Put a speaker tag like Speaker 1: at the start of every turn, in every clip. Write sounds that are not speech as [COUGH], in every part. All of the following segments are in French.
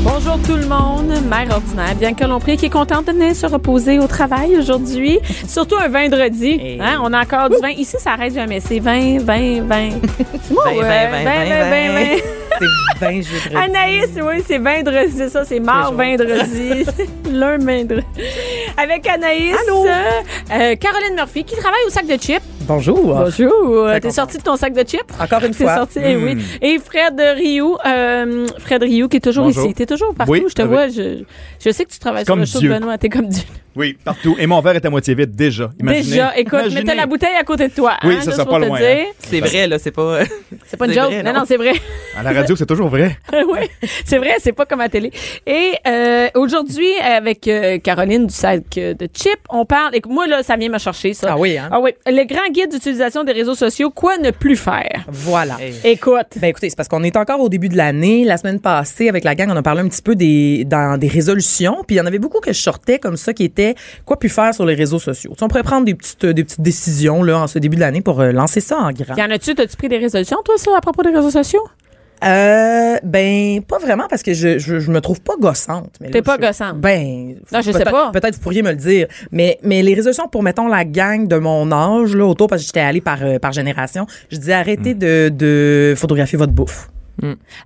Speaker 1: Bonjour tout le monde, mère ordinaire, Bianca Lompré qui est contente de venir se reposer au travail aujourd'hui, surtout un vendredi.
Speaker 2: Hey.
Speaker 1: Hein, on a encore du vin. Ici, ça arrête jamais. C'est 20, 20, 20. C'est moi,
Speaker 2: [LAUGHS] Vingt,
Speaker 1: ouais.
Speaker 2: vingt, vingt,
Speaker 1: Vingt,
Speaker 2: vingt,
Speaker 1: vingt,
Speaker 2: vingt.
Speaker 1: vingt.
Speaker 2: C'est bien
Speaker 1: [LAUGHS]
Speaker 2: jeudi.
Speaker 1: Anaïs, oui, c'est vendredi, c'est ça, c'est mort
Speaker 2: jours. [LAUGHS]
Speaker 1: vendredi. L'un vendredi. Avec Anaïs, euh, euh, Caroline Murphy qui travaille au sac de chips.
Speaker 2: Bonjour.
Speaker 1: Bonjour.
Speaker 2: Très
Speaker 1: T'es
Speaker 2: contente.
Speaker 1: sorti de ton sac de chips?
Speaker 2: Encore
Speaker 1: [LAUGHS]
Speaker 2: une
Speaker 1: T'es
Speaker 2: fois.
Speaker 1: sorti, eh
Speaker 3: Hmm.
Speaker 1: oui.
Speaker 2: Mm.
Speaker 1: Et Fred Rioux, euh, Fred Rioux qui est toujours
Speaker 3: Bonjour.
Speaker 1: ici. T'es toujours partout,
Speaker 3: Oui,
Speaker 1: je te
Speaker 3: avec-
Speaker 1: vois. Je, je sais que tu travailles sur
Speaker 3: Comme
Speaker 1: le show
Speaker 3: Dieu.
Speaker 1: de Benoît. T'es comme Dieu.
Speaker 3: Oui, partout. Et mon verre est à moitié vide déjà. [LAUGHS] Imaginez.
Speaker 1: Déjà, écoute,
Speaker 3: Imaginez.
Speaker 1: mettez la bouteille à côté de toi.
Speaker 3: Oui,
Speaker 1: hein,
Speaker 3: ça
Speaker 1: juste
Speaker 3: sera
Speaker 1: pour
Speaker 3: pas
Speaker 1: te
Speaker 3: loin,
Speaker 1: dire.
Speaker 2: C'est vrai, là, c'est pas. euh,
Speaker 1: C'est pas une
Speaker 2: C'est
Speaker 1: joke.
Speaker 2: vrai,
Speaker 1: non,
Speaker 2: non?
Speaker 1: non, c'est vrai. [LAUGHS]
Speaker 3: À la radio, c'est toujours vrai.
Speaker 1: oui, c'est vrai, c'est pas comme à télé. Et euh, aujourd'hui, avec euh, Caroline du sac euh, de Chip, on parle. Et que moi, là, ça vient me chercher, ça.
Speaker 2: Ah oui, hein?
Speaker 1: Ah oui. Le grand guide d'utilisation des réseaux sociaux, quoi ne plus faire?
Speaker 2: Voilà.
Speaker 1: Écoute.
Speaker 2: Ben écoutez, c'est parce qu'on est encore au début de l'année. La semaine passée, avec la gang, on a parlé un petit peu des dans des résolutions. Puis il y en avait beaucoup que je sortais comme ça qui étaient quoi pu faire sur les réseaux sociaux. Tu sais, on pourrait prendre des petites des petites décisions là en ce début de l'année pour euh, lancer ça en grand.
Speaker 1: Y en a-tu, t'as-tu pris des résolutions, toi, ça, à propos des réseaux sociaux?
Speaker 2: Euh, ben pas vraiment parce que je, je, je me trouve pas gossante. mais là,
Speaker 1: T'es pas
Speaker 2: je-
Speaker 1: gossante.
Speaker 2: Ben
Speaker 1: Non, je sais
Speaker 2: peut-être-
Speaker 1: pas.
Speaker 2: Peut-être vous pourriez me le dire. Mais mais les résolutions pour mettons la gang de mon âge là autour parce que j'étais allée par euh, par génération. Je dis
Speaker 3: Mm.
Speaker 2: arrêtez de de photographier votre bouffe.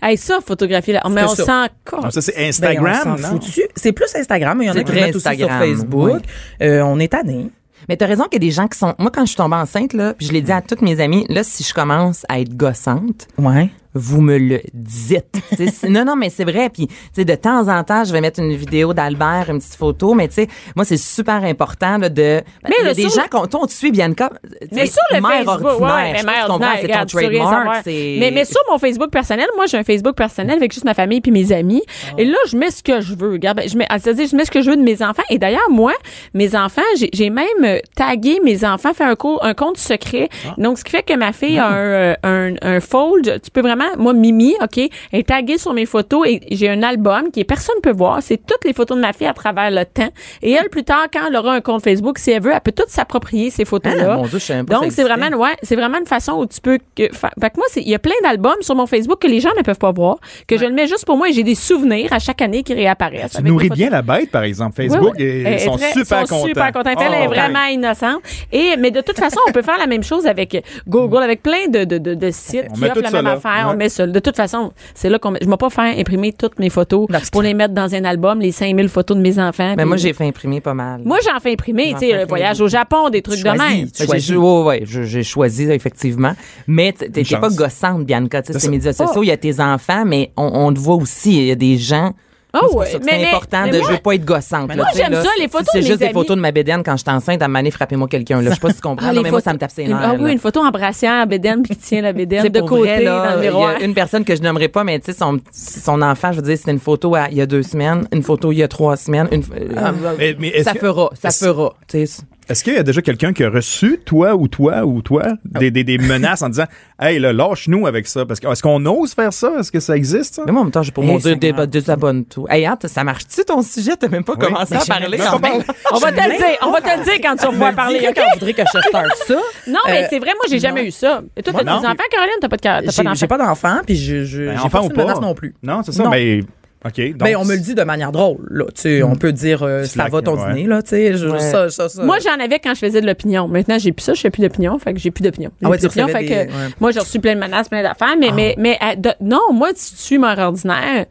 Speaker 1: Hey, ça, photographier, là. Mais on
Speaker 2: ça.
Speaker 1: Ah, s'en
Speaker 4: Ah,
Speaker 3: Non,
Speaker 1: casse.
Speaker 3: ça, c'est
Speaker 2: Ben,
Speaker 3: Instagram.
Speaker 2: on s'en
Speaker 3: non?
Speaker 2: fout dessus. C'est plus Instagram, mais il y en a
Speaker 4: C'est
Speaker 2: qui le
Speaker 4: très
Speaker 2: mettent aussi sur
Speaker 4: Instagram,
Speaker 2: Facebook.
Speaker 4: oui.
Speaker 2: Euh, on est tanné.
Speaker 4: Mais t'as raison qu'il y a des gens qui sont. Moi, quand je suis tombée enceinte, là, puis je l'ai dit
Speaker 1: Mm.
Speaker 4: à toutes mes amies, là, si je commence à être gossante,
Speaker 2: Ouais.
Speaker 4: vous me le dites. Tu sais, c'est- non, non, mais c'est vrai. Puis, tu sais, de temps en temps, je vais mettre une vidéo d'Albert, une petite photo, mais tu sais, moi, c'est super important là, de.
Speaker 1: Mais
Speaker 4: il y
Speaker 1: le
Speaker 4: a des
Speaker 1: sur-
Speaker 4: gens qu'on on te suit, Bianca. tu sais,
Speaker 1: Mais sur le
Speaker 4: mère
Speaker 1: Facebook,
Speaker 4: ordinaire,
Speaker 1: ouais, mais
Speaker 4: je pense que
Speaker 1: mère
Speaker 4: tu comprends,
Speaker 1: ordinaire,
Speaker 4: c'est
Speaker 1: regarde, tu
Speaker 4: ton
Speaker 1: veux rien
Speaker 4: trademark.
Speaker 1: savoir.
Speaker 4: c'est-
Speaker 1: Mais, mais sur mon Facebook personnel, moi, j'ai un Facebook personnel avec juste ma famille puis mes amis.
Speaker 4: Ah.
Speaker 1: Et là, je mets ce que je veux. Regarde, ben, je mets, c'est-à-dire, je mets ce que je veux de mes enfants. Et d'ailleurs, moi, mes enfants, j'ai, j'ai même euh, tagué mes enfants, fait un, co- un compte secret.
Speaker 4: Ah.
Speaker 1: Donc, ce qui fait que ma fille a un, euh, un, un fold. Tu peux vraiment, moi, Mimi, OK, est taguée sur mes photos et j'ai un album qui est- personne peut voir. C'est toutes les photos de ma fille à travers le temps. Et elle, plus tard, quand elle aura un compte Facebook, si elle veut, elle peut toute s'approprier ces photos-là.
Speaker 4: Ah, mon Dieu, je savais pas
Speaker 1: Donc,
Speaker 4: que ça
Speaker 1: c'est vraiment,
Speaker 4: existait.
Speaker 1: ouais, c'est vraiment une façon où tu peux. Que, fa- fait que moi, c'est- il y a plein d'albums sur mon Facebook que les gens ne peuvent pas voir, que je le mets juste pour moi et j'ai des souvenirs à chaque année qui réapparaissent.
Speaker 3: Ah, Tu
Speaker 1: avec des
Speaker 3: nourris
Speaker 1: photos.
Speaker 3: bien la bête, par exemple. Facebook,
Speaker 1: Oui, oui.
Speaker 3: et-
Speaker 1: Elle
Speaker 3: ils
Speaker 1: est
Speaker 3: sont
Speaker 1: très-
Speaker 3: super
Speaker 1: sont
Speaker 3: contents.
Speaker 1: super contents. Elle
Speaker 3: Oh,
Speaker 1: est
Speaker 3: ouais.
Speaker 1: vraiment innocente. Et, mais de toute façon, on peut faire la même chose avec Google, avec plein de, de, de, de sites
Speaker 3: On
Speaker 1: qui
Speaker 3: met
Speaker 1: offrent
Speaker 3: tout
Speaker 1: la
Speaker 3: ça
Speaker 1: même
Speaker 3: là.
Speaker 1: affaire. On
Speaker 3: Ouais.
Speaker 1: met ça. De toute façon, c'est là qu'on met- Je ne vais pas faire imprimer toutes mes photos
Speaker 2: Non, c'est
Speaker 1: pour les mettre dans un album, les 5000 photos de mes enfants.
Speaker 4: Mais
Speaker 1: puis-
Speaker 4: Ben, moi, j'ai fait imprimer pas mal.
Speaker 1: Moi, j'en fais imprimer,
Speaker 4: J'en
Speaker 1: tu
Speaker 4: fais
Speaker 1: sais, le
Speaker 4: imprimer
Speaker 1: voyage
Speaker 4: beaucoup.
Speaker 1: au Japon, des trucs de
Speaker 2: Choisis,
Speaker 1: même.
Speaker 2: tu
Speaker 4: Ouais, j'ai
Speaker 2: choisis.
Speaker 4: ju- ouais, ouais, je- j'ai choisi effectivement, mais t- t'es t'es pas
Speaker 3: chance.
Speaker 4: gossante Bianca, tu sais,
Speaker 3: C'est
Speaker 4: ces
Speaker 3: ça.
Speaker 4: médias sociaux, il y a tes enfants, mais on, on te voit aussi, il y a des gens.
Speaker 1: Ah
Speaker 4: Moi, c'est pour
Speaker 1: ouais,
Speaker 4: ça que
Speaker 1: mais- mais-
Speaker 4: c'est important
Speaker 1: mais
Speaker 4: de
Speaker 1: moi-
Speaker 4: je veux pas être gossante. là,
Speaker 1: moi,
Speaker 4: tu sais,
Speaker 1: j'aime
Speaker 4: là.
Speaker 1: ça, les
Speaker 4: Si
Speaker 1: photos
Speaker 4: C'est
Speaker 1: de
Speaker 4: juste
Speaker 1: mes
Speaker 4: des photos
Speaker 1: amis.
Speaker 4: de ma bédaine quand j'étais enceinte, à maner frappez-moi quelqu'un là, je
Speaker 1: [LAUGHS]
Speaker 4: sais pas si tu comprends,
Speaker 1: Ah,
Speaker 4: non,
Speaker 1: les
Speaker 4: mais moi
Speaker 1: photos-
Speaker 4: ça me tape ses
Speaker 1: une-
Speaker 4: nerfs.
Speaker 1: Ah oui,
Speaker 4: là.
Speaker 1: une photo embrassant la bédaine puis qui tient la bédaine
Speaker 4: C'est
Speaker 1: de
Speaker 4: pour
Speaker 1: côté
Speaker 4: vrai, là,
Speaker 1: dans le miroir.
Speaker 4: Il y a une personne que je nommerai pas, mais tu sais, son, son enfant, je veux dire, c'était une photo à- il y a deux semaines, une photo il y a trois semaines, une, euh,
Speaker 3: Mais- mais est-ce
Speaker 4: ça
Speaker 3: que-
Speaker 4: fera, ça
Speaker 3: est-ce-
Speaker 4: fera. tu sais.
Speaker 3: Est-ce qu'il y a déjà quelqu'un qui a reçu, toi ou toi ou toi,
Speaker 1: Ah.
Speaker 3: des, des, des menaces en disant Hey, là, lâche-nous avec ça? Parce que est-ce qu'on ose faire ça? Est-ce que ça existe? ça?
Speaker 4: Mais moi, en même temps, j'ai pour
Speaker 2: Eh,
Speaker 4: mon Dieu,
Speaker 2: Seigneur.
Speaker 4: dé- désabonne-toi. Hey, Anne, ça marche-tu ton sujet? T'as même pas commencé à parler.
Speaker 3: même
Speaker 4: en
Speaker 3: pas
Speaker 4: même-
Speaker 1: On va te le dire, on va te le dire quand tu vas parler.
Speaker 2: Dirais
Speaker 1: OK?
Speaker 2: quand vous voudrez que je starte
Speaker 1: [LAUGHS]
Speaker 2: ça.
Speaker 1: Non, mais
Speaker 2: Euh,
Speaker 1: c'est vrai, moi, j'ai jamais eu ça. Et toi, t'as
Speaker 3: Moi,
Speaker 1: des
Speaker 3: non.
Speaker 1: enfants, Caroline? T'as pas de car- t'as
Speaker 2: J'ai
Speaker 1: pas
Speaker 2: j'ai
Speaker 1: d'enfants?
Speaker 2: pas d'enfant, puis je, je
Speaker 3: Ben,
Speaker 2: j'ai
Speaker 3: enfant
Speaker 2: pas
Speaker 3: ou
Speaker 2: reçu de menace
Speaker 3: pas?
Speaker 2: non plus.
Speaker 3: Non, c'est ça.
Speaker 2: Non.
Speaker 3: Ben, OK. Donc,
Speaker 2: Ben, on me le dit de manière drôle, là. Tu sais, on peut dire, euh, ça
Speaker 3: Slack,
Speaker 2: va ton
Speaker 3: ouais.
Speaker 2: dîner, là, tu sais. je-
Speaker 4: Ouais.
Speaker 2: Ça, ça, ça.
Speaker 1: Moi, j'en avais quand je faisais de l'opinion. Maintenant, j'ai plus ça, je fais plus d'opinion. Fait que j'ai plus d'opinion. J'ai
Speaker 2: Ah ouais,
Speaker 1: plus
Speaker 2: tu
Speaker 1: d'opinion,
Speaker 2: recevais
Speaker 1: fait
Speaker 2: des-
Speaker 1: que
Speaker 2: ouais.
Speaker 4: Ah.
Speaker 1: Moi, j'ai reçu plein de menaces, plein d'affaires, mais, mais, mais, euh, de- non, moi, tu suis mère ordinaire.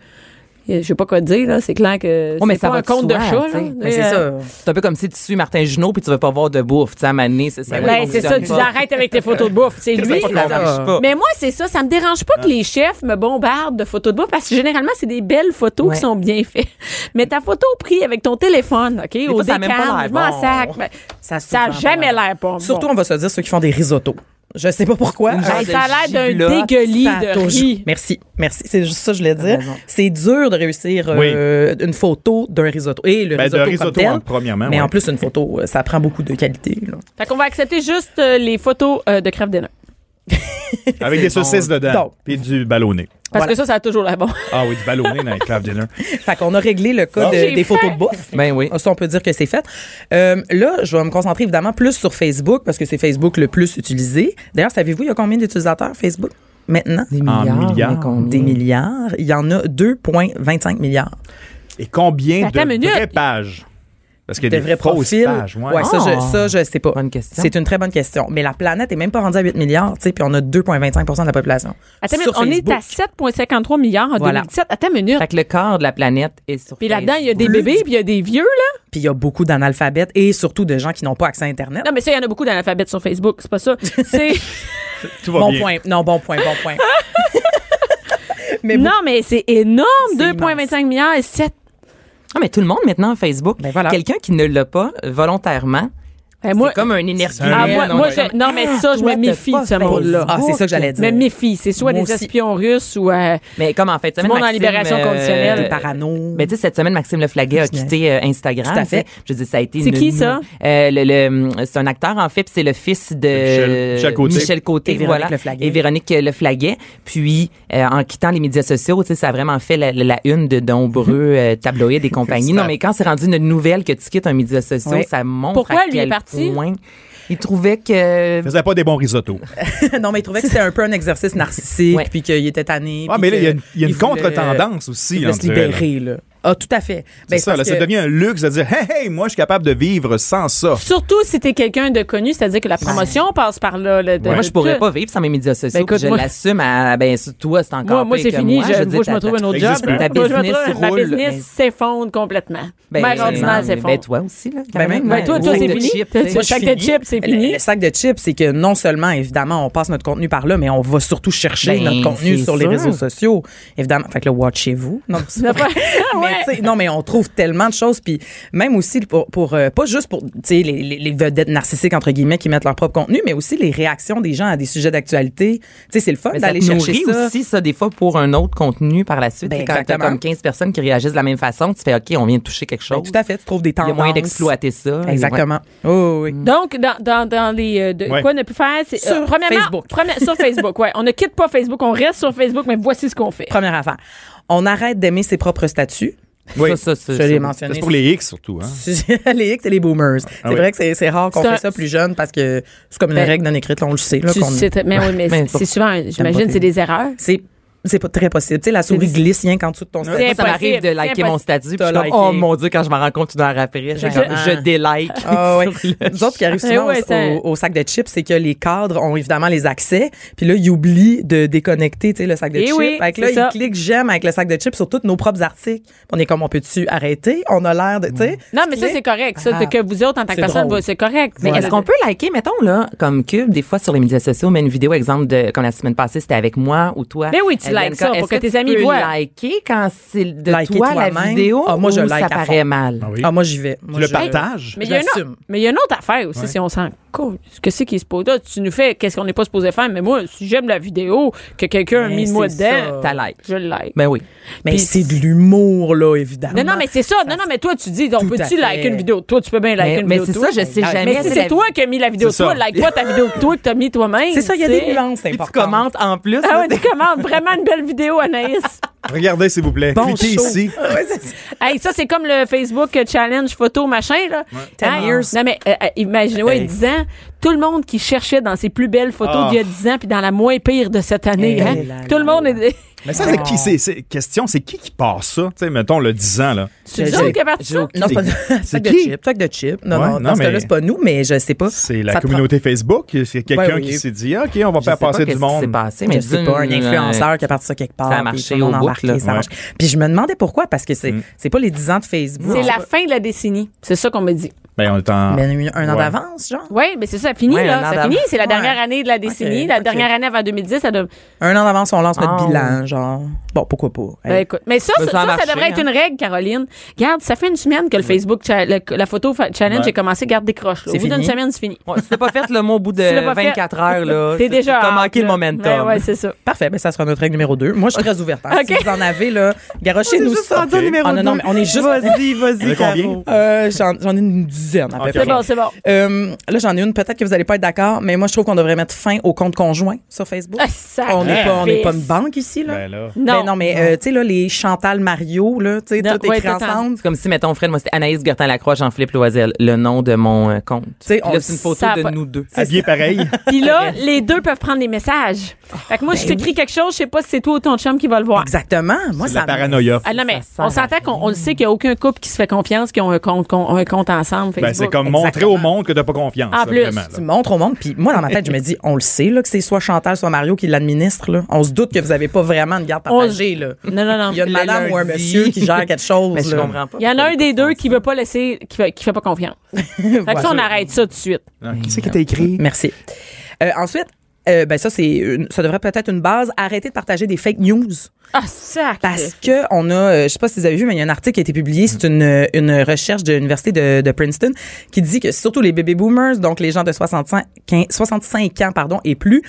Speaker 1: je sais pas quoi te dire, là. C'est clair que
Speaker 4: Oh, mais
Speaker 1: c'est
Speaker 4: ça
Speaker 1: pas
Speaker 4: va
Speaker 1: un compte de
Speaker 4: de
Speaker 1: chat, là.
Speaker 2: Ben,
Speaker 4: Mais c'est ça.
Speaker 1: Euh,
Speaker 4: [LAUGHS] C'est un peu comme si tu suis Martin Junot puis tu veux pas voir de bouffe, tu sais, à un moment donné, c'est ça.
Speaker 1: Ben, c'est ça, tu dis arrête avec tes photos de bouffe. C'est lui.
Speaker 4: Ça marche pas. Ah.
Speaker 1: Mais moi, c'est ça. Ça me dérange pas que les chefs me bombardent de photos de bouffe parce que généralement, c'est des belles photos
Speaker 4: Ouais.
Speaker 1: qui sont bien faites. Mais ta photo prise avec ton téléphone, OK, au
Speaker 4: fois, ça a même pas
Speaker 1: décan,
Speaker 4: l'air
Speaker 1: je m'en
Speaker 4: bon.
Speaker 1: sac. Ben,
Speaker 2: Ça a
Speaker 1: ça a
Speaker 2: souvent
Speaker 1: jamais
Speaker 2: pas
Speaker 1: l'air bon.
Speaker 2: Surtout,
Speaker 1: Bon.
Speaker 2: on va se dire ceux qui font des risottos. Je sais pas pourquoi.
Speaker 4: Une
Speaker 2: Ah,
Speaker 4: genre
Speaker 1: Hey,
Speaker 4: de
Speaker 1: ça a l'air d'un
Speaker 4: giblotte,
Speaker 1: dégueulis
Speaker 2: ça
Speaker 1: de
Speaker 2: touche.
Speaker 1: riz.
Speaker 2: Merci, merci. C'est juste ça que je voulais
Speaker 4: T'as
Speaker 2: dire.
Speaker 4: raison.
Speaker 2: C'est dur de réussir euh, une photo d'un risotto. Et le
Speaker 3: Ben,
Speaker 2: risotto,
Speaker 3: de
Speaker 2: comme
Speaker 3: risotto,
Speaker 2: tel.
Speaker 3: en- premièrement,
Speaker 2: Mais
Speaker 3: ouais.
Speaker 2: en plus, une photo, euh, ça prend beaucoup de qualité. là.
Speaker 1: Fait qu'on va accepter juste euh, les photos euh, de crève nains.
Speaker 3: Avec des saucisses dedans.
Speaker 2: Donc.
Speaker 3: Puis du ballonné.
Speaker 1: Parce
Speaker 2: Voilà.
Speaker 1: que ça, ça a toujours l'air
Speaker 4: [LAUGHS]
Speaker 1: bon.
Speaker 3: Ah oui, du ballonné dans les claves dinner.
Speaker 2: Fait qu'on a réglé le cas
Speaker 1: Oh,
Speaker 2: de-
Speaker 1: j'ai
Speaker 2: des
Speaker 1: faim.
Speaker 2: photos de bouffe. Ah,
Speaker 4: Ben oui.
Speaker 2: Ça, on peut dire que c'est fait. Euh, là, je vais me concentrer évidemment plus sur Facebook parce que c'est Facebook le plus utilisé. D'ailleurs, savez-vous, il y a combien d'utilisateurs Facebook maintenant?
Speaker 4: Des
Speaker 3: En
Speaker 4: milliards.
Speaker 3: milliards.
Speaker 4: mais qu'on-
Speaker 2: Des milliards. Il y en a 2,25 milliards.
Speaker 3: Et combien
Speaker 1: Attends une
Speaker 3: de
Speaker 1: minute.
Speaker 3: vraies pages? Parce qu'il y
Speaker 2: de
Speaker 3: a des
Speaker 2: vrais
Speaker 3: fausses
Speaker 2: profils.
Speaker 3: pages. Ouais.
Speaker 2: Ouais, ça,
Speaker 4: Ah.
Speaker 2: je, ça, je sais pas.
Speaker 4: Bonne question.
Speaker 2: C'est une très bonne question. Mais la planète est même pas rendue à 8 milliards, tu sais, puis on a 2,25 de la population.
Speaker 1: Attends, une
Speaker 2: Sur
Speaker 1: minute, on est
Speaker 2: Facebook.
Speaker 1: à 7,53 milliards en
Speaker 2: Voilà.
Speaker 1: 2017. Attends une minute.
Speaker 4: Fait que le corps de la planète est sur
Speaker 1: Puis là-dedans, il y a des
Speaker 4: Facebook.
Speaker 1: bébés, puis il y a des vieux, là.
Speaker 2: Puis il y a beaucoup d'analphabètes et surtout de gens qui n'ont pas accès à Internet.
Speaker 1: Non, mais ça, il y en a beaucoup d'analphabètes sur Facebook. C'est pas
Speaker 2: [LAUGHS]
Speaker 1: ça. C'est.
Speaker 3: Ah, Tout va
Speaker 2: bon
Speaker 3: bien.
Speaker 2: point. Non, bon point, bon
Speaker 3: [LAUGHS]
Speaker 2: point. mais bon,
Speaker 1: non, mais c'est énorme.
Speaker 2: C'est
Speaker 1: 2,25 milliards et 7.
Speaker 4: Ah, mais tout le monde maintenant a Facebook.
Speaker 2: Ben voilà.
Speaker 4: Quelqu'un qui ne l'a pas euh, volontairement,
Speaker 1: Eh, moi,
Speaker 4: c'est comme un énergie.
Speaker 1: ah, moi,
Speaker 4: réelle,
Speaker 1: moi,
Speaker 4: on
Speaker 1: je-
Speaker 4: est comme,
Speaker 1: non, mais
Speaker 4: Ah,
Speaker 1: ça, je
Speaker 4: toi,
Speaker 1: me
Speaker 4: t'as
Speaker 1: méfie
Speaker 4: pas
Speaker 1: de ce monde-là.
Speaker 2: ah, c'est ça que j'allais dire.
Speaker 1: Je me méfie. C'est soit
Speaker 2: Moi
Speaker 1: des
Speaker 2: aussi.
Speaker 1: espions russes ou. euh,
Speaker 4: Mais comme en fait, cette
Speaker 1: Du
Speaker 4: semaine,
Speaker 1: monde en
Speaker 4: Maxime, euh,
Speaker 3: Euh,
Speaker 1: libération conditionnelle.
Speaker 2: Des parano.
Speaker 3: [LAUGHS]
Speaker 4: Mais tu sais, cette semaine, Maxime Leflaguet a
Speaker 2: Génial.
Speaker 4: quitté euh, Instagram.
Speaker 2: Tout à fait.
Speaker 4: tu sais. Je dis, ça a été.
Speaker 1: C'est
Speaker 4: une-
Speaker 1: qui, ça?
Speaker 4: Euh, le- le- c'est un acteur en fait, puis c'est le fils de
Speaker 3: Michel- Michel Côté.
Speaker 4: Michel Côté,
Speaker 2: Et Véronique
Speaker 4: voilà,
Speaker 2: Leflaguet.
Speaker 4: et Véronique Leflaguet. Puis, euh, en quittant les médias sociaux, tu sais, ça a vraiment fait la, la- la une de nombreux
Speaker 1: [LAUGHS]
Speaker 4: euh, tabloïds et compagnie. non, mais quand c'est rendu une nouvelle que tu quittes un média social,
Speaker 2: Oui.
Speaker 4: ça montre
Speaker 1: Pourquoi
Speaker 4: à
Speaker 1: lui est
Speaker 4: quel
Speaker 1: parti?
Speaker 4: point il trouvait que
Speaker 3: Faisait pas des
Speaker 2: [LAUGHS]
Speaker 3: bons risottos.
Speaker 2: non, mais il trouvait que c'était un peu un exercice narcissique,
Speaker 4: Ouais.
Speaker 2: puis qu'il était tanné.
Speaker 3: Ah,
Speaker 2: puis
Speaker 3: mais là, il y a
Speaker 2: que
Speaker 3: une, il y a une
Speaker 2: voulait-
Speaker 3: contre-tendance aussi.
Speaker 2: Il voulait
Speaker 3: entre
Speaker 2: se libérer, là. Ah, tout à fait.
Speaker 3: C'est
Speaker 2: Ben,
Speaker 3: ça,
Speaker 2: parce
Speaker 3: là, ça
Speaker 2: que-
Speaker 3: devient un luxe de dire Hey, hey, moi, je suis capable de vivre sans ça.
Speaker 1: Surtout si t'es quelqu'un de connu, c'est-à-dire que la promotion passe par là. le- de-
Speaker 4: Moi,
Speaker 1: de-
Speaker 4: je pourrais
Speaker 1: tout.
Speaker 4: pas vivre sans mes médias sociaux.
Speaker 1: Ben, écoute,
Speaker 4: puis je
Speaker 1: moi-
Speaker 4: l'assume. à- ben, toi, c'est encore
Speaker 1: Moi, moi
Speaker 4: pire
Speaker 1: c'est
Speaker 4: que
Speaker 1: fini.
Speaker 4: Moi,
Speaker 1: je,
Speaker 4: veux
Speaker 1: moi,
Speaker 4: dire,
Speaker 1: je me
Speaker 4: ta-
Speaker 1: trouve un autre job.
Speaker 3: Existe plus.
Speaker 4: Ta
Speaker 1: Moi, je me
Speaker 4: business
Speaker 1: trouve-
Speaker 4: roule,
Speaker 1: ma business
Speaker 4: mais-
Speaker 1: s'effondre complètement.
Speaker 4: Ben,
Speaker 1: Mère ordinaire
Speaker 4: ben,
Speaker 1: s'effondre.
Speaker 4: ben, toi aussi, là. quand
Speaker 2: Ben,
Speaker 4: même,
Speaker 2: ben,
Speaker 4: hein,
Speaker 1: toi-
Speaker 4: le
Speaker 1: toi,
Speaker 4: sac
Speaker 1: c'est
Speaker 4: de
Speaker 1: fini.
Speaker 4: chips,
Speaker 1: Toi,
Speaker 4: tu sais.
Speaker 1: Le sac de chips, c'est
Speaker 2: Le-
Speaker 1: fini.
Speaker 2: Le, sac de chips, c'est que non seulement, évidemment, on passe notre contenu par là, mais on va surtout chercher
Speaker 4: Ben,
Speaker 2: notre contenu
Speaker 4: c'est
Speaker 2: sur les
Speaker 4: sûr.
Speaker 2: réseaux sociaux. Évidemment. Fait que le watchez-vous. Non,
Speaker 4: [LAUGHS]
Speaker 2: c'est pas- mais, tu sais, non, mais on trouve tellement de choses. Puis même aussi, pour, pour, euh, pas juste pour tu sais, les, les- les vedettes narcissiques, entre guillemets, qui mettent leur propre contenu, mais aussi les réactions des gens à des sujets d'actualité. Tu sais, c'est le fun
Speaker 4: Mais ça
Speaker 2: d'aller
Speaker 4: te
Speaker 2: chercher
Speaker 4: nourrit
Speaker 2: ça.
Speaker 4: aussi, ça, des fois, pour un autre contenu par la suite.
Speaker 2: Ben,
Speaker 4: C'est quand t'as
Speaker 2: exactement.
Speaker 4: comme 15 personnes qui réagissent de la même façon, tu fais OK, on vient de toucher quelque
Speaker 2: Ben,
Speaker 4: chose.
Speaker 2: tout à fait. Tu trouves des
Speaker 4: Il
Speaker 2: tendances.
Speaker 4: y a moyen d'exploiter Mm. ça.
Speaker 2: Exactement. Oh, oui.
Speaker 1: Donc, dans, dans, dans les. euh, de-
Speaker 3: Ouais.
Speaker 1: Quoi ne plus faire? c'est, euh,
Speaker 2: Sur
Speaker 1: premièrement,
Speaker 2: Facebook.
Speaker 1: première- sur Facebook, ouais. On ne quitte pas Facebook, on reste sur Facebook, mais voici ce qu'on fait.
Speaker 2: Première affaire. On arrête d'aimer ses propres statuts.
Speaker 3: Oui.
Speaker 4: Ça, ça, ça,
Speaker 2: Je
Speaker 4: ça.
Speaker 2: l'ai
Speaker 3: Ça,
Speaker 2: mentionné.
Speaker 3: C'est pour les X surtout. Hein?
Speaker 2: [LAUGHS] les X et les boomers. c'est
Speaker 3: oui.
Speaker 2: vrai que c'est- c'est rare qu'on
Speaker 1: C'est un-
Speaker 2: fait ça plus jeune parce que c'est comme une
Speaker 1: Ben,
Speaker 2: règle non écrite, on le sait. là,
Speaker 1: Tu-
Speaker 2: qu'on-
Speaker 1: c'est- mais oui,
Speaker 2: [LAUGHS]
Speaker 1: mais
Speaker 4: Mais
Speaker 1: c'est
Speaker 4: pour-
Speaker 1: souvent, un- j'imagine,
Speaker 2: pas
Speaker 1: c'est des erreurs.
Speaker 2: C'est c'est pas très possible. Tu sais, la souris glisse rien qu'en dessous de ton
Speaker 4: Moi,
Speaker 2: statut.
Speaker 4: ça m'arrive de
Speaker 1: impossible, c'est
Speaker 4: liker mon
Speaker 1: impossible.
Speaker 4: statut. puis je
Speaker 2: T'as
Speaker 4: suis comme,
Speaker 2: liké.
Speaker 4: oh mon Dieu, quand je m'en rends compte une heure après, je,
Speaker 2: Je-
Speaker 4: je délike.
Speaker 2: Ah
Speaker 1: [LAUGHS]
Speaker 2: ouais.
Speaker 4: sur le-
Speaker 2: Nous autres, qui arrive
Speaker 1: Eh
Speaker 2: souvent
Speaker 1: ouais,
Speaker 2: au-
Speaker 1: ça-
Speaker 2: au, au sac de chips, c'est que les cadres ont évidemment les accès, puis là, ils oublient de déconnecter tu sais, le sac de
Speaker 1: Eh
Speaker 2: chips.
Speaker 1: oui,
Speaker 2: fait que là,
Speaker 1: c'est
Speaker 2: ils
Speaker 1: ça.
Speaker 2: cliquent j'aime avec le sac de chips sur tous nos propres articles. On est comme, on peut-tu arrêter? On a l'air de, tu sais.
Speaker 1: Non, mais ça, c'est correct. Ça,
Speaker 2: Ah.
Speaker 1: que vous autres, en tant que
Speaker 2: C'est
Speaker 1: personne,
Speaker 2: drôle.
Speaker 1: vous- c'est correct.
Speaker 4: Mais
Speaker 1: Mais
Speaker 4: est-ce qu'on peut liker, mettons, là, comme Cube, des fois sur les médias sociaux, mais une vidéo, exemple, de, comme la semaine passée, c'était avec moi ou toi.
Speaker 1: Mais Ben oui, tu
Speaker 4: Euh,
Speaker 1: likes
Speaker 4: Bianca.
Speaker 1: ça pour
Speaker 4: Est-ce
Speaker 1: que tes
Speaker 4: tu
Speaker 1: amis
Speaker 4: peux
Speaker 1: voient.
Speaker 4: liker quand c'est de
Speaker 2: Liker
Speaker 4: toi la
Speaker 2: toi-même?
Speaker 4: vidéo.
Speaker 2: Ah, moi, je
Speaker 4: ou
Speaker 2: like
Speaker 4: ça
Speaker 2: à fond.
Speaker 4: paraît mal.
Speaker 3: Ah oui.
Speaker 2: Ah, moi, j'y vais. Moi,
Speaker 3: Tu le
Speaker 2: j'y vais.
Speaker 3: partages.
Speaker 1: Mais il y a une
Speaker 2: J'assume.
Speaker 1: autre- mais il y a une autre affaire aussi, si on s'en coule. Qu'est-ce qui se pose là? Tu nous fais qu'est-ce qu'on n'est pas supposé faire, mais moi, si j'aime la vidéo que quelqu'un a
Speaker 2: Mais
Speaker 1: mis de moi
Speaker 2: c'est
Speaker 1: dedans,
Speaker 4: T'as like.
Speaker 1: je le like.
Speaker 4: Ben oui.
Speaker 2: Mais
Speaker 1: Puis-
Speaker 2: c'est de l'humour, là, évidemment.
Speaker 1: Non, non, mais c'est ça. Non, non, mais toi, tu dis, on
Speaker 2: Tout à
Speaker 1: peut-tu
Speaker 2: fait.
Speaker 1: liker une vidéo? de Toi, tu peux bien liker
Speaker 4: Mais-
Speaker 1: une
Speaker 4: mais
Speaker 1: vidéo.
Speaker 4: c'est
Speaker 1: de toi.
Speaker 4: ça, je sais
Speaker 1: Mais
Speaker 4: jamais,
Speaker 1: si
Speaker 4: c'est
Speaker 1: c'est
Speaker 4: la-
Speaker 1: toi qui as mis la vidéo de
Speaker 3: C'est
Speaker 1: toi,
Speaker 3: ça.
Speaker 1: like pas ta vidéo de toi que t'as mis toi-même.
Speaker 2: [LAUGHS] C'est ça, il y a
Speaker 1: tu
Speaker 2: des
Speaker 1: sais.
Speaker 2: nuances
Speaker 4: Et tu
Speaker 2: importantes.
Speaker 4: commentes en plus.
Speaker 1: Ah
Speaker 4: là,
Speaker 1: ouais, tu commandes vraiment une belle vidéo, Anaïs.
Speaker 3: Regardez, s'il vous plaît.
Speaker 2: Bon
Speaker 3: Cliquez
Speaker 2: show. Ah
Speaker 3: ici.
Speaker 2: Ouais, c'est ça.
Speaker 1: hey, ça, c'est comme le Facebook challenge photo machin, là.
Speaker 2: Ten
Speaker 1: Hey,
Speaker 2: years.
Speaker 1: Non, mais euh, euh, imaginez, ouais, 10 ans, tout le monde qui cherchait dans ses plus belles photos
Speaker 3: Ah.
Speaker 1: d'il y a 10 ans puis dans la moins pire de cette année.
Speaker 2: Eh
Speaker 1: hein.
Speaker 2: là
Speaker 1: tout le
Speaker 2: là
Speaker 1: monde est.
Speaker 3: Mais ça,
Speaker 2: Ah.
Speaker 3: c'est qui? C'est, c'est- question, c'est qui qui part ça? Tu sais, mettons, le 10 ans, là.
Speaker 1: Tu dis
Speaker 2: Je-
Speaker 1: donc
Speaker 2: je-
Speaker 1: qu'il est parti ça?
Speaker 2: Non, c'est pas [LAUGHS]
Speaker 3: C'est
Speaker 2: sac de
Speaker 3: qui?
Speaker 2: chips, sac de chips. Non,
Speaker 3: Ouais,
Speaker 2: non,
Speaker 3: non,
Speaker 2: dans ce
Speaker 3: mais-
Speaker 2: cas-là, c'est pas nous, mais je sais pas.
Speaker 3: C'est la
Speaker 2: Ça te
Speaker 3: communauté Facebook. C'est quelqu'un
Speaker 2: Ouais, oui.
Speaker 3: qui s'est dit, OK, on va
Speaker 4: Je sais
Speaker 3: faire
Speaker 4: pas
Speaker 3: passer du
Speaker 4: qu'est-ce qui s'est
Speaker 3: monde.
Speaker 4: passé,
Speaker 2: prend-
Speaker 4: mais
Speaker 2: Je sais
Speaker 4: d'une,
Speaker 2: pas, un
Speaker 4: euh,
Speaker 2: influeur qui a parti ça quelque part.
Speaker 4: ça a
Speaker 2: puis
Speaker 4: marché
Speaker 2: tout le monde
Speaker 4: au
Speaker 2: a
Speaker 4: bout,
Speaker 2: embarqué,
Speaker 4: là.
Speaker 2: ça marche. Puis je me demandais pourquoi, parce que c'est
Speaker 3: Mm.
Speaker 2: c'est pas les 10 ans de Facebook. Ah,
Speaker 1: C'est la fin de la décennie. C'est ça qu'on me dit.
Speaker 3: Ben, on est en...
Speaker 2: Mais un an
Speaker 3: Ouais.
Speaker 2: d'avance, genre.
Speaker 1: Oui, mais c'est ça, ça finit,
Speaker 4: Ouais, un
Speaker 1: là.
Speaker 4: an
Speaker 1: Ça finit.
Speaker 4: d'avance.
Speaker 1: C'est la
Speaker 2: Ouais.
Speaker 1: dernière année de la décennie.
Speaker 2: Ok,
Speaker 1: la
Speaker 2: ok.
Speaker 1: dernière année avant 2010, ça de-
Speaker 2: Un an d'avance, on lance notre
Speaker 4: Ah,
Speaker 2: bilan, genre. Bon, pourquoi pas. Eh,
Speaker 1: Ben,
Speaker 2: Hey.
Speaker 1: écoute, mais ça,
Speaker 4: Ben,
Speaker 1: ça,
Speaker 4: ça
Speaker 1: ça,
Speaker 4: a
Speaker 1: ça
Speaker 4: marché,
Speaker 1: devrait être
Speaker 4: hein.
Speaker 1: une règle, Caroline. Garde, ça fait une semaine que le Facebook, cha- le- la photo fa- challenge
Speaker 3: Ouais.
Speaker 1: est commencé. Garde, décroche. Là. Au
Speaker 2: C'est
Speaker 1: bout d'une
Speaker 2: fini.
Speaker 1: semaine, c'est fini.
Speaker 4: Ouais, si t'as pas fait le mot au
Speaker 1: [LAUGHS]
Speaker 4: bout de
Speaker 1: Tu l'as pas fait.
Speaker 4: 24 heures, là.
Speaker 1: [LAUGHS] T'es déjà.
Speaker 4: T'as
Speaker 1: out,
Speaker 4: manqué le
Speaker 1: là. Ouais,
Speaker 4: momentum.
Speaker 1: ouais, c'est ça.
Speaker 2: Parfait, ben ça sera notre règle numéro 2. Moi, je suis très ouverte. hein.
Speaker 1: Ok.
Speaker 2: Si vous en avez, là, garochez-nous
Speaker 4: juste
Speaker 2: ça.
Speaker 4: rendu au numéro
Speaker 2: Ah, non, non,
Speaker 4: deux.
Speaker 2: mais on est juste...
Speaker 4: Vas-y,
Speaker 3: Il y en a
Speaker 4: vas-y,
Speaker 3: combien?
Speaker 4: Caro.
Speaker 2: Euh, J'en j'en ai une dizaine, à peu
Speaker 3: Ok.
Speaker 2: près.
Speaker 1: C'est bon, c'est bon.
Speaker 2: Euh, là, j'en ai une. Peut-être que vous n'allez pas être d'accord, mais moi, je trouve qu'on devrait mettre fin au compte conjoint sur Facebook.
Speaker 1: Ah, sacré
Speaker 2: on n'est pas, on n'est pas une
Speaker 1: fils.
Speaker 2: banque ici, là.
Speaker 3: Ben, là.
Speaker 1: Non.
Speaker 2: Ben non, mais euh, tu sais, là, les Chantal Mario, là, tu sais,
Speaker 1: Non,
Speaker 2: tout
Speaker 1: ouais,
Speaker 2: écrit
Speaker 1: tout en-
Speaker 2: ensemble.
Speaker 4: C'est comme si, mettons, Fred, moi, c'était Anaïs Gertin-Lacroix, Jean-Philippe Loisel, le nom de mon euh, compte.
Speaker 2: sais,
Speaker 4: Puis
Speaker 2: on
Speaker 4: là, c'est une photo
Speaker 1: ça a
Speaker 4: de
Speaker 1: pas-
Speaker 4: nous deux.
Speaker 3: Habillé pareil.
Speaker 1: Puis [LAUGHS] là, les deux peuvent prendre des messages. fait que moi, je t'écris quelque chose, je sais pas si c'est toi ou ton chum qui va le voir.
Speaker 2: Exactement. Moi,
Speaker 3: C'est de
Speaker 2: ça
Speaker 3: la
Speaker 2: me-
Speaker 3: paranoïa. Ben,
Speaker 1: Ah non, mais
Speaker 4: Ça sert
Speaker 1: on
Speaker 4: à
Speaker 1: s'entend qu'on on le sait qu'il n'y a aucun couple qui se fait confiance, qui ont un compte, qu'on- un compte ensemble.
Speaker 3: Ben, c'est
Speaker 1: Facebook.
Speaker 3: comme montrer
Speaker 2: Exactement.
Speaker 3: au monde que t'as pas confiance.
Speaker 1: En
Speaker 3: là,
Speaker 1: plus.
Speaker 3: vraiment, là.
Speaker 2: Tu montres au monde, puis moi, dans ma tête, je me dis, on le sait, là, que c'est soit Chantal, soit Mario qui l'administre, là. On se doute que vous n'avez pas vraiment de garde
Speaker 1: On-
Speaker 2: partagée, là.
Speaker 1: Non, non, non.
Speaker 2: Il y a une
Speaker 4: Le
Speaker 2: madame ou un
Speaker 4: lundi.
Speaker 2: monsieur qui
Speaker 1: [LAUGHS]
Speaker 2: gère quelque chose,
Speaker 4: Mais je
Speaker 2: là. [LAUGHS]
Speaker 4: comprends pas.
Speaker 1: Il y en a un des deux qui veut pas laisser, qui fait, qui fait pas confiance. Fait que ça, on arrête ça tout de suite.
Speaker 3: Non, Qui c'est qui t'a écrit?
Speaker 2: Mm-hmm. Merci. Euh, ensuite, euh, ben ça, c'est une- ça devrait peut-être être une base. Arrêtez de partager des fake news.
Speaker 1: Ah, sac!
Speaker 2: Parce que on a, euh, je sais pas si vous avez vu, mais il y a un article qui a été publié. C'est une, euh, une recherche de l'université de, de Princeton qui dit que surtout les baby boomers, donc les gens de 65, 15 65 ans pardon et plus,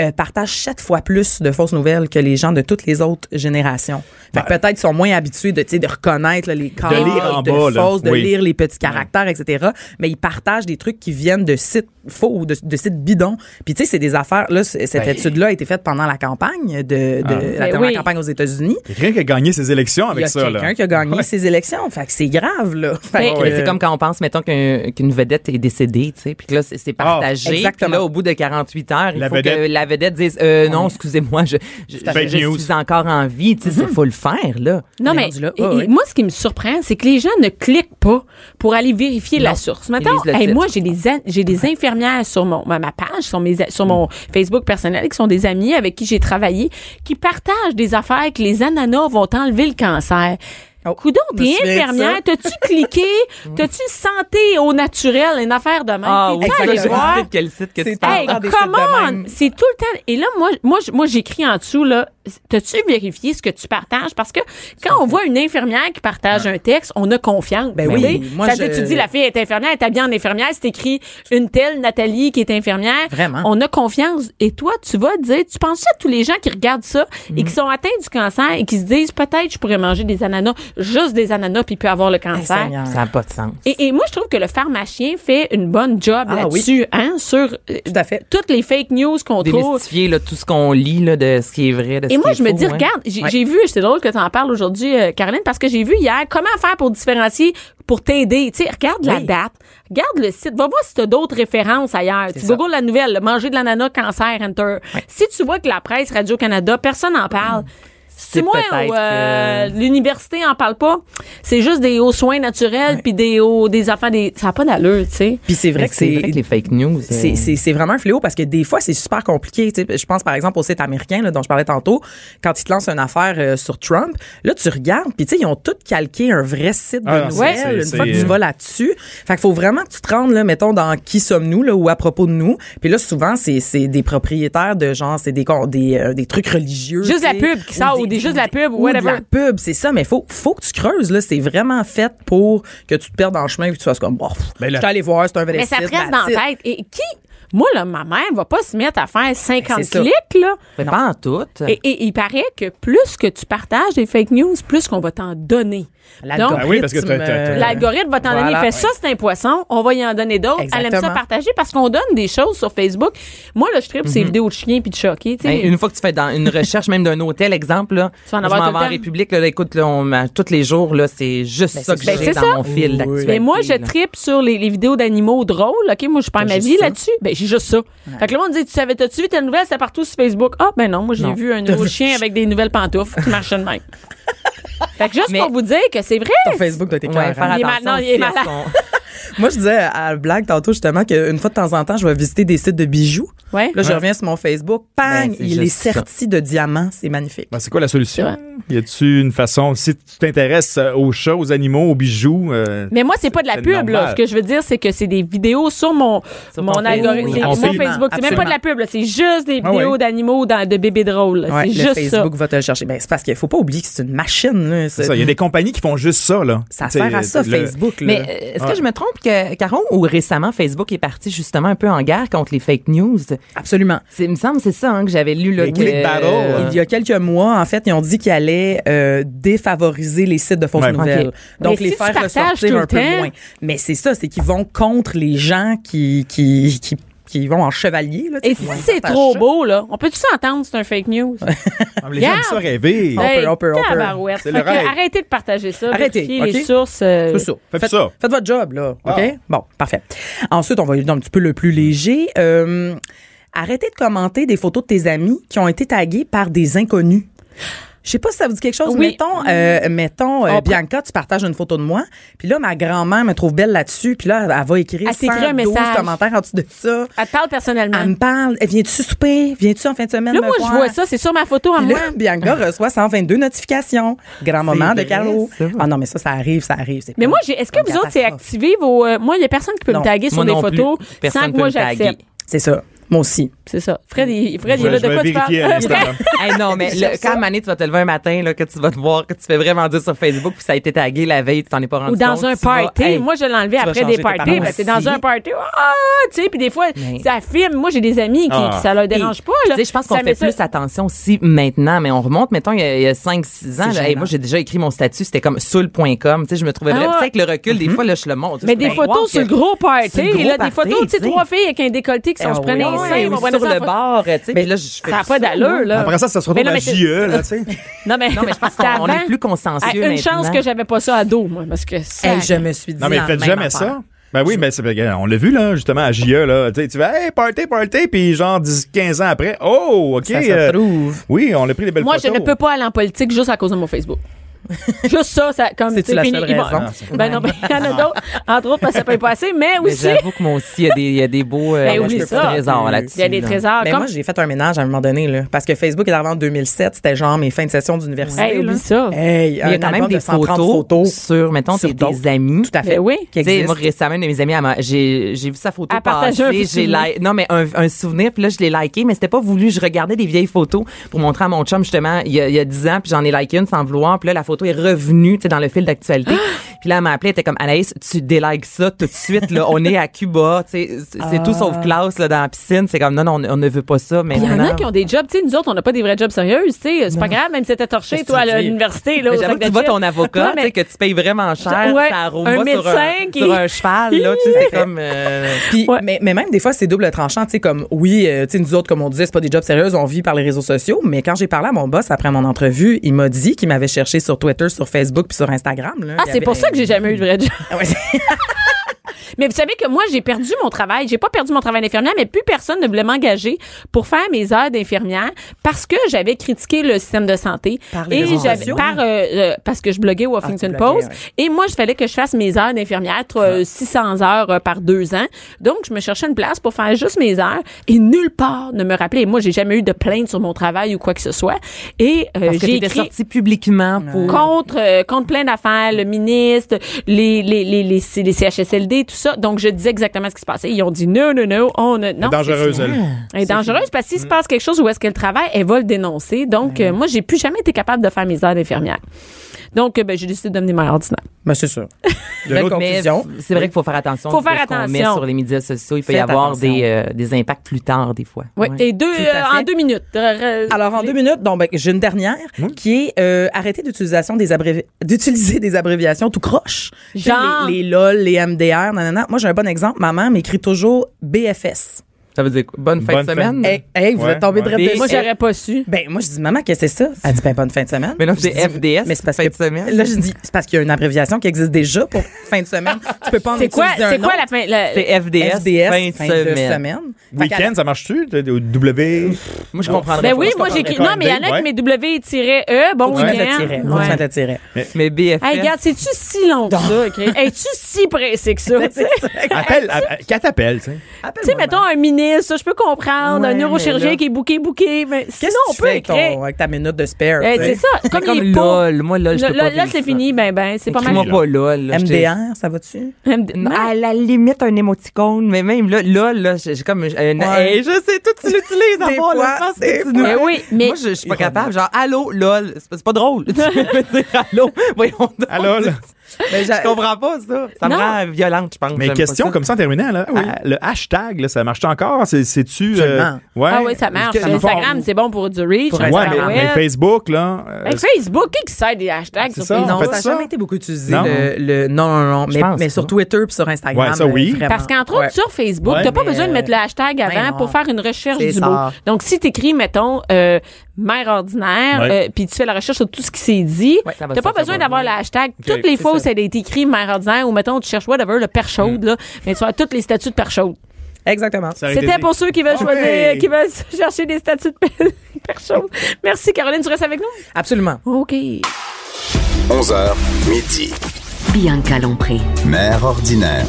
Speaker 2: euh, partagent sept fois plus de fausses nouvelles que les gens de toutes les autres générations. Fait que peut-être sont moins habitués de, tu sais, de reconnaître là, les cas de,
Speaker 3: Ben. lire en bas, là.
Speaker 2: fausses, de
Speaker 3: Oui.
Speaker 2: lire les petits caractères, etc. Mais ils partagent des trucs qui viennent de sites faux ou de, de sites bidons. Puis tu sais, c'est des affaires. Là, c- cette
Speaker 3: Ben.
Speaker 2: étude-là a été faite pendant la campagne de, de
Speaker 3: Ah.
Speaker 2: la
Speaker 1: Ben
Speaker 2: dernière
Speaker 1: oui.
Speaker 2: campagne aux États-Unis.
Speaker 3: Il y a quelqu'un qui a gagné ses élections
Speaker 2: Il y
Speaker 3: avec
Speaker 2: a
Speaker 3: ça, là.
Speaker 2: quelqu'un qui a gagné ses élections. Fait que c'est grave, là. Fait
Speaker 1: Mais-
Speaker 2: que,
Speaker 4: Mais Ben, c'est
Speaker 2: euh,
Speaker 4: comme quand on pense, mettons, qu'un- qu'une vedette est décédée, tu sais, puis que là, c'est c'est partagé.
Speaker 2: exactement.
Speaker 4: Puis là, au bout de 48 heures, il
Speaker 3: Ah, La
Speaker 4: faut
Speaker 3: vedette- Ah,
Speaker 4: que la vedette dise, euh, non, excusez-moi, je, je,
Speaker 3: Fake
Speaker 4: je
Speaker 3: news. Mhm.
Speaker 4: suis encore en vie, tu sais, ça, faut le faire, là.
Speaker 1: Non,
Speaker 2: On est
Speaker 1: mais
Speaker 2: rendu là.
Speaker 1: et-
Speaker 2: Ah Ouais,
Speaker 1: et
Speaker 2: ouais.
Speaker 1: moi, ce qui me surprend, c'est que les gens ne cliquent pas pour aller vérifier la source. Maintenant,
Speaker 4: lisent le titre.
Speaker 1: moi, j'ai des, an- j'ai des infirmières sur mon, ma, ma page, sur, mes, a- sur mon Facebook personnel, qui sont des amis avec qui j'ai travaillé, qui partagent des affaires que les ananas vont enlever le cancer.
Speaker 2: Oh,
Speaker 1: Coudon,
Speaker 2: je me
Speaker 1: t'es
Speaker 2: souviens de ça.
Speaker 1: infirmière, t'as-tu
Speaker 2: [LAUGHS]
Speaker 1: cliqué, t'as-tu santé au naturel, une affaire de même?
Speaker 4: Ah,
Speaker 1: T'es-tu
Speaker 2: Ah oui,
Speaker 1: allée
Speaker 2: je sais
Speaker 1: voir?
Speaker 4: sais de quel site que
Speaker 2: C'est
Speaker 4: tu
Speaker 2: pas-
Speaker 4: parles.
Speaker 1: Hey,
Speaker 2: dans des
Speaker 1: come
Speaker 2: sites de
Speaker 1: on!
Speaker 2: même.
Speaker 1: C'est tout le temps. Et là, moi, moi, je- moi j'écris en dessous, là, t'as-tu vérifié ce que tu partages? Parce que quand on voit une infirmière qui partage un texte, on a confiance.
Speaker 2: Ben
Speaker 1: Tu
Speaker 2: oui,
Speaker 1: sais,
Speaker 2: moi,
Speaker 1: ça veut dire,
Speaker 2: je-
Speaker 1: tu dis, la fille est infirmière, elle est habillée en infirmière, c'est écrit une telle Nathalie qui est infirmière.
Speaker 2: Vraiment.
Speaker 1: On a confiance. Et toi, tu vas dire, tu penses à tous les gens qui regardent ça
Speaker 2: Mhm.
Speaker 1: et qui sont atteints du cancer et qui se disent, peut-être, je pourrais manger des ananas, juste des ananas, puis peut avoir le cancer.
Speaker 2: euh, Seigneur.
Speaker 4: Ça n'a pas de sens.
Speaker 1: Et, et moi, je trouve que le pharmacien fait une bonne job
Speaker 2: Ah oui.
Speaker 1: là-dessus, hein, sur euh,
Speaker 2: Tout à fait.
Speaker 1: toutes les fake news qu'on trouve.
Speaker 4: Démystifier là, tout ce qu'on lit là, de ce qui est vrai, de ce
Speaker 1: Et moi,
Speaker 4: qui
Speaker 1: je
Speaker 4: est
Speaker 1: me
Speaker 4: faux,
Speaker 1: dis,
Speaker 4: hein.
Speaker 1: regarde, j'ai
Speaker 2: Ouais.
Speaker 1: j'ai vu, c'est drôle que tu en parles aujourd'hui, euh, Caroline, parce que j'ai vu hier comment faire pour différencier, pour t'aider. Tu sais, regarde la
Speaker 2: Oui.
Speaker 1: date, regarde le site, va voir si tu as d'autres références ailleurs. Tu
Speaker 2: ça.
Speaker 1: googles la nouvelle, là, manger de l'ananas, cancer, enter. Si tu vois que la presse, Radio-Canada, personne n'en parle. Si
Speaker 4: C'est
Speaker 1: moi,
Speaker 4: peut-être
Speaker 1: ou, euh,
Speaker 4: que-
Speaker 1: l'université en parle pas, c'est juste des hauts soins naturels puis des hauts, des enfants, des... ça n'a pas d'allure, tu sais.
Speaker 2: Puis c'est vrai
Speaker 4: Mais
Speaker 2: que
Speaker 4: Ben, c'est vrai
Speaker 2: c'est
Speaker 4: que les fake news. euh,
Speaker 2: c'est, c'est, c'est vraiment un fléau parce que des fois, c'est super compliqué. Tu sais, Je pense par exemple au site américain là, dont je parlais tantôt. Quand ils te lancent une affaire euh, sur Trump, là, tu regardes, puis tu sais, ils ont tout calqué un vrai site de
Speaker 3: Ah, non,
Speaker 2: nouvelles
Speaker 3: c'est-
Speaker 2: une
Speaker 3: c'est-
Speaker 2: fois que tu vas là-dessus. Fait qu'il faut vraiment que tu te rendes, là, mettons, dans qui sommes-nous là, ou à propos de nous. Puis là, souvent, c'est, c'est des propriétaires de genre, c'est des, con- des, euh, des trucs religieux.
Speaker 1: Juste
Speaker 2: tu sais,
Speaker 1: la pub qui sort, ou des- juste la pub, ou
Speaker 2: de
Speaker 1: whatever.
Speaker 2: la pub, c'est ça, mais faut, faut que tu creuses. là. C'est vraiment fait pour que tu te perdes en chemin et que tu fasses comme, bon,
Speaker 3: Ben,
Speaker 2: je
Speaker 3: la-
Speaker 2: suis allé voir, c'est un vrai
Speaker 1: Mais ça
Speaker 2: site,
Speaker 1: reste dans
Speaker 2: that's it.
Speaker 1: la tête. Et qui? Moi, là, ma mère va pas se mettre à faire 50
Speaker 4: Ben, c'est ça.
Speaker 1: clics, là.
Speaker 4: Mais pas en tout.
Speaker 1: Et, et il paraît que plus que tu partages des fake news, plus qu'on va t'en donner. Donc,
Speaker 3: Ah oui, parce que t'as- t'as- t'as-
Speaker 1: l'algorithme va t'en donner. Il
Speaker 4: Voilà,
Speaker 1: fait
Speaker 4: ouais.
Speaker 1: ça, c'est un poisson. On va y en donner d'autres. Elle aime ça
Speaker 2: Exactement.
Speaker 1: partager parce qu'on donne des choses sur Facebook. Moi, là, je tripe
Speaker 4: Mhm.
Speaker 1: ces vidéos de chiens puis de choqués. tu sais.
Speaker 4: Hey, Ben, une fois que tu fais dans une recherche même d'un hôtel, exemple, là,
Speaker 1: Tu vas en
Speaker 4: je
Speaker 1: avoir
Speaker 4: m'en
Speaker 1: tout le
Speaker 4: vais en
Speaker 1: temps.
Speaker 4: République, là, là, écoute, là, on m'a- tous les jours, là, c'est juste ça que
Speaker 1: sûr. Ben,
Speaker 4: j'ai
Speaker 1: c'est
Speaker 4: dans
Speaker 1: ça.
Speaker 4: mon fil d'actualité,
Speaker 1: Mais moi, je
Speaker 4: là.
Speaker 1: tripe sur les, les vidéos d'animaux drôles. OK, moi, je perds ma
Speaker 4: juste
Speaker 1: vie
Speaker 4: ça.
Speaker 1: là-dessus. Ben, j'ai juste ça. Fait que le monde dit, tu savais, t'as-tu vu ta nouvelle? C'est partout sur Facebook. Ah, ben non, moi, j'ai vu un nouveau chien avec des nouvelles pantoufles qui marchait de même. fait que juste
Speaker 4: Mais-
Speaker 1: pour vous dire que c'est vrai.
Speaker 2: Ton Facebook doit être
Speaker 4: Ouais,
Speaker 2: éclairant.
Speaker 4: faire
Speaker 1: Il est
Speaker 4: attention
Speaker 1: mal- non, il est
Speaker 4: aussi à
Speaker 1: malade.
Speaker 4: son-
Speaker 2: Moi, je disais à la blague tantôt, justement, qu'une fois de temps en temps, je vais visiter des sites de bijoux.
Speaker 1: Ouais.
Speaker 2: Là, je reviens sur mon Facebook. Bang!
Speaker 4: Ben, c'est
Speaker 2: il est
Speaker 4: juste ça.
Speaker 2: serti de diamants. C'est magnifique.
Speaker 3: Ben, c'est quoi la solution?
Speaker 1: Ouais.
Speaker 3: Y a-tu une façon, si tu t'intéresses euh, aux chats, aux animaux, aux bijoux, euh,
Speaker 1: Mais moi, c'est pas de la
Speaker 3: C'est
Speaker 1: pub,
Speaker 3: normal.
Speaker 1: là. Ce que je veux dire, c'est que c'est des vidéos sur mon,
Speaker 4: Sur
Speaker 1: mon
Speaker 4: ton
Speaker 1: algorithme.
Speaker 4: Facebook.
Speaker 1: c'est
Speaker 4: Oui,
Speaker 1: mon
Speaker 3: absolument,
Speaker 1: Facebook. C'est même pas de la pub, là. C'est juste des
Speaker 3: Ah
Speaker 1: vidéos
Speaker 3: oui.
Speaker 1: d'animaux dans- de bébés drôles. là.
Speaker 2: Ouais,
Speaker 1: c'est
Speaker 2: le
Speaker 1: juste
Speaker 2: Facebook va te le chercher. Ben, c'est parce qu'il faut pas oublier que c'est une machine. Là.
Speaker 3: c'est ça, il y a des compagnies qui font juste ça, là.
Speaker 2: Ça
Speaker 3: Tu sais,
Speaker 2: sert à ça,
Speaker 3: le-
Speaker 2: Facebook. Là.
Speaker 4: Mais euh, est-ce que je me trompe, que, Caron, ou récemment, Facebook est parti justement un peu en guerre contre les fake news?
Speaker 2: Absolument.
Speaker 4: C'est, il me semble que c'est ça hein, que j'avais lu. Là,
Speaker 3: Les
Speaker 4: que-
Speaker 3: click battles.
Speaker 4: euh,
Speaker 2: Il y a quelques mois, en fait, ils ont dit qu'ils allaient euh, défavoriser les sites de fausses
Speaker 3: Ouais.
Speaker 2: nouvelles.
Speaker 4: Ok.
Speaker 2: Donc,
Speaker 1: Mais
Speaker 2: les
Speaker 1: si tu
Speaker 2: faire
Speaker 1: partages tout
Speaker 2: ressortir
Speaker 1: le
Speaker 2: un peu
Speaker 1: temps-
Speaker 2: loin. Mais c'est ça, c'est qu'ils vont contre les gens qui, qui, qui, qui vont en chevalier. Là, tu
Speaker 1: Et
Speaker 2: sais,
Speaker 1: si
Speaker 2: qui
Speaker 1: c'est
Speaker 2: partagent
Speaker 1: trop
Speaker 2: ça.
Speaker 1: beau, là, on peut-tu s'entendre, c'est un fake news?
Speaker 3: Ah, mais Les gens aiment ça rêver.
Speaker 2: On
Speaker 1: Hey,
Speaker 2: peut, on peut, on peut.
Speaker 1: tabarouette.
Speaker 3: C'est le
Speaker 1: Fait que
Speaker 3: rêve.
Speaker 1: Arrêtez de partager ça.
Speaker 2: Arrêtez,
Speaker 1: Vérifiez les
Speaker 2: ok?
Speaker 1: sources. euh,
Speaker 2: C'est ça.
Speaker 3: Faites
Speaker 2: Faites,
Speaker 3: ça.
Speaker 2: faites votre job, là.
Speaker 3: Ah.
Speaker 2: OK? Bon, parfait. Ensuite, on va aller dans un petit peu le plus léger. Euh, arrêtez de commenter des photos de tes amis qui ont été tagués par des inconnus. Je sais pas si ça vous dit quelque chose.
Speaker 1: Oui.
Speaker 2: Mettons, euh, mettons euh,
Speaker 1: On prend-
Speaker 2: Bianca, tu partages une photo de moi. Puis là, ma grand-mère me trouve belle là-dessus. Puis là, elle- elle va écrire
Speaker 1: Elle t'écrit un
Speaker 2: 112
Speaker 1: message.
Speaker 2: commentaires en dessous de ça.
Speaker 1: Elle te parle personnellement.
Speaker 2: Elle me parle. Eh, Viens-tu souper? Viens-tu en fin de semaine?
Speaker 1: là,
Speaker 2: me
Speaker 1: moi,
Speaker 2: voir?
Speaker 1: je vois ça. C'est sur ma photo à
Speaker 2: Puis
Speaker 1: moi.
Speaker 2: là, Bianca reçoit 122 notifications. Grand-maman de
Speaker 4: vrai,
Speaker 2: Caro.
Speaker 4: ça.
Speaker 2: Ah non, mais ça, ça arrive, ça arrive. c'est
Speaker 1: Mais
Speaker 2: pas-
Speaker 1: moi, j'ai, est-ce que
Speaker 2: une
Speaker 1: vous autres, c'est
Speaker 2: catastrophe.
Speaker 1: activé vos. euh, moi, il y a personne qui peut me
Speaker 2: Non,
Speaker 1: taguer sur
Speaker 4: moi
Speaker 1: des
Speaker 4: non plus.
Speaker 1: photos
Speaker 4: Personne
Speaker 1: sans que
Speaker 4: peut
Speaker 1: moi
Speaker 4: me
Speaker 1: j'accepte.
Speaker 4: taguer.
Speaker 2: C'est ça. Moi aussi.
Speaker 1: C'est ça. Fred, il, Fred, il
Speaker 3: Je,
Speaker 1: est là
Speaker 3: je
Speaker 1: de
Speaker 3: vais
Speaker 1: quoi tu parles?
Speaker 3: vérifier à l'instant. là.
Speaker 4: [LAUGHS] Hey, non, mais le- quand Mané, tu vas te lever un matin, là, que tu vas te voir, que tu fais vraiment dire sur Facebook, puis ça a été tagué la veille, tu t'en es pas
Speaker 1: [LAUGHS]
Speaker 4: rendu
Speaker 1: Ou dans
Speaker 4: compte,
Speaker 1: un
Speaker 4: tu vas-
Speaker 1: party.
Speaker 4: Hey,
Speaker 1: moi, je l'enlevais
Speaker 4: tu vas
Speaker 1: après
Speaker 4: changer
Speaker 1: des
Speaker 4: tes
Speaker 1: parties.
Speaker 4: paroles.
Speaker 1: Ben, c'est dans
Speaker 4: Si.
Speaker 1: un party. Ah, tu sais, puis des fois,
Speaker 4: Mais-
Speaker 1: ça filme. Moi, j'ai des amis qui,
Speaker 3: Ah.
Speaker 1: ça leur
Speaker 4: Hey,
Speaker 1: dérange pas, là.
Speaker 4: tu sais, je pense qu'on
Speaker 1: Ça met ça-
Speaker 4: fait plus attention aussi maintenant, mais on remonte, mettons, il y a- il y a 5-6 ans.
Speaker 2: C'est
Speaker 4: là, hey,
Speaker 2: gênant.
Speaker 4: moi, j'ai déjà écrit mon statut, c'était comme soul.com. Tu sais, je me trouvais
Speaker 1: Ah
Speaker 4: vraiment.
Speaker 1: ouais.
Speaker 4: Tu sais, avec le recul,
Speaker 2: Mhm.
Speaker 4: des fois, là, je ben, le montre.
Speaker 1: Mais des photos sur le gros party.
Speaker 4: sur le gros
Speaker 1: là, des
Speaker 4: party,
Speaker 1: photos, tu sais,
Speaker 4: tu sais. Eh
Speaker 1: trois filles avec un décolleté qui sont, se prenaient un sein, on
Speaker 4: Ah ou
Speaker 1: prenait ça
Speaker 4: sur
Speaker 1: en
Speaker 4: le
Speaker 1: photo.
Speaker 4: bar, tu sais.
Speaker 2: Mais
Speaker 4: puis là, je fais
Speaker 1: Ça n'a
Speaker 4: plus
Speaker 1: pas d'allure, là.
Speaker 3: Après ça, ça se
Speaker 1: Mais
Speaker 3: retrouve
Speaker 1: non,
Speaker 3: à
Speaker 1: mais c'est-
Speaker 3: JE, E, là, tu sais.
Speaker 1: Non, mais,
Speaker 4: Non, mais je pense qu'on on est plus consciencieux
Speaker 1: Ah, Une chance
Speaker 4: maintenant.
Speaker 1: que j'avais pas ça à dos, moi, parce que ça.
Speaker 2: Hey, je me suis dit.
Speaker 3: Non, mais
Speaker 2: la
Speaker 3: faites
Speaker 2: même
Speaker 3: jamais
Speaker 2: affaire.
Speaker 3: ça. Ben oui, mais c'est, regarde, on l'a vu, là, justement, à JE, là. Tu sais, tu vas, hey, party, party, puis genre 10, 15 ans après, oh, OK.
Speaker 2: Ça se
Speaker 3: euh,
Speaker 2: trouve.
Speaker 3: oui, on a pris des belles
Speaker 1: Moi, je
Speaker 3: photos.
Speaker 1: ne peux pas aller en politique juste à cause de mon
Speaker 4: [LAUGHS]
Speaker 1: Facebook. juste ça, ça comme
Speaker 2: C'est-tu
Speaker 1: tu sais,
Speaker 2: la
Speaker 1: puis
Speaker 2: seule
Speaker 1: ils vont-
Speaker 2: raison?
Speaker 1: Ben non, ben, il y en a d'autres. Entre autres, parce que ça paye pas assez, mais
Speaker 4: Mais
Speaker 1: aussi,
Speaker 4: j'avoue que moi aussi, il y a des- il y, a des beaux euh,
Speaker 1: Ben,
Speaker 4: moi,
Speaker 1: oublie
Speaker 4: je peux
Speaker 1: ça.
Speaker 4: pas de trésors là-dessus.
Speaker 1: il y a des
Speaker 4: là.
Speaker 1: trésors.
Speaker 2: Mais
Speaker 1: comme...
Speaker 2: Ben, moi, j'ai fait un ménage à un moment donné, là, parce que Facebook est arrivé en 2007. C'était genre mes fins de session d'université.
Speaker 1: Hey,
Speaker 2: là.
Speaker 1: oublie ça.
Speaker 2: Hey,
Speaker 4: Mais Il y
Speaker 2: un
Speaker 4: a quand
Speaker 2: album
Speaker 4: même
Speaker 2: de
Speaker 4: des
Speaker 2: 130
Speaker 4: photos, sur, mettons,
Speaker 2: Sur
Speaker 4: des,
Speaker 2: d'autres.
Speaker 4: des amis.
Speaker 2: Tout à fait.
Speaker 1: Ben oui.
Speaker 2: Qui
Speaker 4: Tu sais, moi,
Speaker 2: existent.
Speaker 4: récemment, une de mes amies, elle m'a- j'ai j'ai vu sa photo
Speaker 1: Elle partageait un
Speaker 4: passer,
Speaker 1: petit
Speaker 4: j'ai
Speaker 1: souvenir.
Speaker 4: li- non mais un, un souvenir, puis là je l'ai liké, mais c'était pas voulu, je regardais des vieilles photos pour montrer à mon chum justement il y a, il y a 10 ans, puis j'en ai liké une sans vouloir, puis là la photo est revenue, tu sais dans le
Speaker 1: [GASPS]
Speaker 4: fil d'actualité. puis là elle m'a appelé, elle était comme Anaïs, tu délikes ça tout de suite là, on est à Cuba, tu sais c'est c'est tout sauf classe là dans la piscine, c'est comme non non, on, on ne veut pas ça mais
Speaker 1: Ah. Il y en a
Speaker 4: maintenant-
Speaker 1: qui ont des jobs, tu sais, nous autres, on n'a pas des vrais jobs sérieux, tu sais, c'est pas grave, même si t'étais torché,
Speaker 2: Qu'est-ce
Speaker 1: toi,
Speaker 2: que tu
Speaker 1: à
Speaker 2: dis?
Speaker 1: l'université, là,
Speaker 4: Mais
Speaker 1: au
Speaker 4: j'avoue
Speaker 1: sac
Speaker 4: que
Speaker 1: de
Speaker 4: tu vois
Speaker 1: chips.
Speaker 4: ton avocat,
Speaker 1: Ouais, mais-
Speaker 4: tu sais, que tu payes vraiment cher,
Speaker 1: Ouais,
Speaker 4: ça roule
Speaker 1: un
Speaker 4: pas sur un,
Speaker 1: médecin qui-
Speaker 4: sur un cheval, là, tu sais,
Speaker 1: [LAUGHS]
Speaker 4: c'est comme... euh,
Speaker 2: Puis,
Speaker 1: Ouais.
Speaker 2: mais, mais même des fois, c'est double tranchant. Tu sais, comme, oui, euh, tu sais, nous autres, comme on disait, c'est pas des jobs sérieux, on vit par les réseaux sociaux. Mais quand j'ai parlé à mon boss après mon entrevue, il m'a dit qu'il m'avait cherché sur Twitter, sur Facebook, puis sur Instagram. là.
Speaker 1: Ah,
Speaker 2: Il
Speaker 1: c'est pour
Speaker 2: avait-
Speaker 1: ça que j'ai jamais eu de vrai job. [LAUGHS]
Speaker 2: Ah ouais, c'est-
Speaker 1: Mais vous savez que moi, j'ai perdu mon travail. J'ai pas perdu mon travail d'infirmière, mais plus personne ne voulait m'engager pour faire mes heures d'infirmière parce que j'avais critiqué le système de santé.
Speaker 2: Par les réseaux
Speaker 1: j'avais-
Speaker 2: sociaux?
Speaker 1: par, euh, euh, parce que je bloguais au Huffington
Speaker 2: tu bloguais,
Speaker 1: Post.
Speaker 2: ouais. Ah.
Speaker 1: Et moi, je fallait que je fasse mes heures d'infirmière, tro- euh, 600 heures euh, par deux ans. Donc, je me cherchais une place pour faire juste mes heures et nulle part ne me rappelait. Moi, j'ai jamais eu de plainte sur mon travail ou quoi que ce soit. Et euh,
Speaker 4: Parce que
Speaker 1: j'ai
Speaker 4: t'étais
Speaker 1: écrit
Speaker 4: sorti publiquement pour...
Speaker 1: contre euh, contre plein d'affaires, le ministre, les les, les les C- les CHSLD, tout ça. Donc je disais exactement ce qui se passait. Ils ont dit non non non, on ne non.
Speaker 3: Dangereuse,
Speaker 1: c'est-
Speaker 3: elle. Mm.
Speaker 1: Elle est dangereuse parce que s'il se passe quelque chose où est-ce qu'elle travaille, elle va le dénoncer. Donc euh, moi j'ai plus jamais été capable de faire mes heures d'infirmière. Donc, euh, ben, j'ai décidé de devenir mère ordinaire.
Speaker 2: Ben, c'est sûr.
Speaker 4: Mais
Speaker 2: Belle conclusion.
Speaker 4: f- C'est vrai qu'il faut faire attention.
Speaker 1: Faut
Speaker 4: de
Speaker 1: faire
Speaker 4: ce qu'on
Speaker 1: attention.
Speaker 4: met sur les médias sociaux, il peut y
Speaker 2: Faites
Speaker 4: avoir
Speaker 2: attention.
Speaker 4: des, euh, des impacts plus tard, des fois.
Speaker 1: Oui.
Speaker 4: Ouais.
Speaker 1: Et deux,
Speaker 2: Tout à
Speaker 1: euh,
Speaker 2: fait.
Speaker 1: en deux minutes. Euh,
Speaker 2: Alors, en deux minutes, donc, ben, j'ai une dernière qui est euh, arrêter d'utilisation des abrévi- d'utiliser des abréviations tout croche.
Speaker 1: Genre?
Speaker 2: Les, les LOL, les MDR, nanana. Moi, j'ai un bon exemple. Ma mère m'écrit toujours BFS.
Speaker 4: Ça veut dire quoi? bonne fin
Speaker 3: Bonne
Speaker 4: de
Speaker 3: fin.
Speaker 4: semaine?
Speaker 2: Hey, hey, vous
Speaker 3: Ouais,
Speaker 2: êtes tombé
Speaker 3: ouais.
Speaker 2: droit dessus.
Speaker 1: Moi, j'aurais pas su.
Speaker 2: Ben, moi, je dis, maman, qu'est-ce que c'est ça? Elle dit, ben, bonne fin de semaine.
Speaker 4: Mais non,
Speaker 2: Je
Speaker 4: c'est
Speaker 2: dis,
Speaker 4: FDS,
Speaker 2: Mais c'est parce
Speaker 4: fin
Speaker 2: que,
Speaker 4: de semaine.
Speaker 2: Là, je dis, c'est parce qu'il y a une abréviation qui existe déjà pour fin de semaine. tu peux pas en
Speaker 1: C'est quoi,
Speaker 2: utiliser un
Speaker 1: c'est quoi
Speaker 2: autre.
Speaker 1: la fin? la-
Speaker 4: C'est FDS,
Speaker 2: FDS,
Speaker 4: fin de semaine.
Speaker 2: Fait qu'à la-
Speaker 3: Week-end, ça marche-tu? T'as
Speaker 1: [LAUGHS]
Speaker 3: des W.
Speaker 4: Moi, je comprendrais
Speaker 1: Ben
Speaker 4: pas.
Speaker 1: oui,
Speaker 4: Je
Speaker 1: moi
Speaker 4: comprendrais
Speaker 1: j'écris.
Speaker 4: pas.
Speaker 1: Non, mais il y en a
Speaker 3: Ouais.
Speaker 1: qui met W-E, E. bon
Speaker 2: Faut que tu mettes le
Speaker 1: week-end.
Speaker 2: tiret. Faut que
Speaker 1: Ouais.
Speaker 2: tu mettes le tiret.
Speaker 4: Mais BFS.
Speaker 1: Hey, regarde, c'est-tu si long que ça, OK? Es-tu si pressé que ça? tu sais?
Speaker 3: Appelle, app- euh, qu'elle t'appelle, tu sais.
Speaker 1: Tu sais, mettons un ministre, ça, je peux comprendre,
Speaker 2: Ouais,
Speaker 1: un
Speaker 2: mais
Speaker 1: neurochirurgien
Speaker 2: là-
Speaker 1: qui est bouqué, bouqué, mais sinon
Speaker 2: Qu'est-ce que
Speaker 1: on
Speaker 2: tu
Speaker 1: peut
Speaker 2: fais avec,
Speaker 1: écrire.
Speaker 2: ton, avec ta minute de spare?
Speaker 1: Eh,
Speaker 2: tu
Speaker 1: c'est
Speaker 2: sais?
Speaker 1: ça, comme,
Speaker 4: comme
Speaker 1: il est pas-
Speaker 4: LOL. Moi, LOL, je peux
Speaker 1: Là,
Speaker 4: pas
Speaker 1: là,
Speaker 4: vivre
Speaker 1: c'est
Speaker 4: ça.
Speaker 1: fini, ben, ben, c'est pas mal. [LAUGHS]
Speaker 4: Écris-moi pas LOL. là, je te-
Speaker 2: MDR, ça va-tu?
Speaker 4: Ben,
Speaker 1: Non,
Speaker 4: Non, à la limite, un émoticône, mais même là, là, là j'ai j'ai comme. un-
Speaker 2: Ouais.
Speaker 4: Hey, je sais, tout tu l'utilises
Speaker 2: Des
Speaker 4: avant
Speaker 2: fois,
Speaker 4: la face
Speaker 2: des
Speaker 4: que tu
Speaker 2: fois.
Speaker 4: nous-
Speaker 1: Mais oui, mais-
Speaker 4: Moi, je, je suis pas capable. Genre, allô, lol. C'est pas- c'est pas drôle. [LAUGHS] tu peux dire allô. Voyons. donc.
Speaker 3: Allô,
Speaker 4: [LAUGHS]
Speaker 3: là.
Speaker 2: Ben, j'a-
Speaker 4: Je comprends pas ça. Ça
Speaker 1: Non.
Speaker 4: me rend violente, je pense.
Speaker 3: Mais
Speaker 4: J'aime
Speaker 3: question
Speaker 4: pas ça.
Speaker 3: comme ça en terminant, là, Ah, le hashtag, là, ça marche encore? C'est- C'est-tu. euh,
Speaker 2: Absolument.
Speaker 3: ouais.
Speaker 1: Ah oui, ça marche.
Speaker 3: Qu'est-ce qu'ils font?
Speaker 1: Instagram, c'est bon pour du reach.
Speaker 2: Pour
Speaker 3: Ouais,
Speaker 2: Instagram,
Speaker 3: mais,
Speaker 1: Instagram,
Speaker 3: mais Facebook, là. euh,
Speaker 1: Avec Facebook, qui qui sait des hashtags
Speaker 3: C'est
Speaker 1: sur
Speaker 3: ça.
Speaker 1: Facebook?
Speaker 2: Non,
Speaker 3: fait
Speaker 2: ça n'a
Speaker 3: ça?
Speaker 2: jamais été beaucoup utilisé.
Speaker 3: Non.
Speaker 4: Euh,
Speaker 2: Le, le- non, non, non.
Speaker 4: Je
Speaker 2: Mais,
Speaker 4: pense
Speaker 2: mais sur
Speaker 4: pas.
Speaker 2: Twitter puis sur Instagram.
Speaker 3: Ouais, ça, oui.
Speaker 2: euh, vraiment.
Speaker 1: Parce qu'entre
Speaker 2: Ouais.
Speaker 1: autres, sur Facebook,
Speaker 3: Ouais,
Speaker 1: t'as pas
Speaker 2: mais,
Speaker 1: besoin de mettre le hashtag avant
Speaker 2: non.
Speaker 1: pour faire une recherche
Speaker 2: C'est
Speaker 1: du
Speaker 2: ça.
Speaker 1: mot. Donc, si t'écris, mettons, euh, mère ordinaire,
Speaker 3: Ouais.
Speaker 1: euh, puis tu fais la recherche sur tout ce qui s'est dit,
Speaker 4: Ouais, ça va
Speaker 1: t'as pas
Speaker 4: sortir,
Speaker 1: besoin
Speaker 4: ouais.
Speaker 1: d'avoir le hashtag. toutes les
Speaker 2: c'est
Speaker 1: fois où
Speaker 2: ça.
Speaker 1: ça a été écrit mère ordinaire, ou mettons, tu cherches whatever, le père chaude, là, mais tu as toutes les statuts de père chaude.
Speaker 2: Exactement.
Speaker 3: ça aurait été-
Speaker 1: C'était pour ceux qui veulent
Speaker 3: Ah
Speaker 1: choisir,
Speaker 3: ouais.
Speaker 1: qui veulent [LAUGHS] chercher des statuts de [LAUGHS] père chaude. Merci, Caroline, tu restes avec nous?
Speaker 2: Absolument.
Speaker 1: OK.
Speaker 5: 11h, midi.
Speaker 6: Bianca Lompré.
Speaker 5: Mère ordinaire.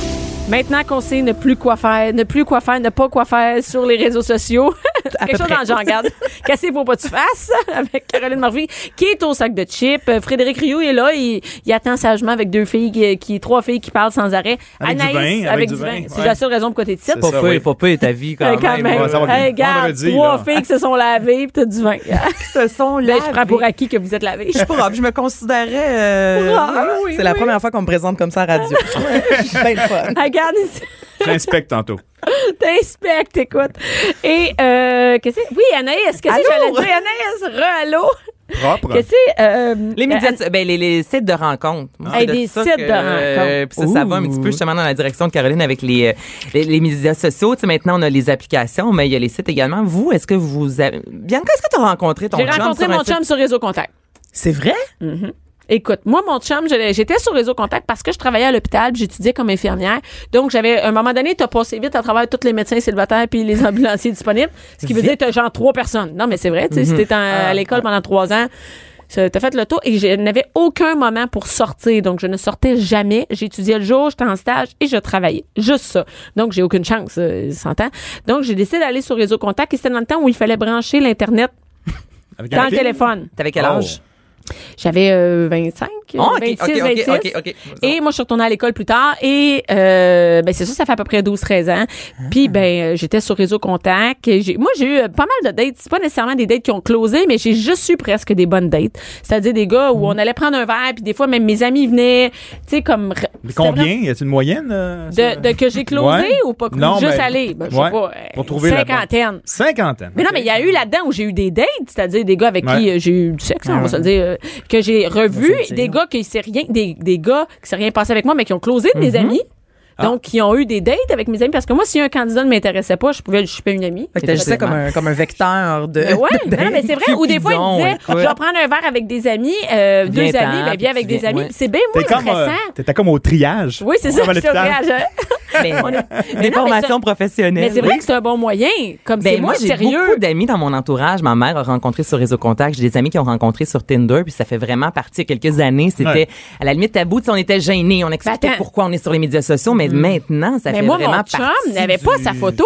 Speaker 1: Maintenant qu'on sait ne plus quoi faire, ne plus quoi faire, ne pas quoi faire sur les réseaux sociaux, [LAUGHS] quelque chose dans le genre,
Speaker 3: [LAUGHS]
Speaker 1: garde. Cassez-vous pas de face [LAUGHS] avec Caroline Morvi qui est au sac de chips. Euh, Frédéric Rioux est là, il, il attend sagement avec deux filles, qui, qui- trois filles qui parlent sans arrêt.
Speaker 3: Avec du
Speaker 1: Anaïs,
Speaker 3: vin, avec du vin,
Speaker 1: C'est
Speaker 3: ouais.
Speaker 1: la seule raison pour côté de titre.
Speaker 3: C'est ça,
Speaker 4: Pas
Speaker 3: Ah oui.
Speaker 4: peu, pas peu, ta vie [LAUGHS] quand,
Speaker 1: Quand
Speaker 4: même.
Speaker 1: même.
Speaker 3: ouais, ça va bien.
Speaker 1: Hey, regarde,
Speaker 3: Vendredi,
Speaker 1: trois
Speaker 3: là.
Speaker 1: filles qui se sont lavées, puis t'as du
Speaker 3: [LAUGHS]
Speaker 1: vin.
Speaker 4: Ce sont là.
Speaker 1: Là, je prends pour acquis que vous êtes lavées.
Speaker 4: Je suis propre. Je me considérais. euh,
Speaker 2: C'est la première fois qu'on me présente comme ça à
Speaker 1: [LAUGHS]
Speaker 2: radio. ben, le fun.
Speaker 1: Regarde ici.
Speaker 3: J'inspecte tantôt.
Speaker 1: T'inspectes, écoute. Et, euh, qu'est-ce que Oui, Anaïs, qu'est-ce que j'allais
Speaker 4: Allô?
Speaker 1: dire? Anaïs, re-allô.
Speaker 3: Propre.
Speaker 1: Qu'est-ce que euh,
Speaker 4: Les médias, ben, les, les sites de rencontres. Moi,
Speaker 1: Hey,
Speaker 4: c'est de
Speaker 1: des
Speaker 4: ça
Speaker 1: sites
Speaker 4: que,
Speaker 1: de rencontres.
Speaker 4: puis ça, ça va un petit peu justement dans la direction de Caroline avec les, euh, les, les médias sociaux. Tu sais, maintenant, on a les applications, mais il y a les sites également. Vous, est-ce que vous avez... Bianca, est-ce que tu as rencontré ton
Speaker 1: J'ai
Speaker 4: chum?
Speaker 1: rencontré
Speaker 4: sur un
Speaker 1: mon
Speaker 4: site?
Speaker 1: chum sur Réseau Contact.
Speaker 2: C'est vrai?
Speaker 1: Écoute, moi, mon chum, je l'ai- j'étais sur Réseau Contact parce que je travaillais à l'hôpital, puis j'étudiais comme infirmière. Donc, j'avais, à un moment donné, t'as passé vite à travers tous les médecins célibataires puis les [LAUGHS] ambulanciers disponibles. Ce qui veut dire, t'as genre trois personnes. Non, mais c'est vrai, tu sais, si
Speaker 4: Mhm.
Speaker 1: t'es en-
Speaker 4: Ah,
Speaker 1: à l'école pendant trois ans, ça- t'as fait le tour et je n'avais aucun moment pour sortir. Donc, je ne sortais jamais. J'étudiais le jour, j'étais en stage et je travaillais. Juste ça. Donc, j'ai aucune chance, euh, s'entend. Donc, j'ai décidé d'aller sur Réseau Contact et c'était dans le temps où il fallait brancher l'Internet
Speaker 3: Avec
Speaker 1: dans
Speaker 3: un
Speaker 1: le
Speaker 3: film?
Speaker 1: téléphone.
Speaker 4: T'avais quel
Speaker 3: Oh.
Speaker 4: âge?
Speaker 1: J'avais euh, 25,
Speaker 4: Ah, ok,
Speaker 1: 26,
Speaker 4: ok, ok,
Speaker 1: 26.
Speaker 4: ok, ok.
Speaker 1: Et moi, je suis retournée à l'école plus tard. Et euh, ben, c'est ça, ça fait à peu près 12-13 ans.
Speaker 3: Ah.
Speaker 1: Puis, ben, euh, j'étais sur Réseau Contact. Et j'ai- moi, j'ai eu euh, pas mal de dates. C'est pas nécessairement des dates qui ont closé, mais j'ai juste eu presque des bonnes dates. C'est-à-dire des gars
Speaker 3: Mm.
Speaker 1: où on allait prendre un verre, puis des fois, même mes amis venaient. Tu sais, comme...
Speaker 3: Mais
Speaker 1: c'était
Speaker 3: combien?
Speaker 1: vraiment-
Speaker 3: Y a-t-il une moyenne? euh, ça?
Speaker 1: De, de que j'ai closé
Speaker 3: Ouais.
Speaker 1: ou pas closé?
Speaker 3: Non,
Speaker 1: juste
Speaker 3: mais-
Speaker 1: aller. Ben, je sais
Speaker 3: ouais.
Speaker 1: pas.
Speaker 3: Pour
Speaker 1: euh,
Speaker 3: trouver la bonne.
Speaker 1: Cinquantaine.
Speaker 3: Cinquantaine.
Speaker 1: Mais non,
Speaker 3: OK.
Speaker 1: mais il y a eu là-dedans où j'ai eu des dates, c'est-à-dire des gars avec qui
Speaker 3: Ouais.
Speaker 1: euh, j'ai eu du sexe, on va se le dire, euh, que j'ai revu, des gars qui s'est rien, des, des gars qui s'est rien passé avec moi, mais qui ont closé de
Speaker 4: Mhm.
Speaker 1: mes amis.
Speaker 4: Ah.
Speaker 1: Donc, qui ont eu des dates avec mes amis. Parce que moi, si un candidat ne m'intéressait pas, je pouvais le choper une amie.
Speaker 2: Fait que t'as juste ça comme un, comme un vecteur de.
Speaker 1: Mais ouais,
Speaker 4: [LAUGHS]
Speaker 2: de-
Speaker 1: non, mais c'est vrai. Ou des fois,
Speaker 4: Cupidon,
Speaker 1: il disait,
Speaker 4: écoute.
Speaker 1: je vais prendre un verre avec des amis, euh, deux
Speaker 4: Viens-t'en,
Speaker 1: amis, ben,
Speaker 4: puis
Speaker 1: viens avec
Speaker 4: tu
Speaker 1: des
Speaker 4: viens,
Speaker 1: amis.
Speaker 4: ouais.
Speaker 1: C'est bien moins
Speaker 3: T'es comme, euh,
Speaker 1: stressant.
Speaker 3: t'étais comme au triage.
Speaker 1: oui, c'est ça,
Speaker 3: Comme à
Speaker 1: je te
Speaker 3: l'hôpital.
Speaker 1: regarde,
Speaker 4: [LAUGHS]
Speaker 1: hein.
Speaker 4: Ben,
Speaker 1: On est- mais
Speaker 4: des
Speaker 1: non, mais ça-
Speaker 4: formations professionnelles.
Speaker 1: Mais c'est vrai que c'est un bon moyen. Comme
Speaker 4: Ben,
Speaker 1: c'est
Speaker 4: moi,
Speaker 1: moins
Speaker 4: j'ai
Speaker 1: sérieux.
Speaker 4: beaucoup d'amis dans mon entourage. Ma mère a rencontré sur Réseau Contact. J'ai des amis qui ont rencontré sur Tinder, puis ça fait vraiment partie. Il y a quelques années, c'était
Speaker 3: Ouais.
Speaker 4: à la limite tabou. Tu sais, On était gênés. On expliquait
Speaker 1: attends. Mm.
Speaker 4: pourquoi on est sur les médias sociaux, mais maintenant, ça
Speaker 1: Mais
Speaker 4: fait
Speaker 1: moi,
Speaker 4: vraiment
Speaker 1: mon
Speaker 4: partie
Speaker 1: chum n'avait pas sa
Speaker 3: du- Mm.
Speaker 1: photo.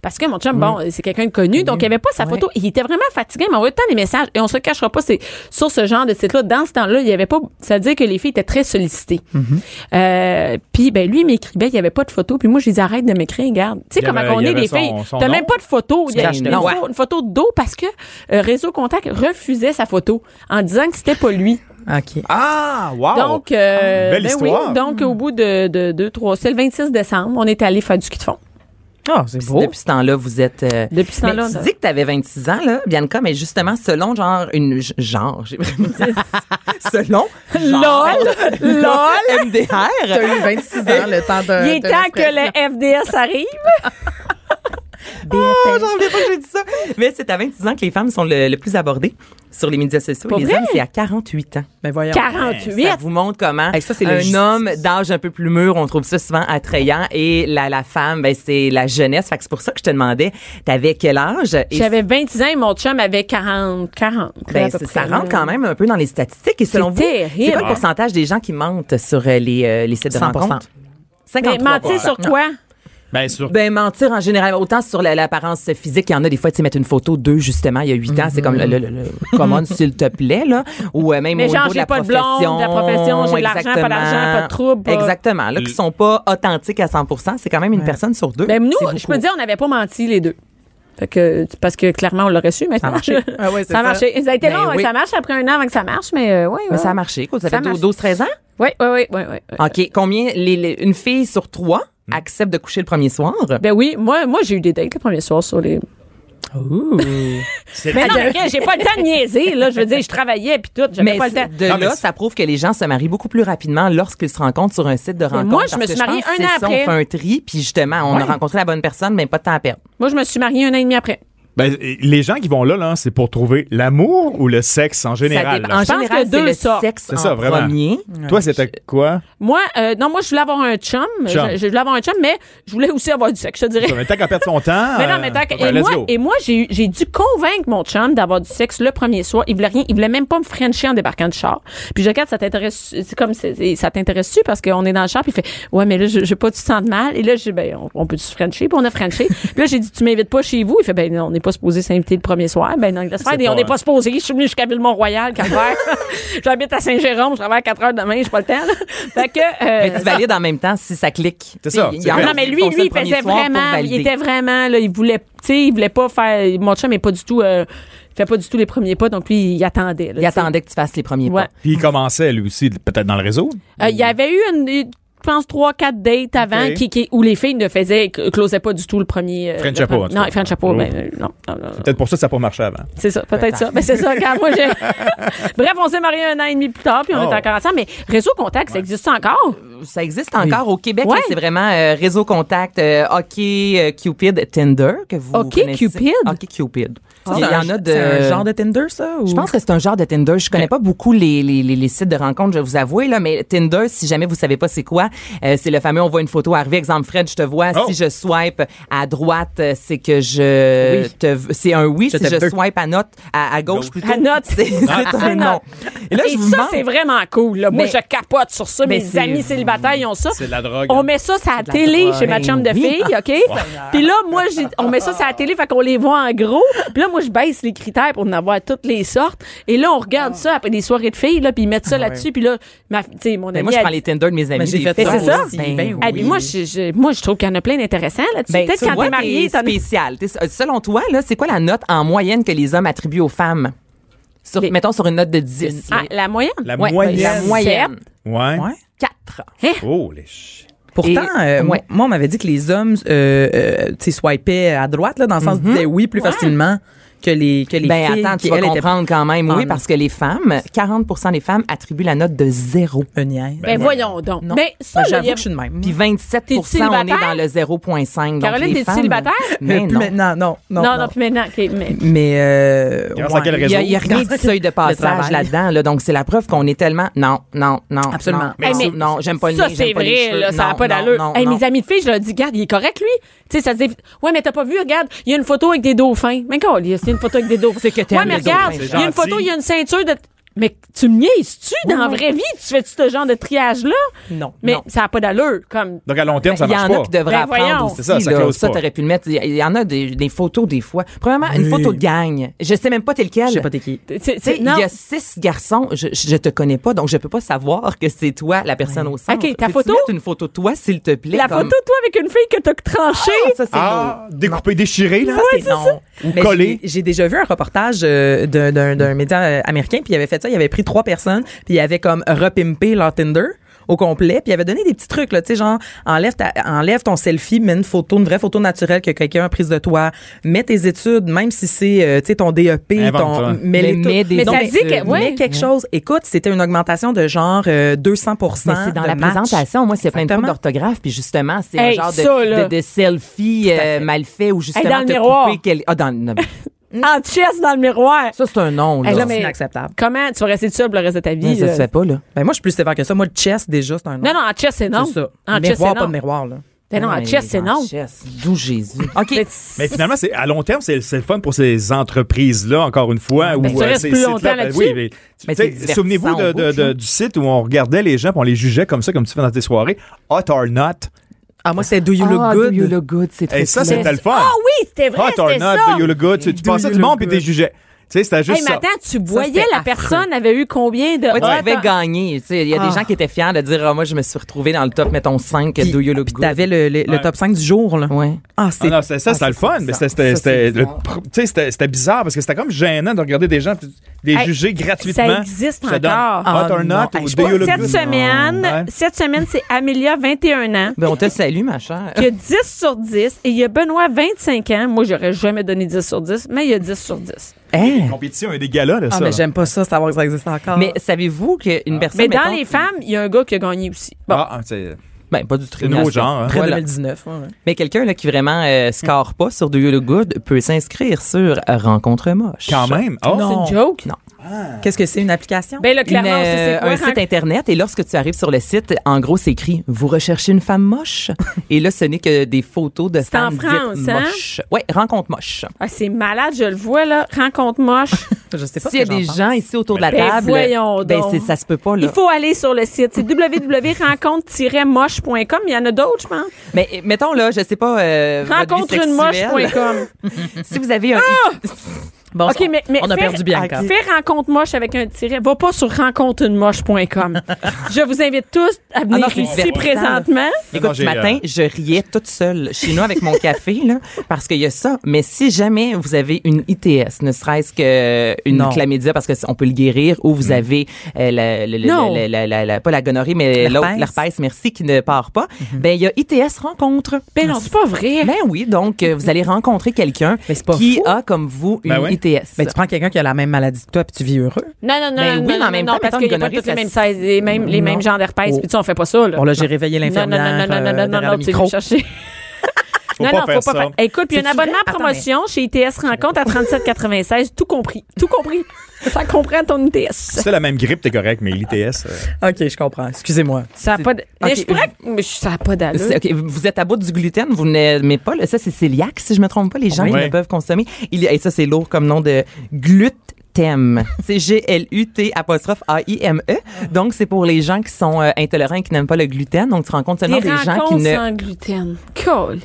Speaker 1: Parce que mon chum, bon, c'est quelqu'un de connu, donc il avait pas sa photo. Il était vraiment fatigué, il m'envoyait tant des messages. Et on se cachera pas, c'est sur ce genre de site-là. Dans ce temps-là, il y avait pas, ça veut dire que les filles étaient très sollicitées.
Speaker 3: Mm-hmm.
Speaker 1: Euh, puis ben lui, il m'écrivait, il y avait pas de photo. Puis moi, je lui dis arrête de m'écrire, regarde. Tu sais
Speaker 3: Il y
Speaker 1: comment
Speaker 3: avait-
Speaker 1: on
Speaker 3: il y
Speaker 1: est
Speaker 3: avait
Speaker 1: les
Speaker 3: son-
Speaker 1: filles.
Speaker 3: son
Speaker 1: T'as
Speaker 3: nom.
Speaker 1: même pas de photo. Il y a
Speaker 4: caches
Speaker 1: une,
Speaker 4: le
Speaker 1: photo-
Speaker 4: nom.
Speaker 1: une photo, de dos parce que euh, Réseau Contact refusait sa photo en disant que c'était pas lui.
Speaker 2: OK.
Speaker 3: Ah, wow!
Speaker 1: Donc, euh,
Speaker 3: Ah, Belle
Speaker 1: ben
Speaker 3: histoire. Mm.
Speaker 1: oui, donc au bout de de deux, trois, c'est le 26 décembre, on est allé faire du ski de fond.
Speaker 2: Ah, c'est beau.
Speaker 4: Depuis ce temps-là, vous êtes. euh,
Speaker 1: Depuis ce
Speaker 4: mais
Speaker 1: temps-là,
Speaker 4: Tu
Speaker 1: là.
Speaker 4: dis que tu avais 26 ans, là, Bianca, mais justement, selon genre une. j- Genre, j'ai [LAUGHS] vraiment. selon.
Speaker 1: LOL,
Speaker 4: [LAUGHS] LOL! [LAUGHS] MDR!
Speaker 2: T'as eu 26 ans, le temps de.
Speaker 4: Euh,
Speaker 1: Il est
Speaker 2: de
Speaker 1: temps que
Speaker 2: l'expression.
Speaker 1: le FDS arrive.
Speaker 4: Oh, j'en voulais pas que j'ai dit ça. Mais c'est à 26 ans que les femmes sont le, le plus abordées sur les médias sociaux.
Speaker 1: Pas
Speaker 4: les
Speaker 1: vrai?
Speaker 4: hommes, c'est à 48 ans.
Speaker 2: Ben voyons.
Speaker 1: 48.
Speaker 4: Ça vous montre comment
Speaker 2: Hey, ça, c'est la
Speaker 4: un
Speaker 2: justice.
Speaker 4: homme d'âge un peu plus mûr, on trouve ça souvent attrayant. Et la, la femme, ben, c'est la jeunesse. Fait que c'est pour ça que je te demandais, t'avais quel âge? Et
Speaker 1: J'avais 26 ans et mon chum avait 40, 40. à
Speaker 4: ben,
Speaker 1: peu
Speaker 4: c'est-
Speaker 1: près.
Speaker 4: ça rentre quand même un peu dans les statistiques. Et selon vous, c'est
Speaker 1: terrible.
Speaker 4: quoi le pourcentage des gens qui mentent sur euh, les, euh, les sites de
Speaker 2: 100%.
Speaker 4: rencontres?
Speaker 1: Mais
Speaker 4: 53
Speaker 1: mentir sur quoi?
Speaker 3: Bien sûr.
Speaker 4: Ben mentir en général, autant sur la- l'apparence physique, il y en a des fois, tu sais, mettre une photo d'eux justement il y a huit ans, c'est comme le, le, le, le- commande, s'il te plaît là, ou euh, même
Speaker 1: Mais
Speaker 4: au
Speaker 1: genre,
Speaker 4: niveau de
Speaker 1: j'ai
Speaker 4: la
Speaker 1: pas de blonde,
Speaker 4: profession,
Speaker 1: de la profession, j'ai de l'argent, pas d'argent,
Speaker 4: exactement.
Speaker 1: pas de trouble, pas-
Speaker 4: Exactement, là, qui sont pas authentiques à 100%, c'est quand même une personne sur deux.
Speaker 1: Ben,
Speaker 4: C'est
Speaker 1: nous,
Speaker 4: beaucoup.
Speaker 1: je me dis, on n'avait pas menti les deux. Fait que, parce que clairement, on l'aurait su, mais ça a [LAUGHS] marché.
Speaker 2: Ah ouais, c'est
Speaker 1: ça a
Speaker 2: ça.
Speaker 1: marché. Ça a été
Speaker 4: Ben
Speaker 1: long, hein,
Speaker 4: oui.
Speaker 1: ça marche après un an avant que ça marche, mais euh, ouais, ouais.
Speaker 4: Mais ça a marché, quoi, ça,
Speaker 1: Ça
Speaker 4: fait
Speaker 1: marche.
Speaker 4: 12 13 ans
Speaker 1: Oui, oui, oui, oui. Ouais.
Speaker 4: OK, combien les- les- une fille sur trois accepte de coucher le premier soir
Speaker 1: Ben oui, moi, moi j'ai eu des dates le premier soir sur les.
Speaker 3: C'est
Speaker 1: Mais non, mais j'ai pas le temps de niaiser, là. Je veux dire, je travaillais puis tout, j'avais
Speaker 4: Mais
Speaker 1: pas le temps.
Speaker 4: de
Speaker 3: Non, mais
Speaker 4: là,
Speaker 3: c'est-
Speaker 4: ça prouve que les gens se marient beaucoup plus rapidement lorsqu'ils se rencontrent sur un site de rencontre.
Speaker 1: moi, je me
Speaker 4: parce
Speaker 1: suis
Speaker 4: que pense
Speaker 1: mariée
Speaker 4: que
Speaker 1: un
Speaker 4: c'est
Speaker 1: an
Speaker 4: ça,
Speaker 1: après.
Speaker 4: On fait un tri, puis justement, on a rencontré la bonne personne, mais pas de temps à perdre.
Speaker 1: Moi, je me suis mariée un an et demi après.
Speaker 3: Ben, les gens qui vont là, là c'est pour trouver l'amour ou le sexe en
Speaker 4: Ça
Speaker 3: général?
Speaker 4: dépend.
Speaker 3: là?
Speaker 4: en
Speaker 1: Je pense
Speaker 4: général,
Speaker 1: que
Speaker 4: c'est
Speaker 1: deux
Speaker 4: le
Speaker 1: sortes.
Speaker 4: sexe
Speaker 3: C'est ça,
Speaker 4: en
Speaker 3: vraiment.
Speaker 4: premier.
Speaker 3: Toi, c'était quoi?
Speaker 1: Moi, euh, non, moi, je voulais avoir un chum.
Speaker 3: Chum.
Speaker 1: Je, je voulais avoir un chum, mais je voulais aussi avoir du sexe, je te dirais.
Speaker 3: Mais tant qu'à perdre son temps.
Speaker 1: [LAUGHS] Mais non,
Speaker 3: euh,
Speaker 1: mais tant que-
Speaker 3: ben,
Speaker 1: et,
Speaker 3: let's
Speaker 1: moi,
Speaker 3: go.
Speaker 1: et moi, j'ai eu- j'ai dû convaincre mon chum d'avoir du sexe le premier soir. Il voulait rien, il voulait même pas me frencher en débarquant du char. Puis je regarde, ça t'intéresse, c'est comme, c'est- c'est- ça t'intéresse-tu parce qu'on est dans le char, puis il fait, ouais, mais là, je- j'ai pas du sens de mal. Et là, j'ai dit, ben, on, on peut se frencher, puis on a
Speaker 3: [LAUGHS]
Speaker 1: frenché. puis là, j'ai dit, tu m'invites pas chez vous. Il fait, ben, non, on n'est pas supposé s'inviter le premier soir. Ben, non, laisse faire,
Speaker 3: pas-
Speaker 1: on n'est pas supposé. Je suis venu jusqu'à
Speaker 3: [LAUGHS]
Speaker 1: Ville-Mont-Royal, Calvaire. [LAUGHS] J'habite à Saint-Jérôme, je travaille à 4 heures demain, j'ai pas le temps, là. Fait que, euh,
Speaker 4: Mais tu valides en même temps si ça clique.
Speaker 3: C'est ça,
Speaker 4: Tu sais,
Speaker 3: c'est
Speaker 4: il y en
Speaker 3: vrai.
Speaker 4: a
Speaker 1: Ah, non, mais
Speaker 4: qui
Speaker 1: lui,
Speaker 4: font ça
Speaker 1: lui,
Speaker 4: le
Speaker 1: il
Speaker 4: premier
Speaker 1: faisait
Speaker 4: soir pour
Speaker 1: vraiment, il
Speaker 4: valider.
Speaker 1: était vraiment, là, il voulait, tu sais, il voulait pas faire, mon chum est pas du tout, euh, il fait pas du tout les premiers pas, donc lui, il attendait, là,
Speaker 4: Il
Speaker 1: tu sais.
Speaker 4: attendait que tu fasses les premiers
Speaker 1: Ouais.
Speaker 4: pas.
Speaker 3: Puis il commençait, lui aussi, peut-être dans le réseau.
Speaker 1: Euh, il y avait eu une, une, je pense, trois, quatre dates avant
Speaker 3: Ok.
Speaker 1: qui, qui- où les filles ne faisaient, closaient pas du tout le premier. euh,
Speaker 3: French
Speaker 1: le
Speaker 3: pas, en
Speaker 1: premier-
Speaker 3: tout
Speaker 1: Non,
Speaker 3: cas.
Speaker 1: French pas,
Speaker 3: Oh.
Speaker 1: ben, euh, non, non, non, non.
Speaker 3: Peut-être pour ça, ça n'a pas marché avant.
Speaker 1: C'est ça, peut-être ça. Ben, c'est ça, quand moi,
Speaker 4: [LAUGHS]
Speaker 1: j'ai. Bref, on s'est mariés un an et demi plus tard, puis on
Speaker 3: Oh.
Speaker 1: est encore ensemble, mais Réseau Contact, ça existe encore?
Speaker 4: Ça existe encore au Québec. là,
Speaker 1: Ouais.
Speaker 4: C'est vraiment euh, Réseau Contact, euh, OK euh, Cupid, Tinder que vous
Speaker 1: OK
Speaker 4: connaissez.
Speaker 1: Cupid?
Speaker 4: OK Cupid.
Speaker 2: C'est
Speaker 4: Il y
Speaker 2: un-
Speaker 4: en a de...
Speaker 2: Ah, C'est un genre de Tinder, ça? Ou...
Speaker 4: Je pense que c'est un genre de Tinder. Je connais pas beaucoup les, les, les, les sites de rencontres, je vais vous avouer, là, mais Tinder, si jamais vous savez pas c'est quoi, euh, c'est le fameux on voit une photo arriver, exemple Fred, je te vois,
Speaker 3: Oh.
Speaker 4: si je swipe à droite, euh, c'est que je te v- c'est un oui,
Speaker 2: Je
Speaker 4: si
Speaker 2: te
Speaker 4: je
Speaker 2: veux.
Speaker 4: swipe à note à, à gauche plutôt.
Speaker 1: À note.
Speaker 4: [LAUGHS] c'est c'est un non. Et là
Speaker 1: Et
Speaker 4: je vous
Speaker 1: ça,
Speaker 4: demande-
Speaker 1: c'est vraiment cool. là. Moi,
Speaker 4: Mais-
Speaker 1: je capote sur ça.
Speaker 4: mais
Speaker 1: Mes
Speaker 4: c'est-
Speaker 1: amis célibataires, ils ont ça.
Speaker 3: C'est de la drogue.
Speaker 1: On met ça sur la
Speaker 4: de la
Speaker 1: télé
Speaker 4: drogue.
Speaker 1: chez ma chum de
Speaker 4: Oui.
Speaker 1: fille, OK? Puis là, moi, j'ai- on met ça sur la télé, fait qu'on les voit en gros. Puis là, moi, je baisse les critères pour en avoir toutes les sortes. Et là, on
Speaker 4: Ah.
Speaker 1: regarde ça après des soirées de filles, là, puis ils mettent ça là-dessus. Puis là, ma, tu sais, mon
Speaker 4: Mais
Speaker 1: ami...
Speaker 4: moi je prends
Speaker 1: elle-
Speaker 4: les Tinder de mes amis.
Speaker 2: Mais j'ai
Speaker 4: des
Speaker 2: fait
Speaker 4: fois
Speaker 1: ça
Speaker 4: aussi.
Speaker 2: aussi. Ben
Speaker 1: elle-
Speaker 2: oui.
Speaker 1: Moi, je, je- moi, je trouve qu'il y en a plein d'intéressants là-dessus.
Speaker 4: Ben,
Speaker 1: Peut-être
Speaker 4: tu
Speaker 1: quand
Speaker 4: vois,
Speaker 1: t'es marié,
Speaker 4: t'es
Speaker 1: t'en as...
Speaker 4: spécial. T'es- euh, selon toi, là, c'est quoi la note en moyenne que les hommes attribuent aux femmes? Sur,
Speaker 1: Les-
Speaker 4: Mettons sur une note de 10.
Speaker 1: Ah, la Ben, moyenne?
Speaker 3: La
Speaker 4: Ouais,
Speaker 3: moyenne.
Speaker 4: La moyenne.
Speaker 3: Ouais.
Speaker 2: Ouais.
Speaker 4: 4.
Speaker 3: Oh, les chi-
Speaker 2: Pourtant,
Speaker 4: Et-
Speaker 2: euh,
Speaker 4: ouais.
Speaker 2: moi, on m'avait dit que les hommes, euh, euh, tu sais, swipaient à droite, là, dans le sens
Speaker 1: Mm-hmm.
Speaker 2: qu'ils disaient oui plus facilement que les, que les
Speaker 4: Ben
Speaker 2: filles
Speaker 4: attends, tu
Speaker 2: qui,
Speaker 4: vas
Speaker 2: elles, étaient
Speaker 4: comprendre quand même,
Speaker 2: Ah,
Speaker 4: oui,
Speaker 2: non.
Speaker 4: parce que les femmes, 40 des femmes attribuent la note de zéro.
Speaker 2: une niaise.
Speaker 1: Ben, voyons donc.
Speaker 4: Non.
Speaker 1: Mais ça,
Speaker 2: Ben,
Speaker 1: là,
Speaker 2: j'avoue
Speaker 1: il y a-
Speaker 2: que je suis de même.
Speaker 4: Puis 27
Speaker 1: T'es-tu
Speaker 4: on est
Speaker 1: célibataire?
Speaker 4: dans le 0,5. Donc,
Speaker 1: Caroline,
Speaker 4: les
Speaker 1: t'es-tu
Speaker 4: femmes-
Speaker 1: célibataire?
Speaker 2: Mais
Speaker 4: Mais
Speaker 2: plus
Speaker 4: non.
Speaker 2: maintenant, non, non,
Speaker 1: Non, non,
Speaker 2: non.
Speaker 1: puis maintenant, OK, mais...
Speaker 2: Mais, euh,
Speaker 3: Grâce à quel
Speaker 4: Il
Speaker 3: réseau?
Speaker 4: n'y a, il y a rien de
Speaker 2: [LAUGHS]
Speaker 4: seuil de passage
Speaker 2: travail.
Speaker 4: là-dedans. Là, donc, c'est la preuve qu'on est tellement... Non, non, non.
Speaker 2: Absolument.
Speaker 4: Non,
Speaker 2: Mais
Speaker 4: non,
Speaker 1: Hey,
Speaker 4: non, j'aime pas le
Speaker 1: ça,
Speaker 4: nez,
Speaker 1: c'est
Speaker 4: j'aime pas les
Speaker 1: vrai,
Speaker 4: cheveux.
Speaker 1: là, ça n'a
Speaker 4: Non,
Speaker 1: pas
Speaker 4: non,
Speaker 1: d'allure.
Speaker 4: non,
Speaker 1: Hey,
Speaker 4: non.
Speaker 1: Mes amis de filles, je leur dis, regarde, il est correct, lui. Tu sais, ça dit, ouais, mais t'as pas vu, regarde, il y a une photo avec des dauphins. Mais quand il y a une photo avec des dauphins.
Speaker 4: [LAUGHS] C'est que t'aimes
Speaker 1: Ouais, mais
Speaker 4: les
Speaker 1: regarde,
Speaker 4: dauphins,
Speaker 1: il y a une
Speaker 3: gentil.
Speaker 1: photo, il y a une ceinture de. Mais tu me niaises-tu dans la vraie vie? Tu fais-tu ce genre de triage-là?
Speaker 2: Non,
Speaker 1: Mais
Speaker 2: non.
Speaker 1: ça n'a pas d'allure, comme.
Speaker 3: Donc, à long terme, ça
Speaker 4: Il y
Speaker 3: marche
Speaker 4: en
Speaker 3: pas.
Speaker 4: a qui devraient
Speaker 1: Ben
Speaker 4: apprendre
Speaker 1: voyons.
Speaker 3: C'est
Speaker 4: aussi.
Speaker 3: ça,
Speaker 4: Ça,
Speaker 3: ça
Speaker 4: là,
Speaker 3: close
Speaker 4: ça
Speaker 3: pas.
Speaker 4: t'aurais pu le mettre. Il y a- il y en a des, des photos des fois. Premièrement, une
Speaker 2: Oui.
Speaker 4: photo de gang. Je sais même pas t'es lequel.
Speaker 2: Je sais pas t'es qui.
Speaker 1: Tu sais,
Speaker 4: [LAUGHS] Tu sais, il
Speaker 1: non.
Speaker 4: y a six garçons, je, je te connais pas, donc je peux pas savoir que c'est toi la personne au centre.
Speaker 1: OK, ta
Speaker 4: Peux-tu
Speaker 1: photo?
Speaker 4: mettre une photo de toi, s'il te plaît.
Speaker 1: La
Speaker 4: comme-
Speaker 1: photo, de toi, avec une fille que t'as tranchée.
Speaker 4: Ah, ça, c'est
Speaker 3: Ah,
Speaker 4: lourd.
Speaker 3: découpé, déchiré, là.
Speaker 4: Ça, c'est non.
Speaker 3: Ou
Speaker 2: Mais
Speaker 3: collé.
Speaker 2: j'ai- J'ai déjà vu un reportage euh, d'un- d'un d'un média euh, américain, puis il avait fait ça, il avait pris trois personnes, puis il avait comme repimpé leur Tinder au complet, puis il avait donné des petits trucs, là, tu sais, genre, enlève, ta- enlève ton selfie, mets une photo, une vraie photo naturelle que quelqu'un a prise de toi, mets tes études, même si c'est, euh, tu sais, ton DEP,
Speaker 3: Invente-toi.
Speaker 2: ton... mets-les
Speaker 4: Mais
Speaker 2: toutes.
Speaker 4: mets des
Speaker 2: Donc,
Speaker 4: études.
Speaker 2: mets
Speaker 1: Ouais.
Speaker 2: quelque chose. Écoute, c'était une augmentation de genre euh, 200
Speaker 4: Mais c'est dans
Speaker 2: de
Speaker 4: la
Speaker 2: match.
Speaker 4: présentation. Moi, c'est plein de fautes
Speaker 2: Exactement.
Speaker 4: d'orthographe. Puis justement, c'est
Speaker 1: Hey,
Speaker 4: un genre
Speaker 1: ça,
Speaker 4: de,
Speaker 1: là.
Speaker 4: de, de selfie euh, mal fait où justement
Speaker 1: dans le
Speaker 4: t'as
Speaker 1: miroir.
Speaker 4: coupé quel- Ah, dans le- non, mais
Speaker 1: En chess dans le miroir.
Speaker 4: Ça, c'est un nom, là.
Speaker 1: Hey,
Speaker 2: Là,
Speaker 1: non, mais- euh,
Speaker 2: c'est inacceptable.
Speaker 1: Comment tu vas rester seul pour le reste de ta
Speaker 4: Mais
Speaker 1: vie?
Speaker 4: ça
Speaker 1: là?
Speaker 4: se fait pas, là.
Speaker 2: Ben, moi, je suis plus sévère que ça. Moi, le chess, déjà, c'est un nom.
Speaker 1: Non, non, en chess, c'est non.
Speaker 2: C'est ça.
Speaker 1: En chess, c'est
Speaker 2: miroir, pas
Speaker 1: non.
Speaker 2: de miroir, là.
Speaker 1: Mais non, en
Speaker 4: mais
Speaker 1: chess, c'est
Speaker 4: en
Speaker 1: non.
Speaker 4: chess, D'où
Speaker 1: [LAUGHS]
Speaker 4: Jésus.
Speaker 1: Mais
Speaker 4: OK.
Speaker 3: Mais finalement, c'est à long terme, c'est c'est le fun pour ces entreprises-là, encore une fois. où,
Speaker 1: tu restes
Speaker 3: ces
Speaker 1: plus
Speaker 3: sites-là,
Speaker 1: longtemps
Speaker 3: ben
Speaker 1: là-dessus.
Speaker 3: oui, mais, tu
Speaker 4: Mais
Speaker 3: sais,
Speaker 4: c'est divertissant
Speaker 3: Souvenez-vous de-
Speaker 4: au bout,
Speaker 3: de- de-
Speaker 4: ça.
Speaker 3: du site où on regardait les gens puis on les jugeait comme ça, comme tu fais dans tes soirées. Hot or not.
Speaker 2: Ah, moi, c'est Do You Look
Speaker 4: Ah,
Speaker 2: Good.
Speaker 4: do you look good, c'est
Speaker 3: Et
Speaker 4: très
Speaker 3: ça,
Speaker 4: cool.
Speaker 3: c'était le fun.
Speaker 1: Ah oui, c'était vrai,
Speaker 3: Hot or
Speaker 1: c'était
Speaker 3: not,
Speaker 1: ça.
Speaker 3: do you look good. Tu, tu passais
Speaker 2: you
Speaker 3: du monde
Speaker 2: look
Speaker 3: puis t'es
Speaker 2: good?
Speaker 3: jugé. Tu sais, c'était juste
Speaker 1: Hey, mais
Speaker 3: ça.
Speaker 1: attends, tu voyais
Speaker 4: c'était
Speaker 1: la
Speaker 4: affreux.
Speaker 1: personne avait eu combien de.
Speaker 4: Ouais, tu
Speaker 1: Ah,
Speaker 4: avais
Speaker 1: attends.
Speaker 4: gagné. Tu sais, Il y a des gens qui étaient fiers de dire Ah, Moi, je me suis retrouvé dans le top, mettons 5, Do You Look
Speaker 2: Puis
Speaker 4: Good.
Speaker 2: t'avais le, le, le
Speaker 3: Ouais.
Speaker 2: top 5 du jour, là.
Speaker 4: Ouais.
Speaker 2: Ah,
Speaker 3: Ah
Speaker 2: c'est.
Speaker 3: non, c'était ça, c'était le fun, mais
Speaker 4: bizarre.
Speaker 3: c'était- c'était
Speaker 4: Ça, c'est
Speaker 3: c'était le
Speaker 4: bizarre.
Speaker 3: pr- tu sais, c'était- c'était bizarre parce que c'était comme gênant de regarder des gens puis les
Speaker 1: Hey,
Speaker 3: juger gratuitement.
Speaker 1: ça existe
Speaker 3: Je te
Speaker 1: encore.
Speaker 3: donne
Speaker 2: Ah,
Speaker 3: Hot or
Speaker 2: non.
Speaker 3: not
Speaker 2: Hey,
Speaker 3: ou
Speaker 2: je
Speaker 3: do you look
Speaker 1: Cette
Speaker 3: good?
Speaker 1: semaine,
Speaker 3: Ouais.
Speaker 1: cette semaine, c'est Amelia, 21 ans.
Speaker 4: Ben, on te salue,
Speaker 2: [LAUGHS]
Speaker 4: ma chère.
Speaker 1: Il y a 10 sur 10 et il y a Benoît, 25 ans. Moi, j'aurais jamais donné 10 sur 10, mais il y a 10 sur 10.
Speaker 2: Hein?
Speaker 3: Compétition, il y a des galas, là,
Speaker 2: Ah,
Speaker 3: ça.
Speaker 2: mais j'aime pas ça, savoir que ça existe encore.
Speaker 4: Mais savez-vous
Speaker 2: Ah.
Speaker 4: qu'une personne.
Speaker 1: Mais dans
Speaker 4: mettons,
Speaker 1: les femmes, il y a un gars qui a gagné aussi. Bon,
Speaker 3: Ah, c'est
Speaker 4: Ben, pas du
Speaker 3: c'est un
Speaker 4: tribunal.
Speaker 3: nouveau genre. hein.
Speaker 2: après
Speaker 4: voilà.
Speaker 2: 2019. ouais, ouais.
Speaker 4: Mais quelqu'un là, qui vraiment euh, score pas sur Do You Look Good peut s'inscrire sur Rencontre Moche.
Speaker 3: Quand même. Oh, Ah.
Speaker 2: Non.
Speaker 1: c'est une joke.
Speaker 4: Non.
Speaker 2: Qu'est-ce que c'est, une application?
Speaker 1: Ben là,
Speaker 4: Une,
Speaker 1: clairement, on sait
Speaker 4: euh,
Speaker 1: c'est quoi.
Speaker 4: un site internet et lorsque tu arrives sur le site, en gros, c'est écrit Vous recherchez une femme moche [LAUGHS] et là, ce n'est que des photos de
Speaker 1: C'est en
Speaker 4: femmes
Speaker 1: France,
Speaker 4: dites
Speaker 1: hein?
Speaker 4: moches. Ouais, rencontre moche.
Speaker 1: Ah, c'est malade, je le vois, là. Rencontre moche.
Speaker 4: [LAUGHS]
Speaker 2: Je sais pas.
Speaker 4: S'il y a
Speaker 2: ce que
Speaker 4: des
Speaker 2: j'en pense.
Speaker 4: gens ici autour de la
Speaker 1: Ben,
Speaker 4: table,
Speaker 1: voyons
Speaker 4: ben
Speaker 1: donc.
Speaker 4: c'est- ça se peut pas là.
Speaker 1: Il faut aller sur le site. C'est www.rencontre-moche.com. Il y en a d'autres, je pense.
Speaker 4: Mais euh, mettons là, je sais pas. euh, votre vie sexuelle.
Speaker 1: Rencontre-une-moche.com.
Speaker 4: Si vous avez un.
Speaker 2: Bon,
Speaker 1: Ah! OK,
Speaker 2: on-
Speaker 1: mais, mais
Speaker 2: on a
Speaker 1: fais- Ah,
Speaker 2: perdu Bianca.
Speaker 1: Fais rencontre-moche avec un tiret. Va pas sur rencontreunmoche.com. je vous invite tous à venir
Speaker 4: non, c'est
Speaker 1: ici
Speaker 4: divertissant.
Speaker 1: présentement.
Speaker 3: Non, non,
Speaker 4: Écoute, ce
Speaker 3: j'ai,
Speaker 4: matin,
Speaker 3: euh,
Speaker 4: je riais toute seule chez nous avec mon café, là, parce qu'il y a ça. Mais si jamais vous avez une ITS, ne serait-ce qu'une
Speaker 2: Non.
Speaker 4: chlamydia, parce que c- on peut le guérir, ou vous avez euh, la, la- la-
Speaker 1: Non.
Speaker 4: la- la- la- la- pas la gonorrhée, mais
Speaker 2: L'herpès.
Speaker 4: l'autre, l'herpès, merci, qui ne part pas, ben il y a ITS rencontre.
Speaker 1: Ben non, c'est pas vrai.
Speaker 4: Ben oui, donc euh, vous allez rencontrer quelqu'un
Speaker 2: Mais c'est pas
Speaker 4: qui
Speaker 2: fou.
Speaker 4: a comme vous une
Speaker 3: Ben ouais.
Speaker 4: ITS.
Speaker 2: Ben, tu prends quelqu'un qui a la même maladie que toi, puis tu vis heureux.
Speaker 1: Non, non, non,
Speaker 4: Ben
Speaker 1: non,
Speaker 4: oui,
Speaker 1: non,
Speaker 4: mais en même
Speaker 1: non,
Speaker 4: temps,
Speaker 1: parce
Speaker 4: mettons,
Speaker 1: qu'il n'y a
Speaker 4: une
Speaker 1: pas toutes les
Speaker 4: gonorrhée,
Speaker 1: mêmes,
Speaker 4: ça-
Speaker 1: size, les mêmes, les
Speaker 2: Non.
Speaker 1: mêmes genres d'herpès,
Speaker 2: Oh.
Speaker 1: puis tu sais, on fait pas ça, là.
Speaker 2: Bon, là, j'ai réveillé
Speaker 1: non, non, non,
Speaker 2: l'infirmière. euh,
Speaker 1: non, non, non, non, non, tu sais,
Speaker 2: non,
Speaker 1: me chercher.
Speaker 3: Faut
Speaker 1: non,
Speaker 3: pas
Speaker 1: non,
Speaker 3: faire
Speaker 1: faut pas
Speaker 3: ça.
Speaker 1: faire. Écoute, puis un
Speaker 2: C'est-tu
Speaker 1: abonnement
Speaker 2: vrai? Attends,
Speaker 1: promotion chez ITS Rencontre à 37,96, tout compris. Tout compris. Ça comprend ton ITS.
Speaker 3: Si t'as la même grippe, t'es correct, mais l'ITS. euh,
Speaker 2: OK,
Speaker 4: [LAUGHS]
Speaker 2: je comprends. Excusez-moi.
Speaker 1: Ça a pas de... Mais
Speaker 4: Ok.
Speaker 1: je pourrais... mais je- ça a pas d'allure.
Speaker 4: C'est- ok, vous êtes à bout du gluten, vous n'aimez pas. le- Ça, c'est celiac, si je me trompe pas, les gens qui
Speaker 3: Ouais.
Speaker 4: ne peuvent consommer. Il, y a- et ça, c'est lourd comme nom de gluten. C'est G-L-U-T apostrophe A-I-M-E. E. Donc, c'est pour les gens qui sont euh, intolérants et qui n'aiment pas le gluten. Donc, tu rencontres
Speaker 1: Des
Speaker 4: seulement des, gens qui
Speaker 1: rencontres
Speaker 4: ne...
Speaker 1: sans gluten. Cool.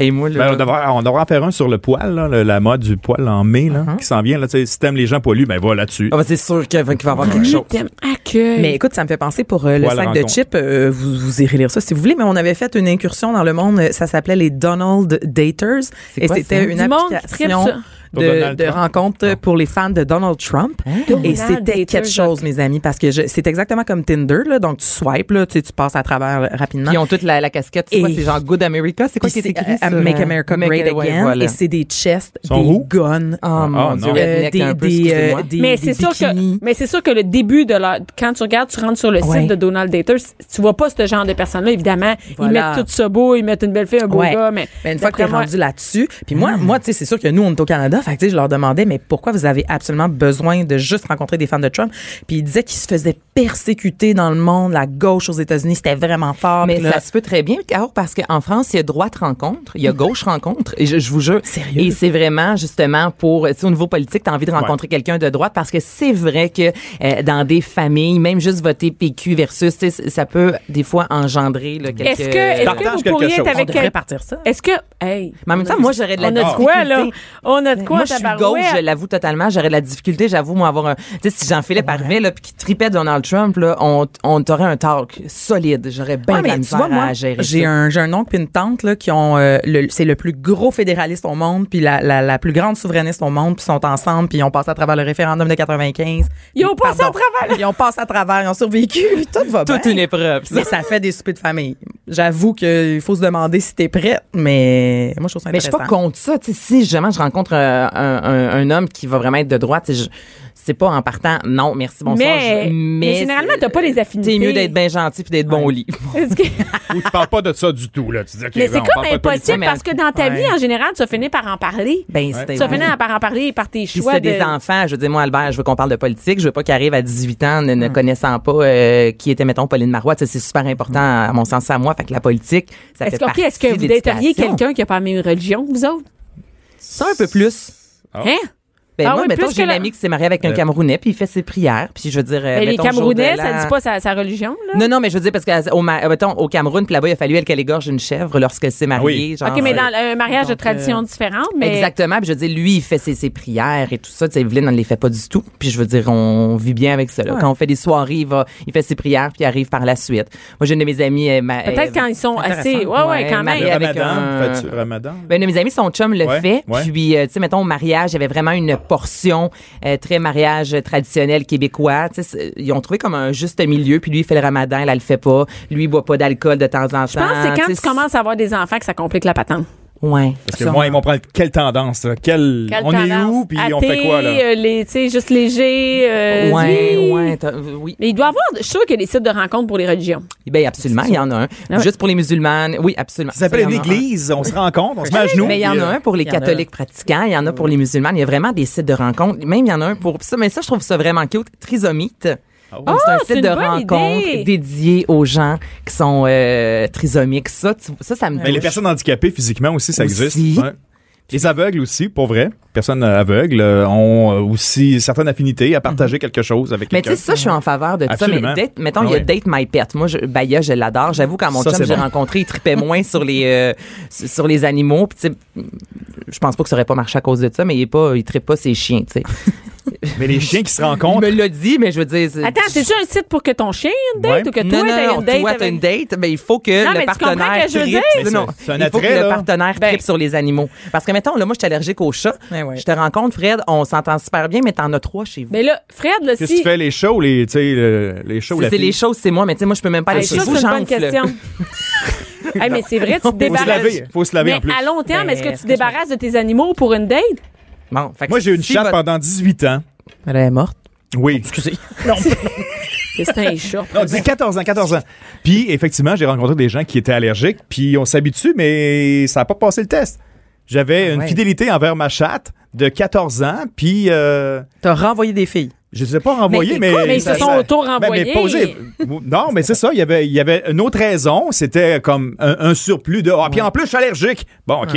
Speaker 4: Et moi,
Speaker 3: ben,
Speaker 4: là,
Speaker 3: on, devrait, on devrait en faire un sur le poil, là, le- la mode du poil en mai
Speaker 4: Uh-huh.
Speaker 3: là, qui s'en vient. Là, tu sais, si t'aimes les gens poilus, ben va là-dessus.
Speaker 4: Ah, ben, c'est sûr qu'il va qu'il va y avoir quelque chose.
Speaker 1: Gluten accueil.
Speaker 2: Mais écoute, ça me fait penser pour euh, le sac
Speaker 3: Voilà,
Speaker 2: de
Speaker 3: rencontre.
Speaker 2: chips. euh, vous, vous irez lire ça si vous voulez, mais on avait fait une incursion dans le monde. euh, Ça s'appelait les Donald Daters.
Speaker 4: C'est
Speaker 2: Et
Speaker 4: quoi
Speaker 2: c'était
Speaker 4: ça?
Speaker 2: une
Speaker 1: Du monde qui
Speaker 2: application
Speaker 1: tripe ça.
Speaker 3: Pour
Speaker 2: de,
Speaker 3: Donald
Speaker 2: de
Speaker 3: Trump?
Speaker 2: rencontres pour les fans de Donald Trump. Et
Speaker 4: Oh,
Speaker 1: Donald
Speaker 2: c'était
Speaker 1: Daters,
Speaker 2: quelque chose, mes amis, parce que je- c'est exactement comme Tinder. Là, donc, tu swipes, là, tu, sais, tu passes à travers euh, rapidement.
Speaker 4: Ils ont toute la, la casquette. C'est
Speaker 2: Et-
Speaker 4: quoi? C'est genre Good America? C'est quoi
Speaker 2: Puis
Speaker 4: qui est
Speaker 2: c'est,
Speaker 4: écrit
Speaker 2: euh,
Speaker 4: sur,
Speaker 2: Make
Speaker 4: euh,
Speaker 2: America
Speaker 4: Make-
Speaker 2: Great
Speaker 4: ouais,
Speaker 2: Again.
Speaker 4: voilà.
Speaker 2: Et c'est des chests,
Speaker 3: Sont
Speaker 2: des
Speaker 3: roux?
Speaker 2: guns.
Speaker 4: Oh mon
Speaker 3: non.
Speaker 4: Dieu,
Speaker 3: Euh,
Speaker 2: Euh,
Speaker 4: redneck
Speaker 2: des,
Speaker 4: un peu,
Speaker 2: des, euh,
Speaker 4: excusez-moi.
Speaker 2: des-
Speaker 1: mais
Speaker 2: des
Speaker 1: c'est sûr
Speaker 2: bikinis.
Speaker 1: que mais c'est sûr que le début de leur quand tu regardes tu rentres sur le
Speaker 4: Ouais.
Speaker 1: site de Donald Daters tu vois pas ce genre de personnes là évidemment
Speaker 2: Voilà.
Speaker 1: ils mettent tout ça beau ils mettent une belle fille un beau
Speaker 2: Ouais.
Speaker 1: gars mais
Speaker 2: Mais une fois que t'es
Speaker 1: d'après moi-
Speaker 4: Hmm.
Speaker 2: rendu là-dessus, puis moi, moi, tu sais, c'est sûr que nous, on est au Canada, là. Fait que, tu sais, je leur demandais, mais pourquoi vous avez absolument besoin de juste rencontrer des fans de Trump? Puis ils disaient qu'ils se faisaient persécuter dans le monde, la gauche aux États-Unis, c'était vraiment fort.
Speaker 4: Mais
Speaker 2: Puis là,
Speaker 4: ça se peut très bien, Caro, parce qu'en France, il y a droite rencontre, il y a gauche rencontre, et je, je vous jure.
Speaker 2: Sérieux?
Speaker 4: Et c'est vraiment, justement, pour, tu sais, au niveau politique, t'as envie de rencontrer quelqu'un de droite parce que c'est vrai que euh, dans des familles, même juste voter PQ versus, tu sais, ça peut, des fois, engendrer, là, quelques...
Speaker 1: Est-ce que, est-ce que
Speaker 3: Partage
Speaker 1: vous
Speaker 3: quelque
Speaker 1: pourriez
Speaker 3: chose.
Speaker 1: être
Speaker 2: on
Speaker 1: avec
Speaker 2: devrait
Speaker 1: quel-
Speaker 2: partir ça.
Speaker 1: Est-ce que, hey.
Speaker 4: Mais en même temps, moi, j'aurais de la
Speaker 1: On a de quoi, là? On a de quoi,
Speaker 4: moi, je suis gauche,
Speaker 1: tabarouette?
Speaker 4: je l'avoue totalement. J'aurais de la difficulté, j'avoue, moi, avoir un. Tu sais, si Jean-Philippe arrivait, là, puis qu'il tripait Donald Trump, là, on, on t'aurait un talk solide. J'aurais bien
Speaker 2: Ouais,
Speaker 4: de la
Speaker 2: mais tu
Speaker 4: misère
Speaker 2: vois, moi,
Speaker 4: à gérer.
Speaker 2: j'ai
Speaker 4: ça.
Speaker 2: un, j'ai un oncle puis une tante là, qui ont euh, le- c'est le plus gros fédéraliste au monde puis la, la, la plus grande souverainiste au monde puis sont ensemble puis ils ont passé à travers le référendum de 95.
Speaker 1: Ils ont passé à
Speaker 2: Pardon.
Speaker 1: travers.
Speaker 2: Ils ont passé à travers, ils ont survécu, [LAUGHS] tout va
Speaker 4: Toute
Speaker 2: bien.
Speaker 4: une épreuve, ça.
Speaker 2: Mais ça fait des soupers de famille. J'avoue qu'il faut se demander si t'es prête, mais moi je trouve ça
Speaker 4: Mais je suis
Speaker 2: intéressant.
Speaker 4: pas contre ça. Tu sais, si jamais je rencontre euh, un, un- un homme qui va vraiment être de droite, tu sais, je- c'est pas en partant, non, merci, bonsoir.
Speaker 1: Mais-
Speaker 4: je-
Speaker 1: mais généralement,
Speaker 4: c'est-
Speaker 1: t'as pas les affinités.
Speaker 4: T'es mieux d'être bien gentil puis d'être bon au lit.
Speaker 1: Est-ce que-
Speaker 3: Ou tu parles pas de ça du tout, là. Tu dis, OK,
Speaker 1: Mais
Speaker 3: là,
Speaker 1: c'est
Speaker 3: on
Speaker 1: comme
Speaker 3: parle pas de
Speaker 1: impossible
Speaker 3: politique.
Speaker 1: parce que dans ta
Speaker 2: Ouais.
Speaker 1: vie, en général, tu as fini par en parler.
Speaker 4: Ben,
Speaker 1: Tu
Speaker 4: c'était
Speaker 1: as fini par en parler par tes
Speaker 4: Puis
Speaker 1: choix
Speaker 4: [LAUGHS] c'est
Speaker 1: de...
Speaker 4: des enfants, je veux dire, moi, Albert, je veux qu'on parle de politique. Je veux pas qu'il arrive à 18 ans ne, ne
Speaker 1: Mm.
Speaker 4: connaissant pas euh, qui était, mettons, Pauline Marois. Tu sais, C'est super important, à mon sens, à moi. Fait que la politique, ça fait
Speaker 1: Est-ce que, ok,
Speaker 4: partie
Speaker 1: Mm. est-ce que
Speaker 4: de
Speaker 1: vous dateriez
Speaker 4: l'éducation.
Speaker 1: quelqu'un qui a pas la même religion, que vous autres?
Speaker 4: Ça, un peu plus.
Speaker 1: Hein?
Speaker 4: Ben,
Speaker 1: Ah
Speaker 4: moi,
Speaker 1: oui,
Speaker 4: mettons,
Speaker 1: plus
Speaker 4: j'ai
Speaker 1: que
Speaker 4: une
Speaker 1: la-
Speaker 4: amie qui s'est mariée avec un Camerounais, puis il fait ses prières. Puis je veux dire, euh,
Speaker 1: Mais les
Speaker 4: mettons, jour de
Speaker 1: Camerounais,
Speaker 4: l'an-
Speaker 1: ça dit pas sa, sa religion, là?
Speaker 4: Non, non, mais je veux dire, parce qu'au mettons, au Cameroun, puis là-bas, il a fallu elle qu'elle égorge une chèvre lorsqu'elle s'est mariée.
Speaker 3: Ah oui.
Speaker 4: genre,
Speaker 1: OK, mais
Speaker 4: euh,
Speaker 1: dans un mariage de
Speaker 4: Donc,
Speaker 1: tradition
Speaker 4: euh,
Speaker 1: différente, mais...
Speaker 4: Exactement. Puis je veux dire, lui, il fait ses, ses prières et tout ça. Tu sais, Evelyne, on ne les fait pas du tout. Puis je veux dire, on vit bien avec ça. là. Quand on fait des soirées, il, va, il fait ses prières, puis il arrive par la suite. Moi, j'ai une de mes amies... euh, ma-
Speaker 1: Peut-être
Speaker 4: euh,
Speaker 1: quand ils sont assez... Ouais, ouais,
Speaker 4: Ouais,
Speaker 1: quand même.
Speaker 4: mariage.
Speaker 3: Le
Speaker 4: avec
Speaker 3: ramadan,
Speaker 4: un-
Speaker 3: fais-tu ramadan?
Speaker 4: ben, une de mes amies, son chum le
Speaker 3: Ouais,
Speaker 4: fait.
Speaker 3: ouais.
Speaker 4: Puis, euh, tu sais, mettons, au mariage, il y avait vraiment une portion euh, très mariage traditionnel québécois. Tu sais, c'est- ils ont trouvé comme un juste milieu. Puis lui, il fait le ramadan, elle, elle le fait pas. Lui, il boit pas d'alcool de temps en temps.
Speaker 1: Je pense que c'est quand
Speaker 4: sais,
Speaker 1: tu commences à avoir des enfants que ça complique la patente.
Speaker 4: Ouais.
Speaker 3: Parce que moi, ils vont prendre quelle tendance, là? Quelle- On est où, puis on fait quoi, là?
Speaker 1: Athée, euh, les, tu sais, juste léger. euh,
Speaker 4: Ouais,
Speaker 1: oui.
Speaker 4: ouais, t'as- euh, oui.
Speaker 1: Mais il doit y avoir, je suis sûre qu'il y a des sites de rencontres pour les religions.
Speaker 4: Ben absolument, il y en a un.
Speaker 1: Ah ouais.
Speaker 4: Juste pour les musulmanes. Oui, absolument.
Speaker 3: Ça s'appelle
Speaker 4: il
Speaker 3: une
Speaker 4: y en a un.
Speaker 3: église, on se rencontre, on
Speaker 1: Ah,
Speaker 3: se met à genoux.
Speaker 4: Mais il y en
Speaker 3: puis,
Speaker 4: a
Speaker 3: euh,
Speaker 4: un pour les
Speaker 2: il y en a
Speaker 4: catholiques pratiquants, il y en a pour les musulmans. Il y a vraiment des sites de rencontres. Même il y en a un pour ça, mais ça, je trouve ça vraiment cute. Trisomite.
Speaker 3: Ah
Speaker 4: Donc, c'est un
Speaker 1: Ah, c'est
Speaker 4: site
Speaker 1: une
Speaker 4: de
Speaker 1: bonne
Speaker 4: rencontre
Speaker 1: idée.
Speaker 4: dédié aux gens qui sont euh, trisomiques. Ça, tu- ça, ça me
Speaker 3: Mais les
Speaker 4: touche.
Speaker 3: personnes handicapées physiquement aussi, ça
Speaker 4: Aussi.
Speaker 3: existe. Ouais. Les aveugles aussi, pour vrai. Personnes euh, aveugles euh, ont euh, aussi certaines affinités à partager quelque chose avec
Speaker 4: Mm-hmm. Mais tu
Speaker 3: quelqu'un.
Speaker 4: sais, ça, je suis en faveur de ça.
Speaker 3: Absolument.
Speaker 4: Mais date- mettons, il y a
Speaker 3: Ah
Speaker 4: Date My Pet. Moi, je, Baya, je l'adore. J'avoue, quand mon
Speaker 3: Ça,
Speaker 4: chum,
Speaker 3: c'est
Speaker 4: j'ai
Speaker 3: bon.
Speaker 4: rencontré, il tripait moins sur les, euh, s- sur les animaux. Puis, tu sais, je pense pas que ça aurait pas marché à cause de ça, mais il est pas, il tripe pas ses chiens, tu sais.
Speaker 3: Mais les chiens qui se
Speaker 4: Il
Speaker 3: rencontrent,
Speaker 4: me l'a dit, mais je veux dire. c'est-
Speaker 1: Attends, c'est-tu un site pour que ton chien ait une date
Speaker 3: Ouais.
Speaker 1: ou que
Speaker 4: Euh, non,
Speaker 1: toi,
Speaker 4: non,
Speaker 1: t'aies
Speaker 4: non,
Speaker 1: une date?
Speaker 4: toi, t'as
Speaker 1: avec-
Speaker 4: une date, mais il faut que
Speaker 1: Non,
Speaker 4: le
Speaker 1: mais tu comprends
Speaker 4: partenaire
Speaker 1: que je veux
Speaker 4: tripe.
Speaker 1: dire?
Speaker 4: Mais
Speaker 3: c'est-
Speaker 4: non,
Speaker 3: c'est un
Speaker 4: il faut
Speaker 3: attrait,
Speaker 4: que le
Speaker 3: là.
Speaker 4: partenaire tripe
Speaker 1: Ben.
Speaker 4: sur les animaux. Parce que, mettons, là, moi, je suis allergique aux chats.
Speaker 2: Eh ouais.
Speaker 4: Je te rencontre, Fred, on s'entend super bien, mais t'en as trois chez vous.
Speaker 1: Mais là, Fred, là,
Speaker 3: qu'est-ce que tu
Speaker 1: si...
Speaker 3: fais, les chats ou les, tu sais, le- les chats ou
Speaker 4: Si
Speaker 3: la
Speaker 4: c'est les
Speaker 3: fille?
Speaker 4: choses, c'est moi, mais tu sais, moi, je peux même pas
Speaker 1: Ah,
Speaker 4: aller
Speaker 1: ça,
Speaker 4: chez
Speaker 1: c'est
Speaker 4: vous,
Speaker 1: une bonne
Speaker 4: j'enfle.
Speaker 1: question. Hey, mais c'est vrai, tu te
Speaker 3: Faut se
Speaker 1: débarrasses...
Speaker 3: laver, faut se laver en plus.
Speaker 1: Mais à long terme,
Speaker 4: Ben,
Speaker 1: est-ce que tu
Speaker 4: est-ce
Speaker 1: te
Speaker 4: que je-
Speaker 1: débarrasses de tes animaux pour une date?
Speaker 4: Bon, fait que
Speaker 3: Moi, j'ai eu une
Speaker 4: si
Speaker 3: chatte
Speaker 4: votre-
Speaker 3: pendant 18 ans.
Speaker 4: Elle est morte.
Speaker 3: Oui.
Speaker 1: C'est un chat.
Speaker 3: Non, dis 14 ans, 14 ans. Puis, effectivement, j'ai rencontré des gens qui étaient allergiques, puis on s'habitue, mais ça n'a pas passé le test. J'avais une
Speaker 4: Ah ouais.
Speaker 3: fidélité envers ma chatte de 14 ans, puis euh,
Speaker 2: T'as renvoyé des filles.
Speaker 3: je ne les ai pas renvoyées, mais...
Speaker 1: écoute, mais ils se
Speaker 3: ça-
Speaker 1: sont
Speaker 3: ça-
Speaker 1: auto-renvoyés.
Speaker 3: Ben, mais posé- non, mais c'est ça, il y avait, il y avait une autre raison, c'était comme un, un surplus de... Ah, puis en plus, je suis allergique. Bon, OK.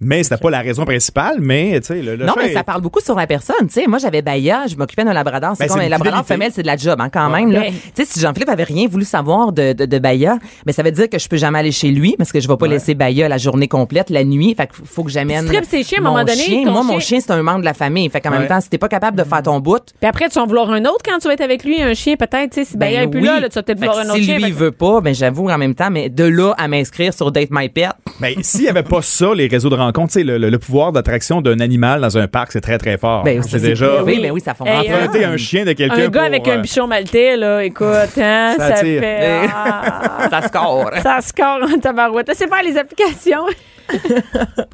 Speaker 3: Mais c'était pas la raison principale, mais, tu sais, le, le
Speaker 4: Non,
Speaker 3: chat
Speaker 4: mais
Speaker 3: est-
Speaker 4: ça parle beaucoup sur la personne. Tu sais, moi, j'avais Baya, je m'occupais d'un labrador. C'est
Speaker 3: Ben,
Speaker 4: comme
Speaker 3: c'est
Speaker 4: un
Speaker 3: une
Speaker 4: labrador
Speaker 3: fidélité.
Speaker 4: femelle, c'est de la job, hein, quand même. là.
Speaker 1: Ouais.
Speaker 4: Tu sais, si Jean-Philippe avait rien voulu savoir de, de, de Baya, ben, ça veut dire que je peux jamais aller chez lui parce que je vais pas laisser Baya la journée complète, la nuit. Fait qu'il faut que j'amène.
Speaker 1: Tu tripes ses chiens, à un
Speaker 4: mon
Speaker 1: moment donné,
Speaker 4: chien.
Speaker 1: ton
Speaker 4: Moi, mon
Speaker 1: chien-
Speaker 4: chien, c'est un membre de la famille. Fait qu'en même
Speaker 3: Ouais.
Speaker 4: temps, si t'es pas capable de faire ton bout, ben
Speaker 1: Puis après, tu vas en vouloir un autre quand tu vas être avec lui, un chien peut-être. tu sais, Si ben, il n'est plus
Speaker 4: oui.
Speaker 1: là, là, tu vas peut-être
Speaker 4: Fait
Speaker 1: vouloir
Speaker 4: que
Speaker 1: un autre
Speaker 4: si
Speaker 1: chien.
Speaker 4: lui,
Speaker 1: Fait
Speaker 4: il
Speaker 1: que-
Speaker 4: veut pas, ben, j'avoue, en même temps, mais de là à m'inscrire sur Date My Pet,
Speaker 3: Mais s'il n'y avait pas ça, les réseaux de rencontres, tu sais, le, le- le pouvoir d'attraction d'un animal dans un parc, c'est très, très fort.
Speaker 4: ben,
Speaker 3: Ah, c'est
Speaker 4: ça,
Speaker 3: déjà...
Speaker 4: Oui, ben oui, ça fonctionne.
Speaker 1: Hey, hein?
Speaker 3: Emprunter un chien de quelqu'un
Speaker 1: Un gars
Speaker 3: pour,
Speaker 1: avec un
Speaker 3: euh,
Speaker 1: bichon maltais, là, écoute, hein, ça,
Speaker 3: Ça attire.
Speaker 1: fait...
Speaker 4: Mais-
Speaker 1: Ah.
Speaker 4: Ça score.
Speaker 1: Ça score en tabarouette. Laissez faire les applications.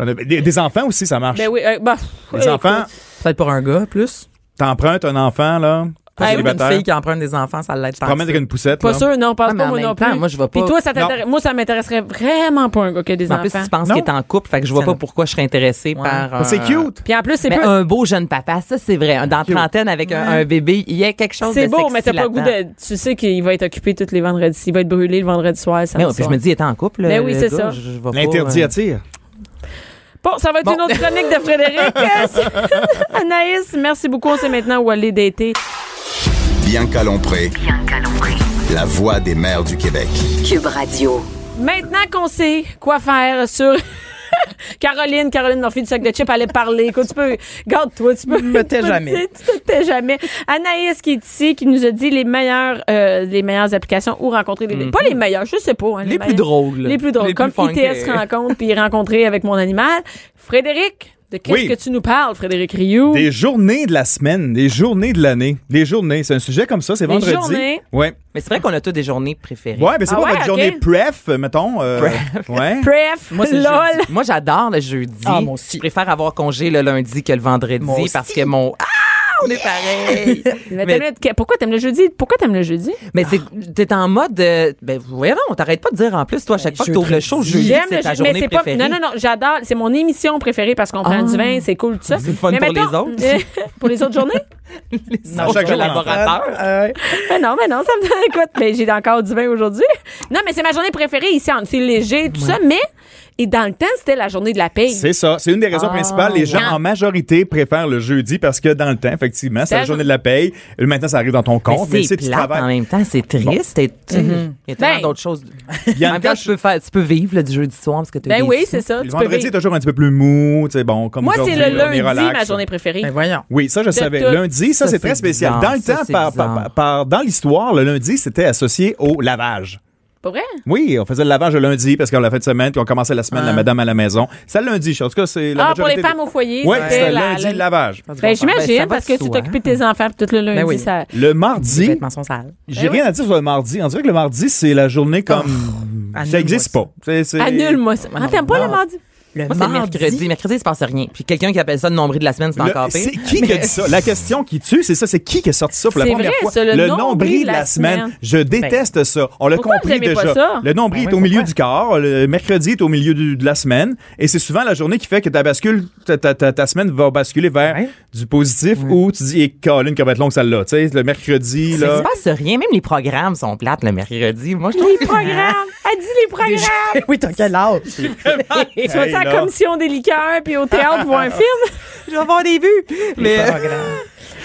Speaker 3: euh, Des, des enfants aussi, ça marche.
Speaker 1: Ben oui, euh, bah,
Speaker 3: Les enfants,
Speaker 2: Peut-être pour un gars plus.
Speaker 3: t'empruntes un enfant, là,
Speaker 2: Pas
Speaker 1: Hey,
Speaker 2: sûr qu'une
Speaker 3: célibataire.
Speaker 2: Ah fille qui emprunte des enfants, ça l'aide
Speaker 3: Tu te promènes avec une poussette.
Speaker 1: Pas
Speaker 3: là.
Speaker 1: sûr, non, pense
Speaker 4: Ouais, Ah, mais
Speaker 1: pas
Speaker 4: en
Speaker 1: moi
Speaker 4: même
Speaker 1: non
Speaker 4: temps,
Speaker 1: plus.
Speaker 4: moi, je vais
Speaker 1: Puis
Speaker 4: pas-
Speaker 1: toi, ça t'intéresse- moi, ça m'intéresserait vraiment pas un gars qui a des
Speaker 4: En plus,
Speaker 1: enfants.
Speaker 4: tu penses
Speaker 3: Non.
Speaker 4: qu'il est en couple, fait que je vois pas pourquoi je serais intéressée par.
Speaker 3: C'est
Speaker 4: un-
Speaker 3: cute.
Speaker 1: Puis en plus, c'est
Speaker 4: Mais
Speaker 1: pas-
Speaker 4: un beau jeune papa, ça c'est vrai. Dans trentaine avec un, un bébé, il y a quelque chose de
Speaker 1: C'est beau,
Speaker 4: sexy
Speaker 1: mais t'as pas le goût
Speaker 4: là-dedans.
Speaker 1: de. Tu sais qu'il va être occupé tous les vendredis. Il va être brûlé le vendredi soir.
Speaker 4: Mais
Speaker 1: samedi
Speaker 4: ouais, puis je
Speaker 1: soir.
Speaker 4: me dis, il est en couple.
Speaker 1: Mais
Speaker 4: le
Speaker 1: Ben oui, c'est
Speaker 4: gars,
Speaker 1: ça.
Speaker 4: je- je vais pas,
Speaker 3: L'interdit
Speaker 4: euh,
Speaker 3: attire.
Speaker 1: Bon, ça va être
Speaker 4: Bon.
Speaker 1: une autre chronique de
Speaker 4: [LAUGHS]
Speaker 1: Frédéric. [LAUGHS] Anaïs, merci beaucoup. On sait maintenant où aller dater.
Speaker 5: Bianca Lompré,
Speaker 6: Bianca Lompré.
Speaker 5: la voix des mères du Québec.
Speaker 6: Cube Radio.
Speaker 1: Maintenant qu'on sait quoi faire sur. [LAUGHS] Caroline, Caroline Murphy du sac de chips allait parler. Écoute, tu peux, garde-toi, tu peux.
Speaker 2: Me
Speaker 1: [LAUGHS]
Speaker 2: tais
Speaker 1: tu peux-
Speaker 2: jamais.
Speaker 1: Tu te tais jamais. Anaïs qui est ici, qui nous a dit les meilleures, euh, les meilleures applications où rencontrer les, pas les meilleures, je sais pas. hein,
Speaker 4: Mm-hmm. Les plus
Speaker 1: meilleures.
Speaker 4: drôles.
Speaker 1: Les plus drôles.
Speaker 4: Les plus
Speaker 1: comme
Speaker 4: funky.
Speaker 1: ITS rencontre puis rencontrer avec mon animal. Frédéric, de qu'est-ce
Speaker 3: Oui.
Speaker 1: que tu nous parles, Frédéric Rioux?
Speaker 3: Des journées de la semaine, des journées de l'année, des journées. C'est un sujet comme ça, c'est vendredi.
Speaker 1: journées.
Speaker 3: Ouais.
Speaker 4: Mais c'est vrai qu'on a tous des journées préférées.
Speaker 3: Ouais, mais c'est
Speaker 1: Ah
Speaker 3: pas
Speaker 1: ouais,
Speaker 3: votre
Speaker 1: ok.
Speaker 3: journée pref, mettons. euh, [LAUGHS] Ouais.
Speaker 1: Pref,
Speaker 4: Moi, c'est le
Speaker 1: lol.
Speaker 4: jeudi. Moi, j'adore le jeudi.
Speaker 2: Ah, moi aussi.
Speaker 4: Je préfère avoir congé le lundi que le vendredi
Speaker 2: Moi aussi.
Speaker 4: parce que mon. Ah! On est pareil.
Speaker 1: Mais
Speaker 4: Mais-
Speaker 1: t'aimes le- pourquoi t'aimes le jeudi? Pourquoi t'aimes le jeudi?
Speaker 4: mais c'est, t'es en mode, euh, ben, voyons, on t'arrête pas de dire en plus, toi, à
Speaker 2: Ben,
Speaker 4: chaque fois que t'ouvres le show, jeudi,
Speaker 1: J'aime
Speaker 4: c'est
Speaker 1: le
Speaker 4: ta
Speaker 1: jeudi, mais
Speaker 4: journée
Speaker 1: c'est pas.
Speaker 4: préférée.
Speaker 1: Non, non, non, j'adore. C'est mon émission préférée parce qu'on prend du vin, c'est cool tout ça.
Speaker 4: C'est le fun
Speaker 1: Mais
Speaker 4: pour
Speaker 1: mettons-
Speaker 4: les autres.
Speaker 1: [LAUGHS] pour les autres journées?
Speaker 3: Non, chaque jour,
Speaker 4: collaborateur.
Speaker 2: Euh,
Speaker 1: Mais Ben non, mais non, ça me [LAUGHS] donne. Écoute, mais j'ai encore du vin aujourd'hui. Non, mais c'est ma journée préférée ici. en- C'est léger, tout ça. Mais, et dans le temps, c'était la journée de la paix.
Speaker 3: C'est ça. C'est une des
Speaker 1: Ah.
Speaker 3: raisons principales. Les gens, en majorité, préfèrent le jeudi parce que dans le temps, effectivement, c'est la
Speaker 1: C'est-
Speaker 3: journée de la paye. Maintenant, ça arrive dans ton compte, mais,
Speaker 4: Mais
Speaker 3: tu sais,
Speaker 4: c'est
Speaker 3: tu
Speaker 4: plate en
Speaker 1: hein.
Speaker 3: travailles.
Speaker 4: même temps, c'est triste. et tu-
Speaker 2: Mm-hmm.
Speaker 4: Il y a tellement
Speaker 1: Ben,
Speaker 4: d'autres choses.
Speaker 3: Bianca,
Speaker 4: en même temps,
Speaker 3: je-
Speaker 4: tu peux, faire, tu peux vivre là, du jeudi soir parce que tu
Speaker 1: Ben oui, c'est ça.
Speaker 3: Le
Speaker 1: tu peux
Speaker 3: vendredi est
Speaker 1: vivre.
Speaker 3: toujours un petit peu plus mou, tu sais, bon, comme
Speaker 1: Moi, c'est
Speaker 3: aujourd'hui,
Speaker 1: le
Speaker 3: là, on est
Speaker 1: lundi,
Speaker 3: relax.
Speaker 1: ma journée préférée.
Speaker 2: [LAUGHS] ben voyons.
Speaker 3: Oui, ça, je savais.
Speaker 1: tout.
Speaker 3: Lundi, ça,
Speaker 4: Ça,
Speaker 3: c'est très
Speaker 4: c'est
Speaker 3: spécial.
Speaker 4: bizarre.
Speaker 3: Dans le
Speaker 4: Ça,
Speaker 3: temps,
Speaker 4: c'est
Speaker 3: par,
Speaker 4: bizarre.
Speaker 3: par- par- dans l'histoire, le lundi, c'était associé au lavage.
Speaker 1: Pas vrai?
Speaker 3: Oui, on faisait le lavage le lundi parce qu'on l'a fait de semaine, puis on commençait la semaine, la madame à la maison. C'est le lundi, en tout cas, c'est la
Speaker 1: Ah, pour les
Speaker 3: majorité
Speaker 1: femmes
Speaker 3: des-
Speaker 1: au foyer,
Speaker 3: Oui,
Speaker 1: c'était
Speaker 3: c'était
Speaker 1: la-
Speaker 3: lundi,
Speaker 1: la-
Speaker 3: le lavage.
Speaker 1: Ben, j'imagine,
Speaker 4: Ben, ça va
Speaker 1: parce que
Speaker 4: de
Speaker 1: tu
Speaker 4: soi.
Speaker 1: t'occupes de tes enfants puis tout le lundi.
Speaker 4: Ben oui.
Speaker 1: ça...
Speaker 3: Le mardi,
Speaker 2: Vêtements sont sales.
Speaker 3: j'ai
Speaker 1: Ben oui. Oh.
Speaker 3: rien à dire sur le mardi. On dirait que le mardi, c'est la journée comme. ça
Speaker 2: annule-moi
Speaker 3: n'existe
Speaker 2: ça.
Speaker 3: pas. C'est- c'est-
Speaker 1: Annule-moi ça. Ah, t'aimes pas le
Speaker 4: non.
Speaker 1: mardi?
Speaker 2: Le
Speaker 4: Moi, c'est le
Speaker 2: mardi.
Speaker 4: mercredi. Mercredi, il se passe rien. Puis quelqu'un qui appelle ça le nombril de la semaine, c'est
Speaker 3: Le-
Speaker 4: encore
Speaker 3: C'est
Speaker 4: pire.
Speaker 3: qui qui a dit ça? La question qui tue, c'est ça. C'est qui qui a sorti ça pour la
Speaker 1: C'est
Speaker 3: première
Speaker 1: vrai,
Speaker 3: fois?
Speaker 1: ça, le
Speaker 3: nombril de la semaine. Je déteste ça. On l'a
Speaker 1: Pourquoi vous
Speaker 3: compris
Speaker 1: aimez
Speaker 3: déjà.
Speaker 1: pas ça?
Speaker 3: Le nombril
Speaker 2: Ben
Speaker 3: est au
Speaker 2: oui,
Speaker 3: milieu
Speaker 2: pourquoi?
Speaker 3: du corps. Le mercredi est au milieu du- de la semaine. Et c'est souvent la journée qui fait que ta bascule, ta, ta- ta- ta semaine va basculer vers
Speaker 2: Ouais.
Speaker 3: du positif ou tu dis, eh, Colin, que va être longue celle-là. Tu sais, le mercredi,
Speaker 4: Il se
Speaker 3: là.
Speaker 4: passe rien. Même les programmes sont plates le mercredi. Moi, je
Speaker 3: [LAUGHS]
Speaker 4: trouve.
Speaker 1: Les programmes! Elle dit les programmes!
Speaker 2: [LAUGHS] oui, t'as quel
Speaker 4: [LAUGHS]
Speaker 2: âge?
Speaker 1: Tu vas
Speaker 3: Hey,
Speaker 1: à la
Speaker 3: là.
Speaker 1: commission des liqueurs puis au théâtre voir un
Speaker 3: [LAUGHS]
Speaker 1: film?
Speaker 4: Je vais avoir des vues. Mais.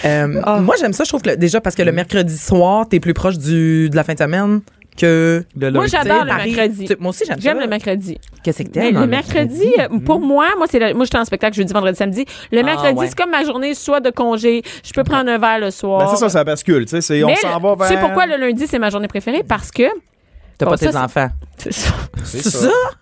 Speaker 2: Euh, Moi, j'aime ça. Je trouve que le- déjà, parce que le mercredi soir, t'es plus proche du, de la fin de semaine que le lundi.
Speaker 1: Moi, j'adore le
Speaker 2: Paris-
Speaker 1: mercredi.
Speaker 2: Tu- Moi aussi, j'aime ça.
Speaker 1: J'aime le mercredi.
Speaker 4: Qu'est-ce que
Speaker 1: Mais
Speaker 4: t'aimes?
Speaker 1: le
Speaker 4: hein,
Speaker 1: mercredi,
Speaker 3: Mm-hmm.
Speaker 1: euh, pour moi, moi, c'est la- moi j'étais en spectacle jeudi, vendredi, samedi.
Speaker 3: Ah,
Speaker 1: Le mercredi,
Speaker 4: ouais.
Speaker 1: c'est comme ma journée soit de congé, je peux prendre un verre le soir.
Speaker 3: Ben, c'est ça, ça bascule. Tu sais, c'est- on
Speaker 1: Mais
Speaker 3: s'en
Speaker 1: le-
Speaker 3: va vers.
Speaker 1: Tu sais pourquoi le lundi, c'est ma journée préférée? Parce que.
Speaker 4: T'as
Speaker 1: Bon,
Speaker 4: pas
Speaker 1: ça,
Speaker 4: tes
Speaker 1: c'est-
Speaker 4: enfants.
Speaker 2: C'est ça?
Speaker 3: [LAUGHS]